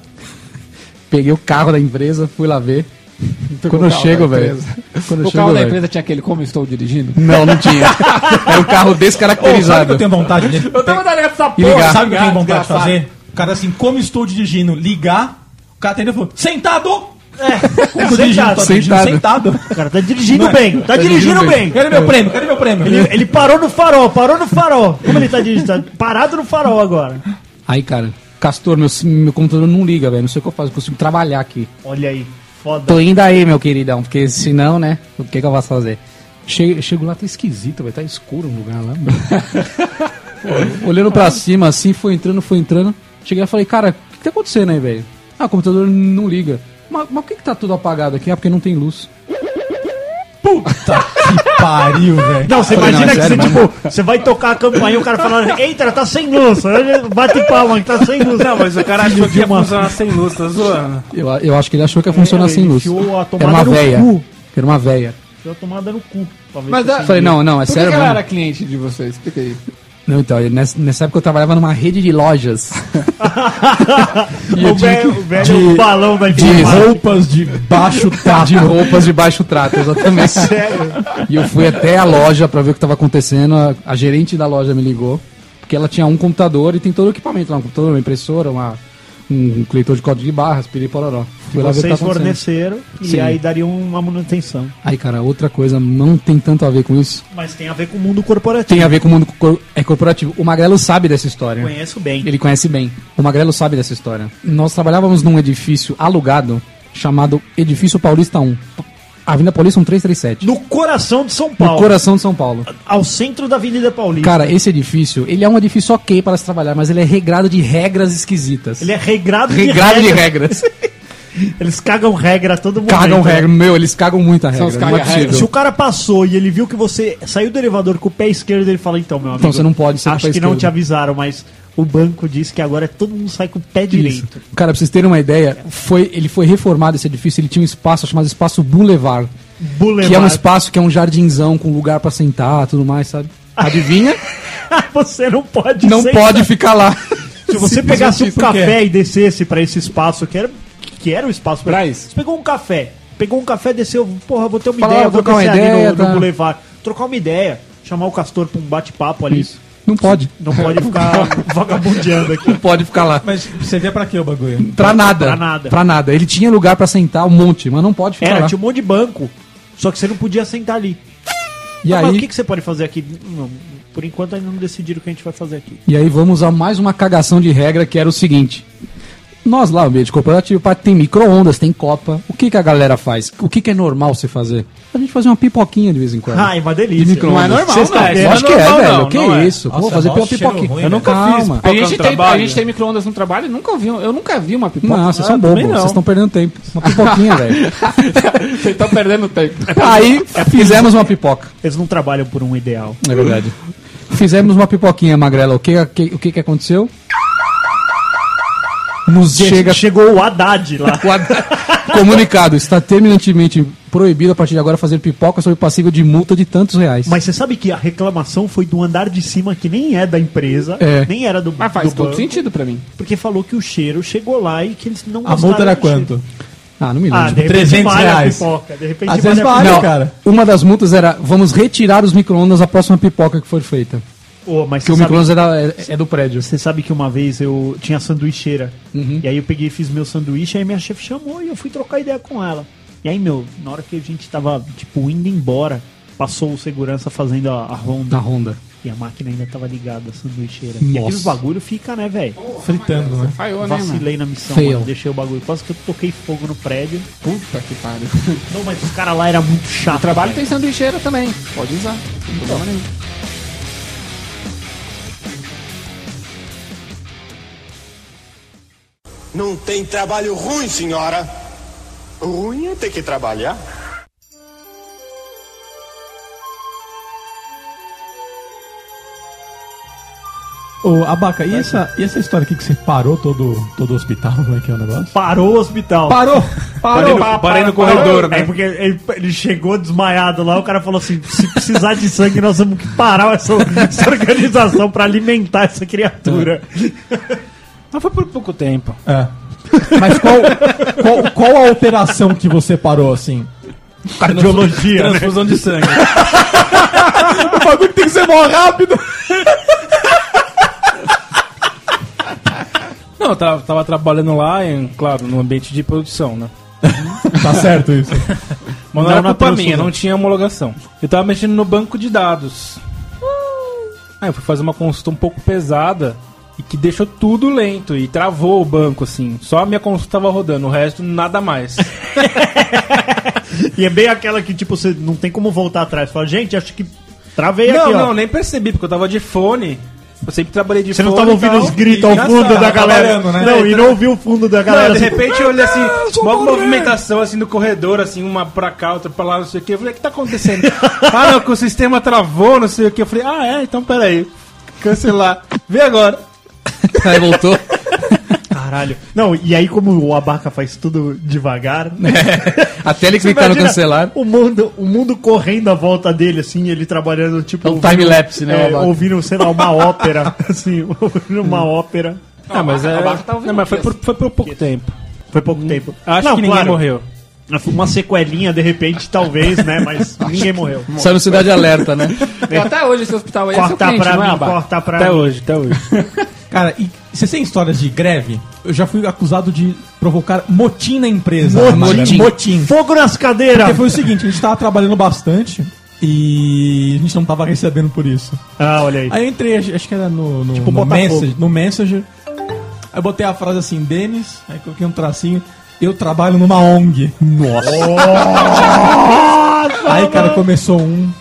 Peguei o carro da empresa, fui lá ver.
Pegou
Quando eu
o carro
chego,
da
velho.
empresa.
Quando eu
O carro
chego,
da
velho.
empresa tinha aquele como eu estou dirigindo?
Não, não tinha. Era um carro
Ô, sabe que
descaracterizado.
eu tenho vontade de...
Eu tenho vontade dessa
E ligar.
Sabe o que eu tenho vontade
Desgraçado.
de fazer? O cara assim, como estou dirigindo, ligar, o cara atendeu e falou, sentado! É, como estou dirigindo, tô dirigindo sentado.
O cara tá dirigindo
Não é?
bem. Tá
Tá
dirigindo
dirigindo
bem.
bem. Cadê meu prêmio? Cadê meu prêmio?
Ele, ele parou no farol, parou no farol. Como ele tá dirigindo? Tá parado no farol agora.
Aí, cara, Castor, meu, sim- meu computador não liga, velho. Não sei o que eu faço, eu consigo trabalhar aqui.
Olha aí. Foda.
Tô indo aí, meu queridão, porque senão, né? O que, que eu posso fazer? Chego, chego lá, tá esquisito, vai tá escuro o lugar lá. mano. Olhando pra cima, assim, foi entrando, foi entrando. Cheguei lá e falei, cara, o que, que tá acontecendo aí, velho? Ah, o computador não liga. Mas, mas por que, que tá tudo apagado aqui? Ah, porque não tem luz.
Pariu, velho.
Não, você
Falei,
imagina
não,
que
sério,
você, tipo, você vai tocar a campainha e o cara falando, eita, tá sem luz. Bate palma que tá sem luz.
Não, mas o cara achou
Filho
que ia
de uma-
funcionar sem luz, tá zoando?
Eu, a- eu acho que ele achou que ia funcionar
É,
sem
ele
luz.
enfiou a
Era
tomada
uma
no
véia.
cu.
Era uma véia.
Deu a tomada no cu. pra ver
Mas
se
a-
você
Falei, não, não, é
Por que
sério
que ela
mesmo.
era cliente de vocês? Explica aí.
Não, então, eu- nessa, nessa época eu trabalhava numa rede de lojas. E eu
O
tinha
velho,
que-
o velho
de-
balão Tipo, da
de
informática.
Roupas de baixo trato.
de roupas de baixo trato, exatamente. E eu fui até a loja pra ver o que tava acontecendo. A, a gerente da loja me ligou, porque ela tinha um computador e tem todo o equipamento lá, um computador, uma impressora, uma- um leitor de código de barras, piripororó. Fui lá ver o que
Vocês
tava acontecendo.
forneceram e
Sim.
aí daria uma manutenção.
Aí, cara, outra coisa não tem tanto a ver com isso.
Mas tem a ver com o mundo corporativo.
Tem a ver com o mundo cor- é corporativo. O Magrelo sabe dessa história.
Conheço bem.
Ele conhece bem. O Magrelo sabe dessa história. Nós trabalhávamos num edifício alugado chamado Edifício Paulista 1. Avenida Paulista 1337.
No coração de São
No
Paulo,
coração de São Paulo.
ao centro da Avenida Paulista.
Cara, esse edifício, ele é um edifício ok para se trabalhar, mas ele é regrado de regras esquisitas.
ele é regrado,
regrado de
regra.
regras.
Eles cagam regra a todo mundo.
cagam regra. Meu, eles cagam muita regra.
São os
não é
caga-regra.
possível.
Se o cara passou e ele viu que você saiu do elevador com o pé esquerdo, ele fala: Então, meu amigo.
Então você não pode sair com o
Acho
pé
que não
esquerdo.
te avisaram, mas o banco disse que agora todo mundo sai com o pé
Isso.
direito.
Cara, pra vocês terem uma ideia, foi, ele foi reformado esse edifício, ele tinha um espaço chamado Espaço Boulevard,
Boulevard.
que é um espaço que é um jardinzão com lugar pra sentar, tudo mais, sabe? Adivinha?
você não pode
não
sentar.
pode ficar lá.
Se você
Simplesmente
pegasse um
isso,
café e descesse pra esse espaço que era, que era o espaço
Pra isso.
Você pegou um café, pegou um café, desceu, porra, vou ter uma
Fala,
ideia,
ó,
vou
trocar uma
descer ali
ideia,
no,
tá?
no Boulevard, trocar uma ideia, chamar o Castor pra um bate-papo ali.
Isso. Não pode.
Não pode ficar vagabundeando aqui.
Não pode ficar lá.
Mas você vê pra quê o bagulho?
Pra nada.
Pra nada.
Pra nada. Ele tinha lugar pra sentar um monte, mas não pode ficar
Era,
lá.
tipo,
tinha um monte de banco, só que você não podia sentar ali.
E
Ah,
aí,
Mas o que, que você pode fazer aqui? Não, por enquanto ainda não decidiram o que a gente vai fazer aqui.
E aí vamos a mais uma cagação de regra que era o seguinte. Nós lá, o ambiente corporativo, pá, tem micro-ondas, tem copa. O que, que a galera faz? O que, que é normal você fazer? A gente fazer uma pipoquinha de vez em quando.
Ai, Ah, uma delícia.
de Tá. micro-ondas.
Ah, Não é normal,
Sexta-feira.
velho.
Eu acho
Não
que
é
é,
normal,
velho.
não,
que
não é.
isso? Pô,
Nossa,
fazer
mó
uma
cheiro
pipoquinha.
ruim, né?
eu nunca Calma.
A
Qual que é
gente,
o
tem, a
trabalho?
gente tem micro-ondas no trabalho, eu nunca ouvi, eu nunca vi uma pipoca.
Não, vocês são bobos.
Ah, também não.
Vocês estão perdendo tempo. Uma pipoquinha, velho.
Vocês estão perdendo tempo.
É
Aí fizemos uma pipoca.
Eles não trabalham por um ideal.
É verdade. Fizemos uma pipoquinha, Magrela. O que, que- o que, que aconteceu? Nos chega
Chegou o Haddad lá.
O ad- Comunicado, está terminantemente proibido a partir de agora fazer pipoca sob passível de multa de tantos reais.
Mas você sabe que a reclamação foi do andar de cima, que nem é da empresa,
É.
nem era do,
Mas faz
do
todo
banco,
sentido pra mim.
porque falou que o cheiro chegou lá e que eles não
A multa era quanto?
Ah, não me
Ah,
lembro.
de repente
300
vale a
reais.
pipoca. De repente
Às
vale
vezes
a
vale,
pipoca.
Não,
cara.
Uma das multas era vamos retirar os micro-ondas da próxima pipoca que for feita.
Ô, mas
Porque o
você
micro-ondas é,
sabe-
da- é- é do prédio.
Você sabe que uma vez eu tinha sanduicheira.
Uhum.
E aí eu peguei e fiz meu sanduíche, aí minha chefe chamou e eu fui trocar ideia com ela. E aí, meu, na hora que a gente tava, tipo, indo embora, passou o segurança fazendo a, a ronda.
Tá.
A ronda.
E a máquina ainda tava ligada, a sanduicheira. E
Nossa.
aqueles bagulho fica, né, velho?
Fritando, né?
Falhou, né, mano?
Vacilei na missão,
Fail.
mano. Deixei o bagulho. Quase que eu toquei fogo no prédio.
Puta que pariu.
Não, mas os caras lá era muito chato.
O trabalho
velho.
tem sanduicheira também. Pode usar. Não tem problema nenhum.
Não tem trabalho ruim, senhora. Ruim é ter que trabalhar.
Ô, Abaca, e essa, e essa história aqui que você parou todo, todo o hospital? Como é que é o negócio?
Parou o hospital.
Parou!
Parei
Parou!
no,
parei no corredor, né?
É porque ele, ele chegou desmaiado lá, o cara falou assim: se precisar de sangue, nós vamos que parar essa, essa organização pra alimentar essa criatura.
É. Mas foi por pouco tempo.
É. Mas qual, qual, qual a operação que você parou assim?
Cardiologia. né?
Transfusão de sangue.
O bagulho tem que ser mó rápido!
Não, eu tava, tava trabalhando lá, em, claro, no ambiente de produção, né?
Tá certo isso.
Mas não,
Não
era
na
culpa
transfusão.
minha, não tinha homologação. Eu tava mexendo no banco de dados. Aí eu fui fazer uma consulta um pouco pesada e que deixou tudo lento e travou o banco, assim. Só a minha consulta tava rodando, o resto nada mais.
E é bem aquela que, tipo, você não tem como voltar atrás. Fala, gente, acho que travei
não,
aqui, ó.
não, nem percebi, porque eu tava de fone. Eu sempre trabalhei de
Você
fone.
não tava
e
ouvindo
tal,
os gritos ao
e já
fundo
tava
da galera.
trabalhando, né?
Não, e não ouviu o fundo da galera.
Não, de
assim,
repente eu olhei assim, uma movimentação assim no corredor, assim, uma pra cá, outra pra lá, não sei o que. Eu falei, o que tá acontecendo? ah, não, que o sistema travou, não sei o que. Eu falei, ah, é, então peraí. Cancelar. Vê agora.
Aí voltou.
Caralho. Não, e aí, como o abaca faz tudo devagar,
Até ele
Você
clicar tá no
imagina
cancelar.
O mundo, o mundo correndo à volta dele, assim, ele trabalhando, tipo.
É um
ouvindo-
time-lapse, né,
é,
Abaca?
ouvindo, sei lá, uma ópera. Assim, ouvindo uma ópera.
Ah, mas é.
barra tá ouvindo
não, mas foi
isso.
por, foi por pouco tempo.
Foi pouco tempo.
Acho
Não,
que ninguém
claro,
morreu.
Uma sequelinha, de repente, talvez, né? Mas ninguém morreu.
Sai no Cidade Alerta, né?
Então, Até hoje esse hospital aí é seu
Corta
cliente,
pra
não é,
mim,
Abaca?
corta pra
Até
mim.
hoje, até hoje.
Cara, e você tem histórias de greve? Eu já fui acusado de provocar motim na empresa.
Motim.
Motim.
Fogo nas cadeiras!
Porque foi o seguinte, a gente tava trabalhando bastante e a gente não tava recebendo por isso.
Ah, olha aí.
Aí eu entrei, acho acho que era no, no, no,
Tipo Botafogo.
Messenger, no Messenger. Aí eu botei a frase assim, Denis, aí coloquei um tracinho, eu trabalho numa ONG. Nossa! aí, cara, começou um,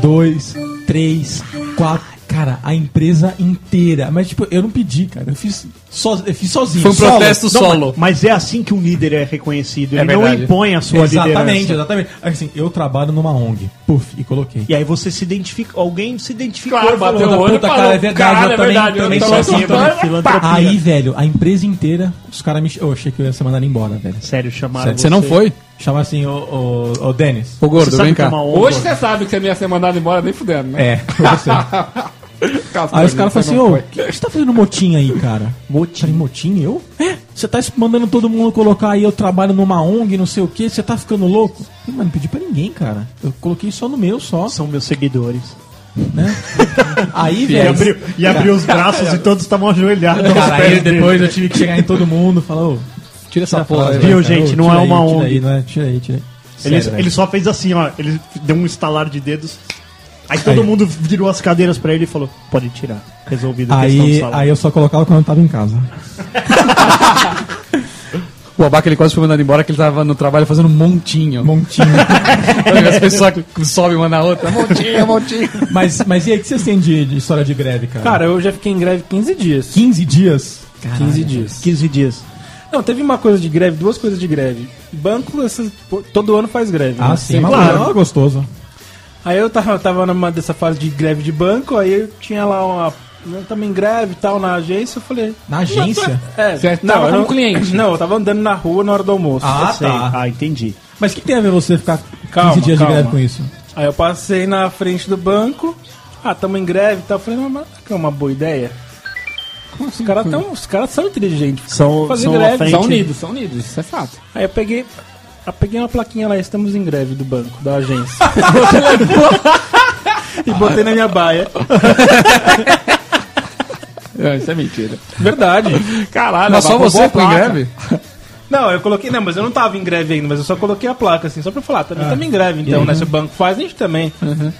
dois, três, quatro. Cara, a empresa inteira. Mas, tipo, eu não pedi, cara. Eu fiz, so, eu fiz sozinho.
Foi um
solo.
protesto
Não,
solo.
Mas é assim que um líder é reconhecido.
É
Ele não
verdade.
impõe a sua
Exatamente,
liderança.
exatamente. Aí, Assim, eu trabalho numa ONG. Puf, e coloquei.
E aí você se identifica. Alguém se identificou.
Claro,
falou,
bateu o olho e
puta,
falou,
cara, é verdade,
caralho,
eu
é
também-
verdade, eu
também
tô
sou
assim,
assim,
tô-
também, filantropia.
Aí, velho, a empresa inteira, os caras me. Eu achei que eu ia ser mandado embora, velho.
Sério, chamaram
Você não foi?
Chama assim, ô, ô, ô Denis.
Ô, gordo,
Você sabe
vem
que é
cá.
uma honra.
Hoje você sabe que você não ia ser mandado embora nem fudendo, né?
É, foi você. Aí os caras falam assim, ô, o que que você tá fazendo motim aí, cara? Motim? Falei, motim? Eu? É, você tá mandando todo mundo colocar aí, eu trabalho numa ONG, não sei o quê, você tá ficando louco? Falei, Mas não pedi pra ninguém, cara. Eu coloquei só no meu, só.
são meus seguidores. É
Aí,
E
velho...
abriu, e abriu os braços e todos estavam ajoelhados. aos
Cara, aí
pés dele.
depois eu tive que chegar em todo mundo e falar, ô...
Tira
fala,
essa porra. aí,
velho,
velho.
Viu,
cara, ô,
gente? Não
tira
é
aí,
uma
tira
ONG.
Aí, não é? Tira aí, tira aí.
Ele,
Sério,
ele
velho.
só fez assim, ó. Ele deu um estalar de dedos. Aí todo
Aí.
mundo virou as cadeiras pra ele e falou: pode tirar. Resolvido a questão do
Aí,
salário.
aí eu só colocava quando eu tava em casa.
O Abaca ele quase foi mandado embora, que ele tava no trabalho fazendo um montinho.
Montinho.
As pessoas que sobem uma na outra. Montinho, montinho.
mas, mas e aí, o que vocês têm de, de história de greve, cara?
Cara, eu já fiquei em greve 15 dias.
15 dias?
15 dias.
15 dias.
Não, teve uma coisa de greve, duas coisas de greve. Banco, essas- pô, todo ano faz greve. né?
Ah, sim,
Sempre.
mas
claro.
ah, gostoso.
Aí eu tava, eu tava numa dessa fase de greve de banco, aí eu tinha lá uma. Eu tava em greve e tal na agência, eu falei.
Na agência?
É,
Você tava
eu
como cliente?
Não, eu tava andando na rua na hora do almoço. Assim,
Ah,
Eu sei.
tá.
Ah, entendi.
Mas o que tem a ver você ficar 15
Calma,
dias
calma.
de greve com isso?
Aí eu passei na frente do banco, ah, tamo em greve e tal. Eu falei, não, mas que é uma boa ideia. Os
assim,
caras tão- os caras são inteligentes.
São,
Fazer
são
greve,
à frente.
São unidos, são unidos, isso é fato.
Aí eu peguei. eu peguei uma plaquinha lá, estamos em greve do banco, da agência. e botei na minha baia.
Não, isso é mentira.
Verdade.
Caralho, Mas só abafou você a ficou em placa. greve?
Não, eu coloquei. Não, mas eu não tava em greve ainda, mas eu só coloquei a placa, assim, só pra falar, também
Ah.
estamos em greve, então,
Uhum.
né? Se o banco faz, a gente também.
Uhum.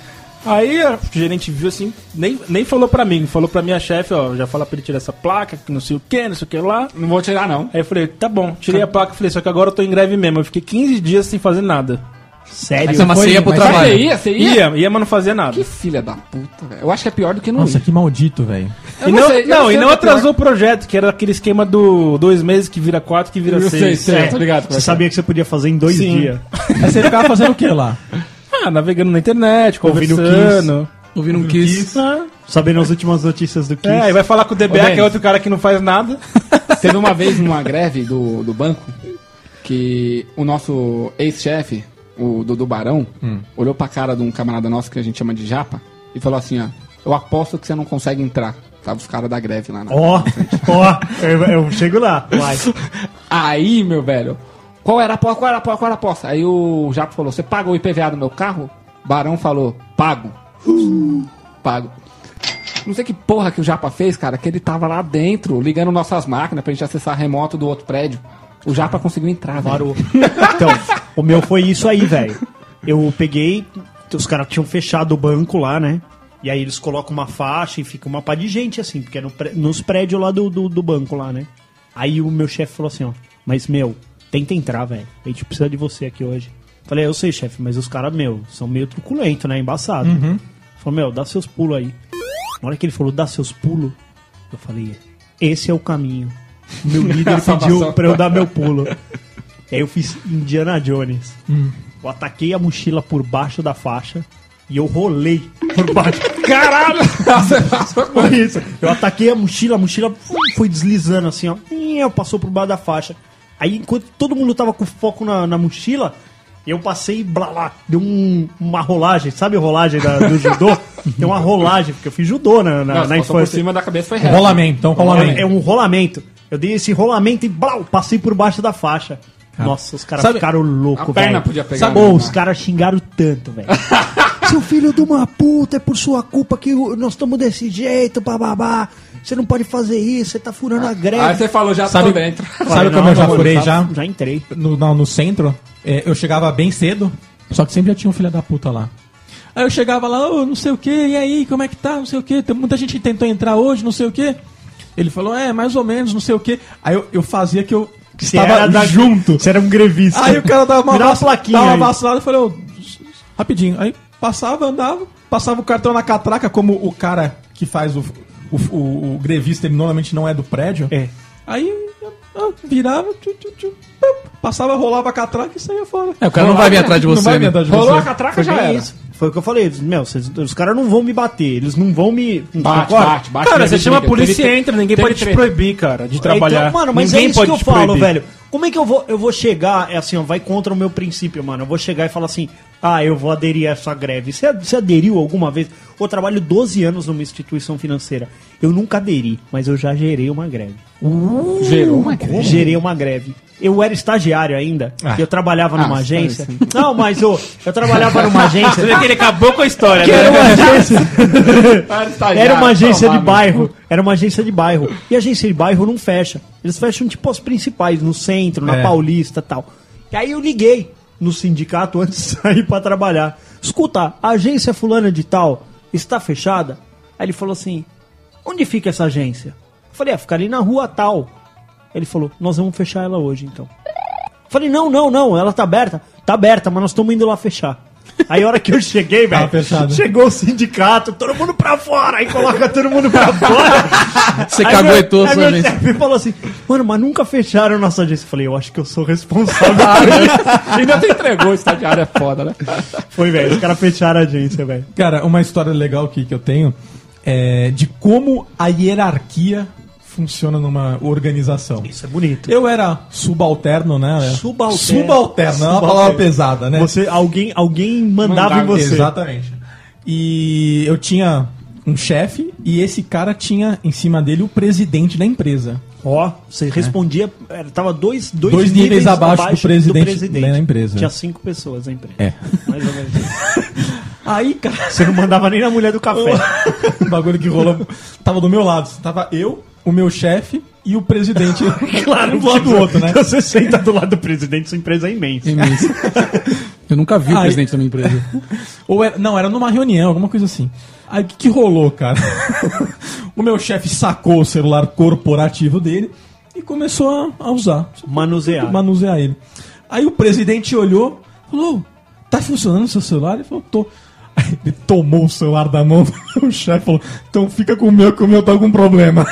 Aí a gerente viu assim, nem, nem falou pra mim, falou pra minha chefe, ó, já fala pra ele tirar essa placa, que não sei o que, não sei o que lá.
Não vou tirar, não.
Aí eu falei, tá bom, tirei a placa, falei, só que agora eu tô em greve mesmo. Eu fiquei 15 dias sem fazer nada. Sério?
é
Mas, mas você ia pro Mas trabalho? você ia, você ia?
Ia, ia, mas não fazia nada.
Que filha da puta, velho. Eu acho que é pior do que não
Nossa,
ir.
que maldito, velho.
Eu
e não,
sei, eu
não,
sei
e
o
não
que é
atrasou o projeto, que era aquele esquema do dois meses que vira quatro, que vira
Eu sei,
seis.
sei, eu tô ligado,
Você sabia que você podia fazer em
dois dias.
Aí você ficava fazendo o que lá?
Ah, navegando na internet,
Ouvindo
conversando.
Ouvindo um
Kiss. Ah,
Sabendo as últimas notícias do Kiss.
É, e vai falar com o
Ô,
DBA, que
Denis.
é outro cara que não faz nada.
Teve uma vez numa greve do, do banco que o nosso ex-chefe, o Dudu Barão, olhou pra cara de um camarada nosso que a gente chama de Japa e falou assim, ó, eu aposto que você não consegue entrar. Tava os caras da greve lá na
Ó, ó, eu, eu chego lá. Vai.
Aí, meu velho, qual era a aposta, qual era a aposta, qual era a aposta? Aí o Japa falou, você paga o IPVA do meu carro? Barão falou, pago. Uh, pago. Não sei que porra que o Japa fez, cara, que ele tava lá dentro, ligando nossas máquinas pra gente acessar remoto do outro prédio. O Japa conseguiu entrar, velho.
Então, o meu foi isso aí, velho. Eu peguei, os caras tinham fechado o banco lá, né? E aí eles colocam uma faixa e fica uma pá de gente, assim, porque é no pré- nos prédios lá do, do, do banco lá, né? Aí o meu chefe falou assim, ó, mas meu, tenta entrar, velho. A gente precisa de você aqui hoje. Falei, eu sei, chefe, mas os caras, meu, são meio truculento, né? Embaçado. Falou, meu, dá seus pulos aí. Na hora que ele falou, dá seus pulos, eu falei, esse é o caminho. Meu líder pediu
Salvação.
pra eu dar meu pulo. E aí eu fiz Indiana Jones.
Hum.
Eu ataquei a mochila por baixo da faixa e eu rolei por baixo. Caralho! Foi isso. Eu ataquei a mochila, a mochila fum, foi deslizando assim, ó. E eu passou por baixo da faixa. Aí enquanto todo mundo tava com foco na, na mochila, eu passei e blá blá, deu um- uma rolagem, sabe a rolagem da- do judô? Tem uma rolagem, porque eu fiz judô
Não,
na, na, na
passou por
infância.
cima da cabeça foi reto.
Rolamento, é um rolamento.
É um rolamento. Eu dei esse rolamento e blau, passei por baixo da faixa. Nossa, os caras
Sabe-
ficaram loucos, velho.
A perna podia pegar,
Sabe,
né?
Pô, os caras xingaram tanto, velho. Seu filho de uma puta, é por sua culpa que o- nós estamos desse jeito, bababá. Você não pode fazer isso, você tá furando a greve.
Ah, Aí você falou, já
Sabe-
tô dentro.
Sabe como eu já furei já?
Já entrei.
No, na- no centro, é, eu chegava bem cedo, só que sempre já tinha um filho da puta lá. Aí eu chegava lá, ô, não sei o que, e aí, como é que tá, não sei o que, muita gente tentou entrar hoje, não sei o que. Ele falou, é, mais ou menos, não sei o que. Aí eu, eu fazia que eu
Você era da-
junto.
Você era um grevista.
Aí o cara dava uma,
Virava
vac-
plaquinha
dava uma
aí.
vacilada e falei, ô, rapidinho. Aí passava, andava, passava o cartão na catraca, como o cara que faz o, o, o- o grevista, ele normalmente não é do prédio.
É.
Aí eu- eu virava, tu, tu, tu, pup, passava, rolava a catraca e saía fora.
É, o cara não vai vir atrás de você,
Não vai vir
né?
Tipo
atrás de
Rolou
assim,
você.
a catraca,
Foi
já
bem
era.
isso. Foi o que eu falei. Meu, vocês- os caras não vão me bater, eles não vão me.
Bate,
Agora-
bate, bate.
Cara,
minha
você
vida
chama a
inteira.
polícia
Teve
e
tre-
entra, ninguém
teve
pode te
treta.
proibir, cara, de trabalhar.
Então, mano, mas
ninguém
é isso que eu
te
falo,
proibir.
velho. Como é que eu vou, eu vou chegar, é assim, ó, vai contra o meu princípio, mano. Eu vou chegar e falar assim, ah, eu vou aderir a essa greve. Você, você aderiu alguma vez? Eu trabalho 12 anos numa instituição financeira. Eu nunca aderi, mas eu já gerei uma greve.
Gerou uma greve?
Gerei uma greve. Eu era estagiário ainda,
Ah.
eu trabalhava
Ah,
numa
isso
agência.
parece.
Não, mas eu, eu trabalhava numa
Você
agência.
vê que ele é acabou com a história,
Que
né?
era uma agência.
Para de estagiar,
Era uma agência
tomar
de
no
bairro.
cu.
Era uma agência de bairro. E agência de bairro não fecha. Eles fecham tipo as principais, no centro, na
É.
Paulista e tal. E aí eu liguei no sindicato antes de sair pra trabalhar. Escuta, a agência fulana de tal está fechada? Aí ele falou assim: onde fica essa agência? Eu falei, ah, fica ali na rua tal. Ele falou, nós vamos fechar ela hoje então. Eu falei, não, não, não, ela tá aberta. Tá aberta, mas nós estamos indo lá fechar. Aí a hora que eu cheguei,
Tava
velho,
fechado.
chegou o sindicato, todo mundo pra fora, aí coloca todo mundo pra fora.
Você
Aí
caguetou
meu- aí
sua
meu
agência.
chefe falou assim, mano, mas nunca fecharam nossa agência. Eu falei, eu acho que eu sou responsável.
Ainda te entregou, o estagiário é foda, né?
Foi, velho, os caras fecharam a agência, velho.
Cara, uma história legal aqui que eu tenho é de como a hierarquia funciona numa organização.
Isso é bonito.
Eu era subalterno, né?
Subalterno.
Subalterno, é uma
Subalterno.
palavra pesada, né?
Você, alguém, alguém mandava, em
Mandava,
você.
Exatamente. E eu tinha um chefe e esse cara tinha em cima dele o presidente da empresa.
Ó, você respondia, era, tava dois, dois,
Dois níveis abaixo do presidente da empresa.
Tinha cinco pessoas na empresa.
É.
Mais ou menos.
Aí, cara.
Você não mandava nem na mulher do café.
o bagulho que rolou. Tava do meu lado. Tava eu, o meu chefe e o presidente.
Claro,
um do lado do outro, né?
Você senta do lado do presidente, sua empresa é imensa.
Eu nunca vi o
Ai.
presidente da minha empresa.
Ou era- não, era numa reunião, alguma coisa assim. Aí o que, que rolou, cara? o meu chefe sacou o celular corporativo dele e começou a, a usar,
Manusear.
manusear ele. Aí o presidente olhou, falou: tá funcionando o seu celular? Ele falou: tô. Aí ele tomou o celular da mão do chefe e falou: então fica com o meu, que o meu tá com problema.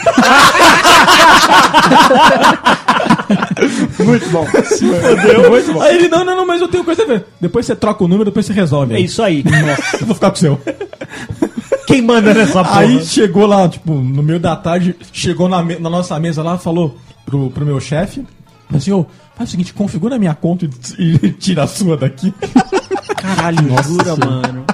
Muito bom. muito bom.
Aí ele: não, não, não, mas eu tenho coisa a ver. Depois você troca o número, depois você resolve.
É isso aí.
Eu vou ficar com o seu.
Quem manda nessa porra?
Aí chegou lá, tipo, no meio da tarde, chegou na, me- na nossa mesa lá, falou pro, pro meu chefe, assim, ô, faz o seguinte, configura a minha conta e, e tira a sua daqui.
Caralho, jura, mano.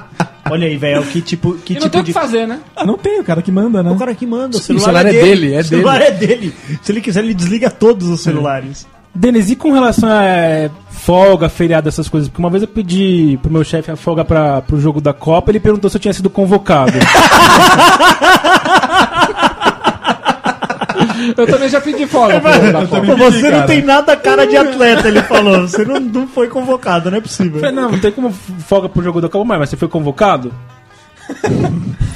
Olha aí, velho, que tipo, que
E não
tipo
tem o que
de...
fazer, né?
Ah, não tem, o cara que manda, né?
O cara que manda, o
Sim, o
celular,
celular
é,
é
dele.
dele, é
o celular é dele. Se ele quiser, ele desliga todos os celulares.
Denis, e com relação a é, folga, feriado, essas coisas? Porque uma vez eu pedi pro meu chefe a folga pra, pro jogo da Copa, ele perguntou se eu tinha sido convocado.
Eu também já pedi folga. pro jogo da
Tá
Copa.
também-
Você
Ih, cara.
não tem nada a cara de atleta, ele falou. Você não, não foi convocado, não é possível.
Eu falei, não, não tem como folga pro jogo da Copa, mas mas você foi convocado?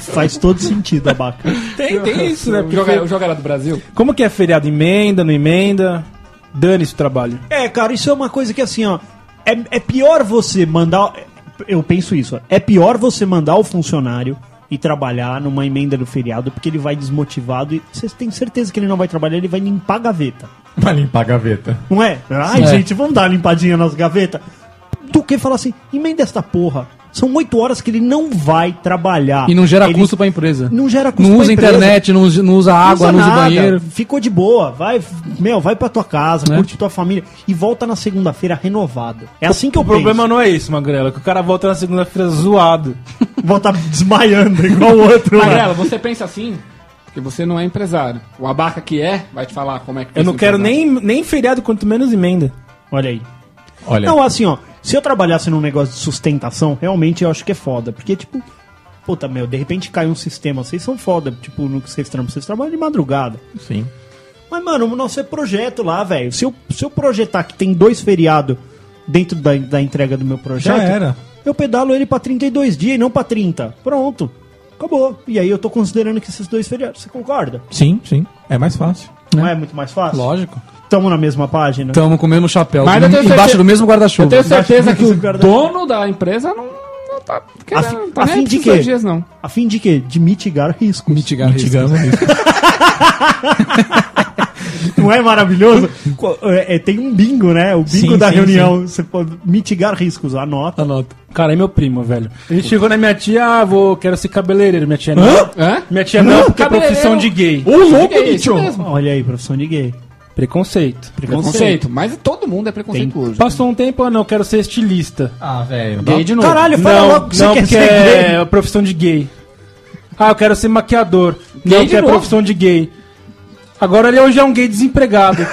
Faz todo sentido, abaca.
Tem, tem isso, né?
O jogo, era- o jogo era do Brasil?
Como que é feriado? Emenda, não emenda? Dane-se o trabalho.
É, cara, isso é uma coisa que assim, ó. É, é pior você mandar. Eu penso isso. ó, É pior você mandar o funcionário e trabalhar numa emenda do feriado, porque ele vai desmotivado e você tem certeza que ele não vai trabalhar, ele vai limpar a gaveta.
Vai limpar a gaveta.
Não é? Ai,
É.
gente, vamos dar uma limpadinha nas gavetas. Do que falar assim, emenda esta porra. São oito horas que ele não vai trabalhar.
E não gera
Ele
custo pra empresa.
Não gera custo
Não
pra
usa
empresa.
internet, não usa, não usa água, não usa,
nada.
banheiro.
Ficou de boa. Vai, meu, vai pra tua casa,
Né?
curte tua família e volta na segunda-feira renovado. É assim que eu
o problema não é isso, Magrela, é que o cara volta na segunda-feira zoado.
penso. Volta desmaiando igual o outro. mano.
Magrela, você pensa assim, porque você não é empresário. O abaca que é, vai te falar como é que
Eu
pensa
não
o
quero
empresário.
nem, nem feriado, quanto menos emenda.
Olha aí.
Olha,
Não, assim, ó. Se eu trabalhasse num negócio de sustentação, realmente eu acho que é foda. Porque, tipo, puta, meu, de repente cai um sistema. Vocês são foda, tipo, no que vocês trabalham. Vocês trabalham de madrugada.
sim.
Mas, mano, o nosso é projeto lá, velho. Se eu, se eu projetar que tem dois feriados dentro da, da entrega do meu projeto.
é,
Já era.
Eu pedalo ele pra 32 dias e não pra 30. Pronto. Acabou. E aí eu tô considerando que esses dois feriados. Você concorda?
Sim, sim. É mais fácil.
Não é muito mais fácil?
Lógico. Tá.
Tamo na mesma página?
Tamo com o mesmo chapéu,
Mas eu tenho
embaixo
certeza-
do mesmo
Eu
guarda-chuva.
tenho certeza que o
Guarda-
dono da empresa não, não tá
A
querendo,
fi-
não tá
a
nem
fim de
esses dois
quê?
dias, não.
A fim de quê? De mitigar riscos.
Mitigar
Mitigamos isso.
Não é maravilhoso? Co- é, é, tem um bingo, né? O bingo
Sim,
da
sim,
reunião. Você pode mitigar riscos. Anota.
Anota.
Cara, é meu primo, velho. Ele chegou na minha tia, ah, vou, quero ser cabeleireiro. Minha tia não.
Hã?
Minha tia não, porque é
Cabeleireiro.
profissão de gay.
Ô, louco,
É
bicho!
isso mesmo.
Olha aí, profissão de gay.
Preconceito.
Preconceito. Mas todo mundo é preconceituoso.
Passou um tempo, ah, não, quero ser estilista.
Ah, velho.
Gay de novo.
Caralho, fala
não,
logo que
não,
você quer
porque
ser
é
gay.
a profissão de gay. Ah, eu quero ser maquiador.
Gay
não,
de
que é
novo.
profissão de gay. Agora ele hoje é um gay desempregado.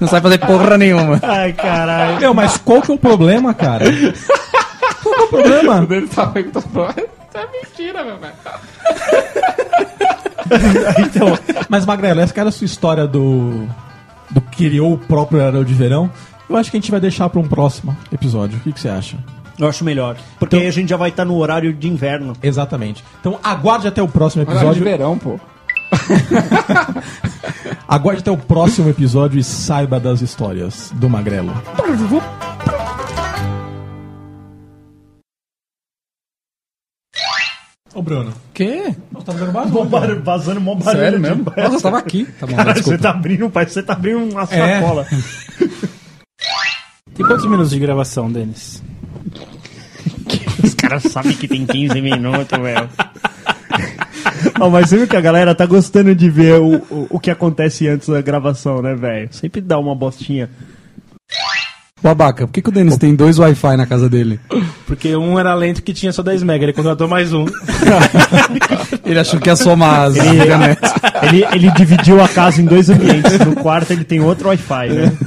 Não sabe fazer porra nenhuma.
Ai, caralho.
Meu, mas qual que é o problema, cara? Qual que é o problema?
Ele tá perguntando pra- Isso é mentira, meu velho.
Então, mas Magrelo, essa que era a sua história do do que criou o próprio Herói de Verão. Eu acho que a gente vai deixar pra um próximo episódio. O que, que você acha?
Eu acho melhor. Porque aí a gente já vai estar no horário de inverno.
Exatamente. Então aguarde até o próximo
Horário de
episódio.
verão, pô.
Aguarde até o próximo episódio e saiba das histórias do Magrelo. Ô Bruno,
Quê?
você tá fazendo barulho?
Bombar, vazando mó barulho.
Sério
de
mesmo?
ba-
Nossa, eu tava aqui. Tá bom,
Caralho, você
desculpa.
tá abrindo, parece que você tá abrindo uma
É.
sacola.
Tem quantos minutos de gravação, Denis?
Os caras sabem que tem 15 minutos, velho. Ó, mas você viu que a galera tá gostando de ver o, o, o que acontece antes da gravação, né, velho? Sempre dá uma bostinha.
Babaca, por que, que o Denis tem dois Wi-Fi na casa dele?
Porque um era lento que tinha só 10 mega, ele contratou mais um.
Ele achou que ia somar as internet.
Ele, ele dividiu a casa em dois ambientes. No quarto ele tem outro Wi-Fi, né?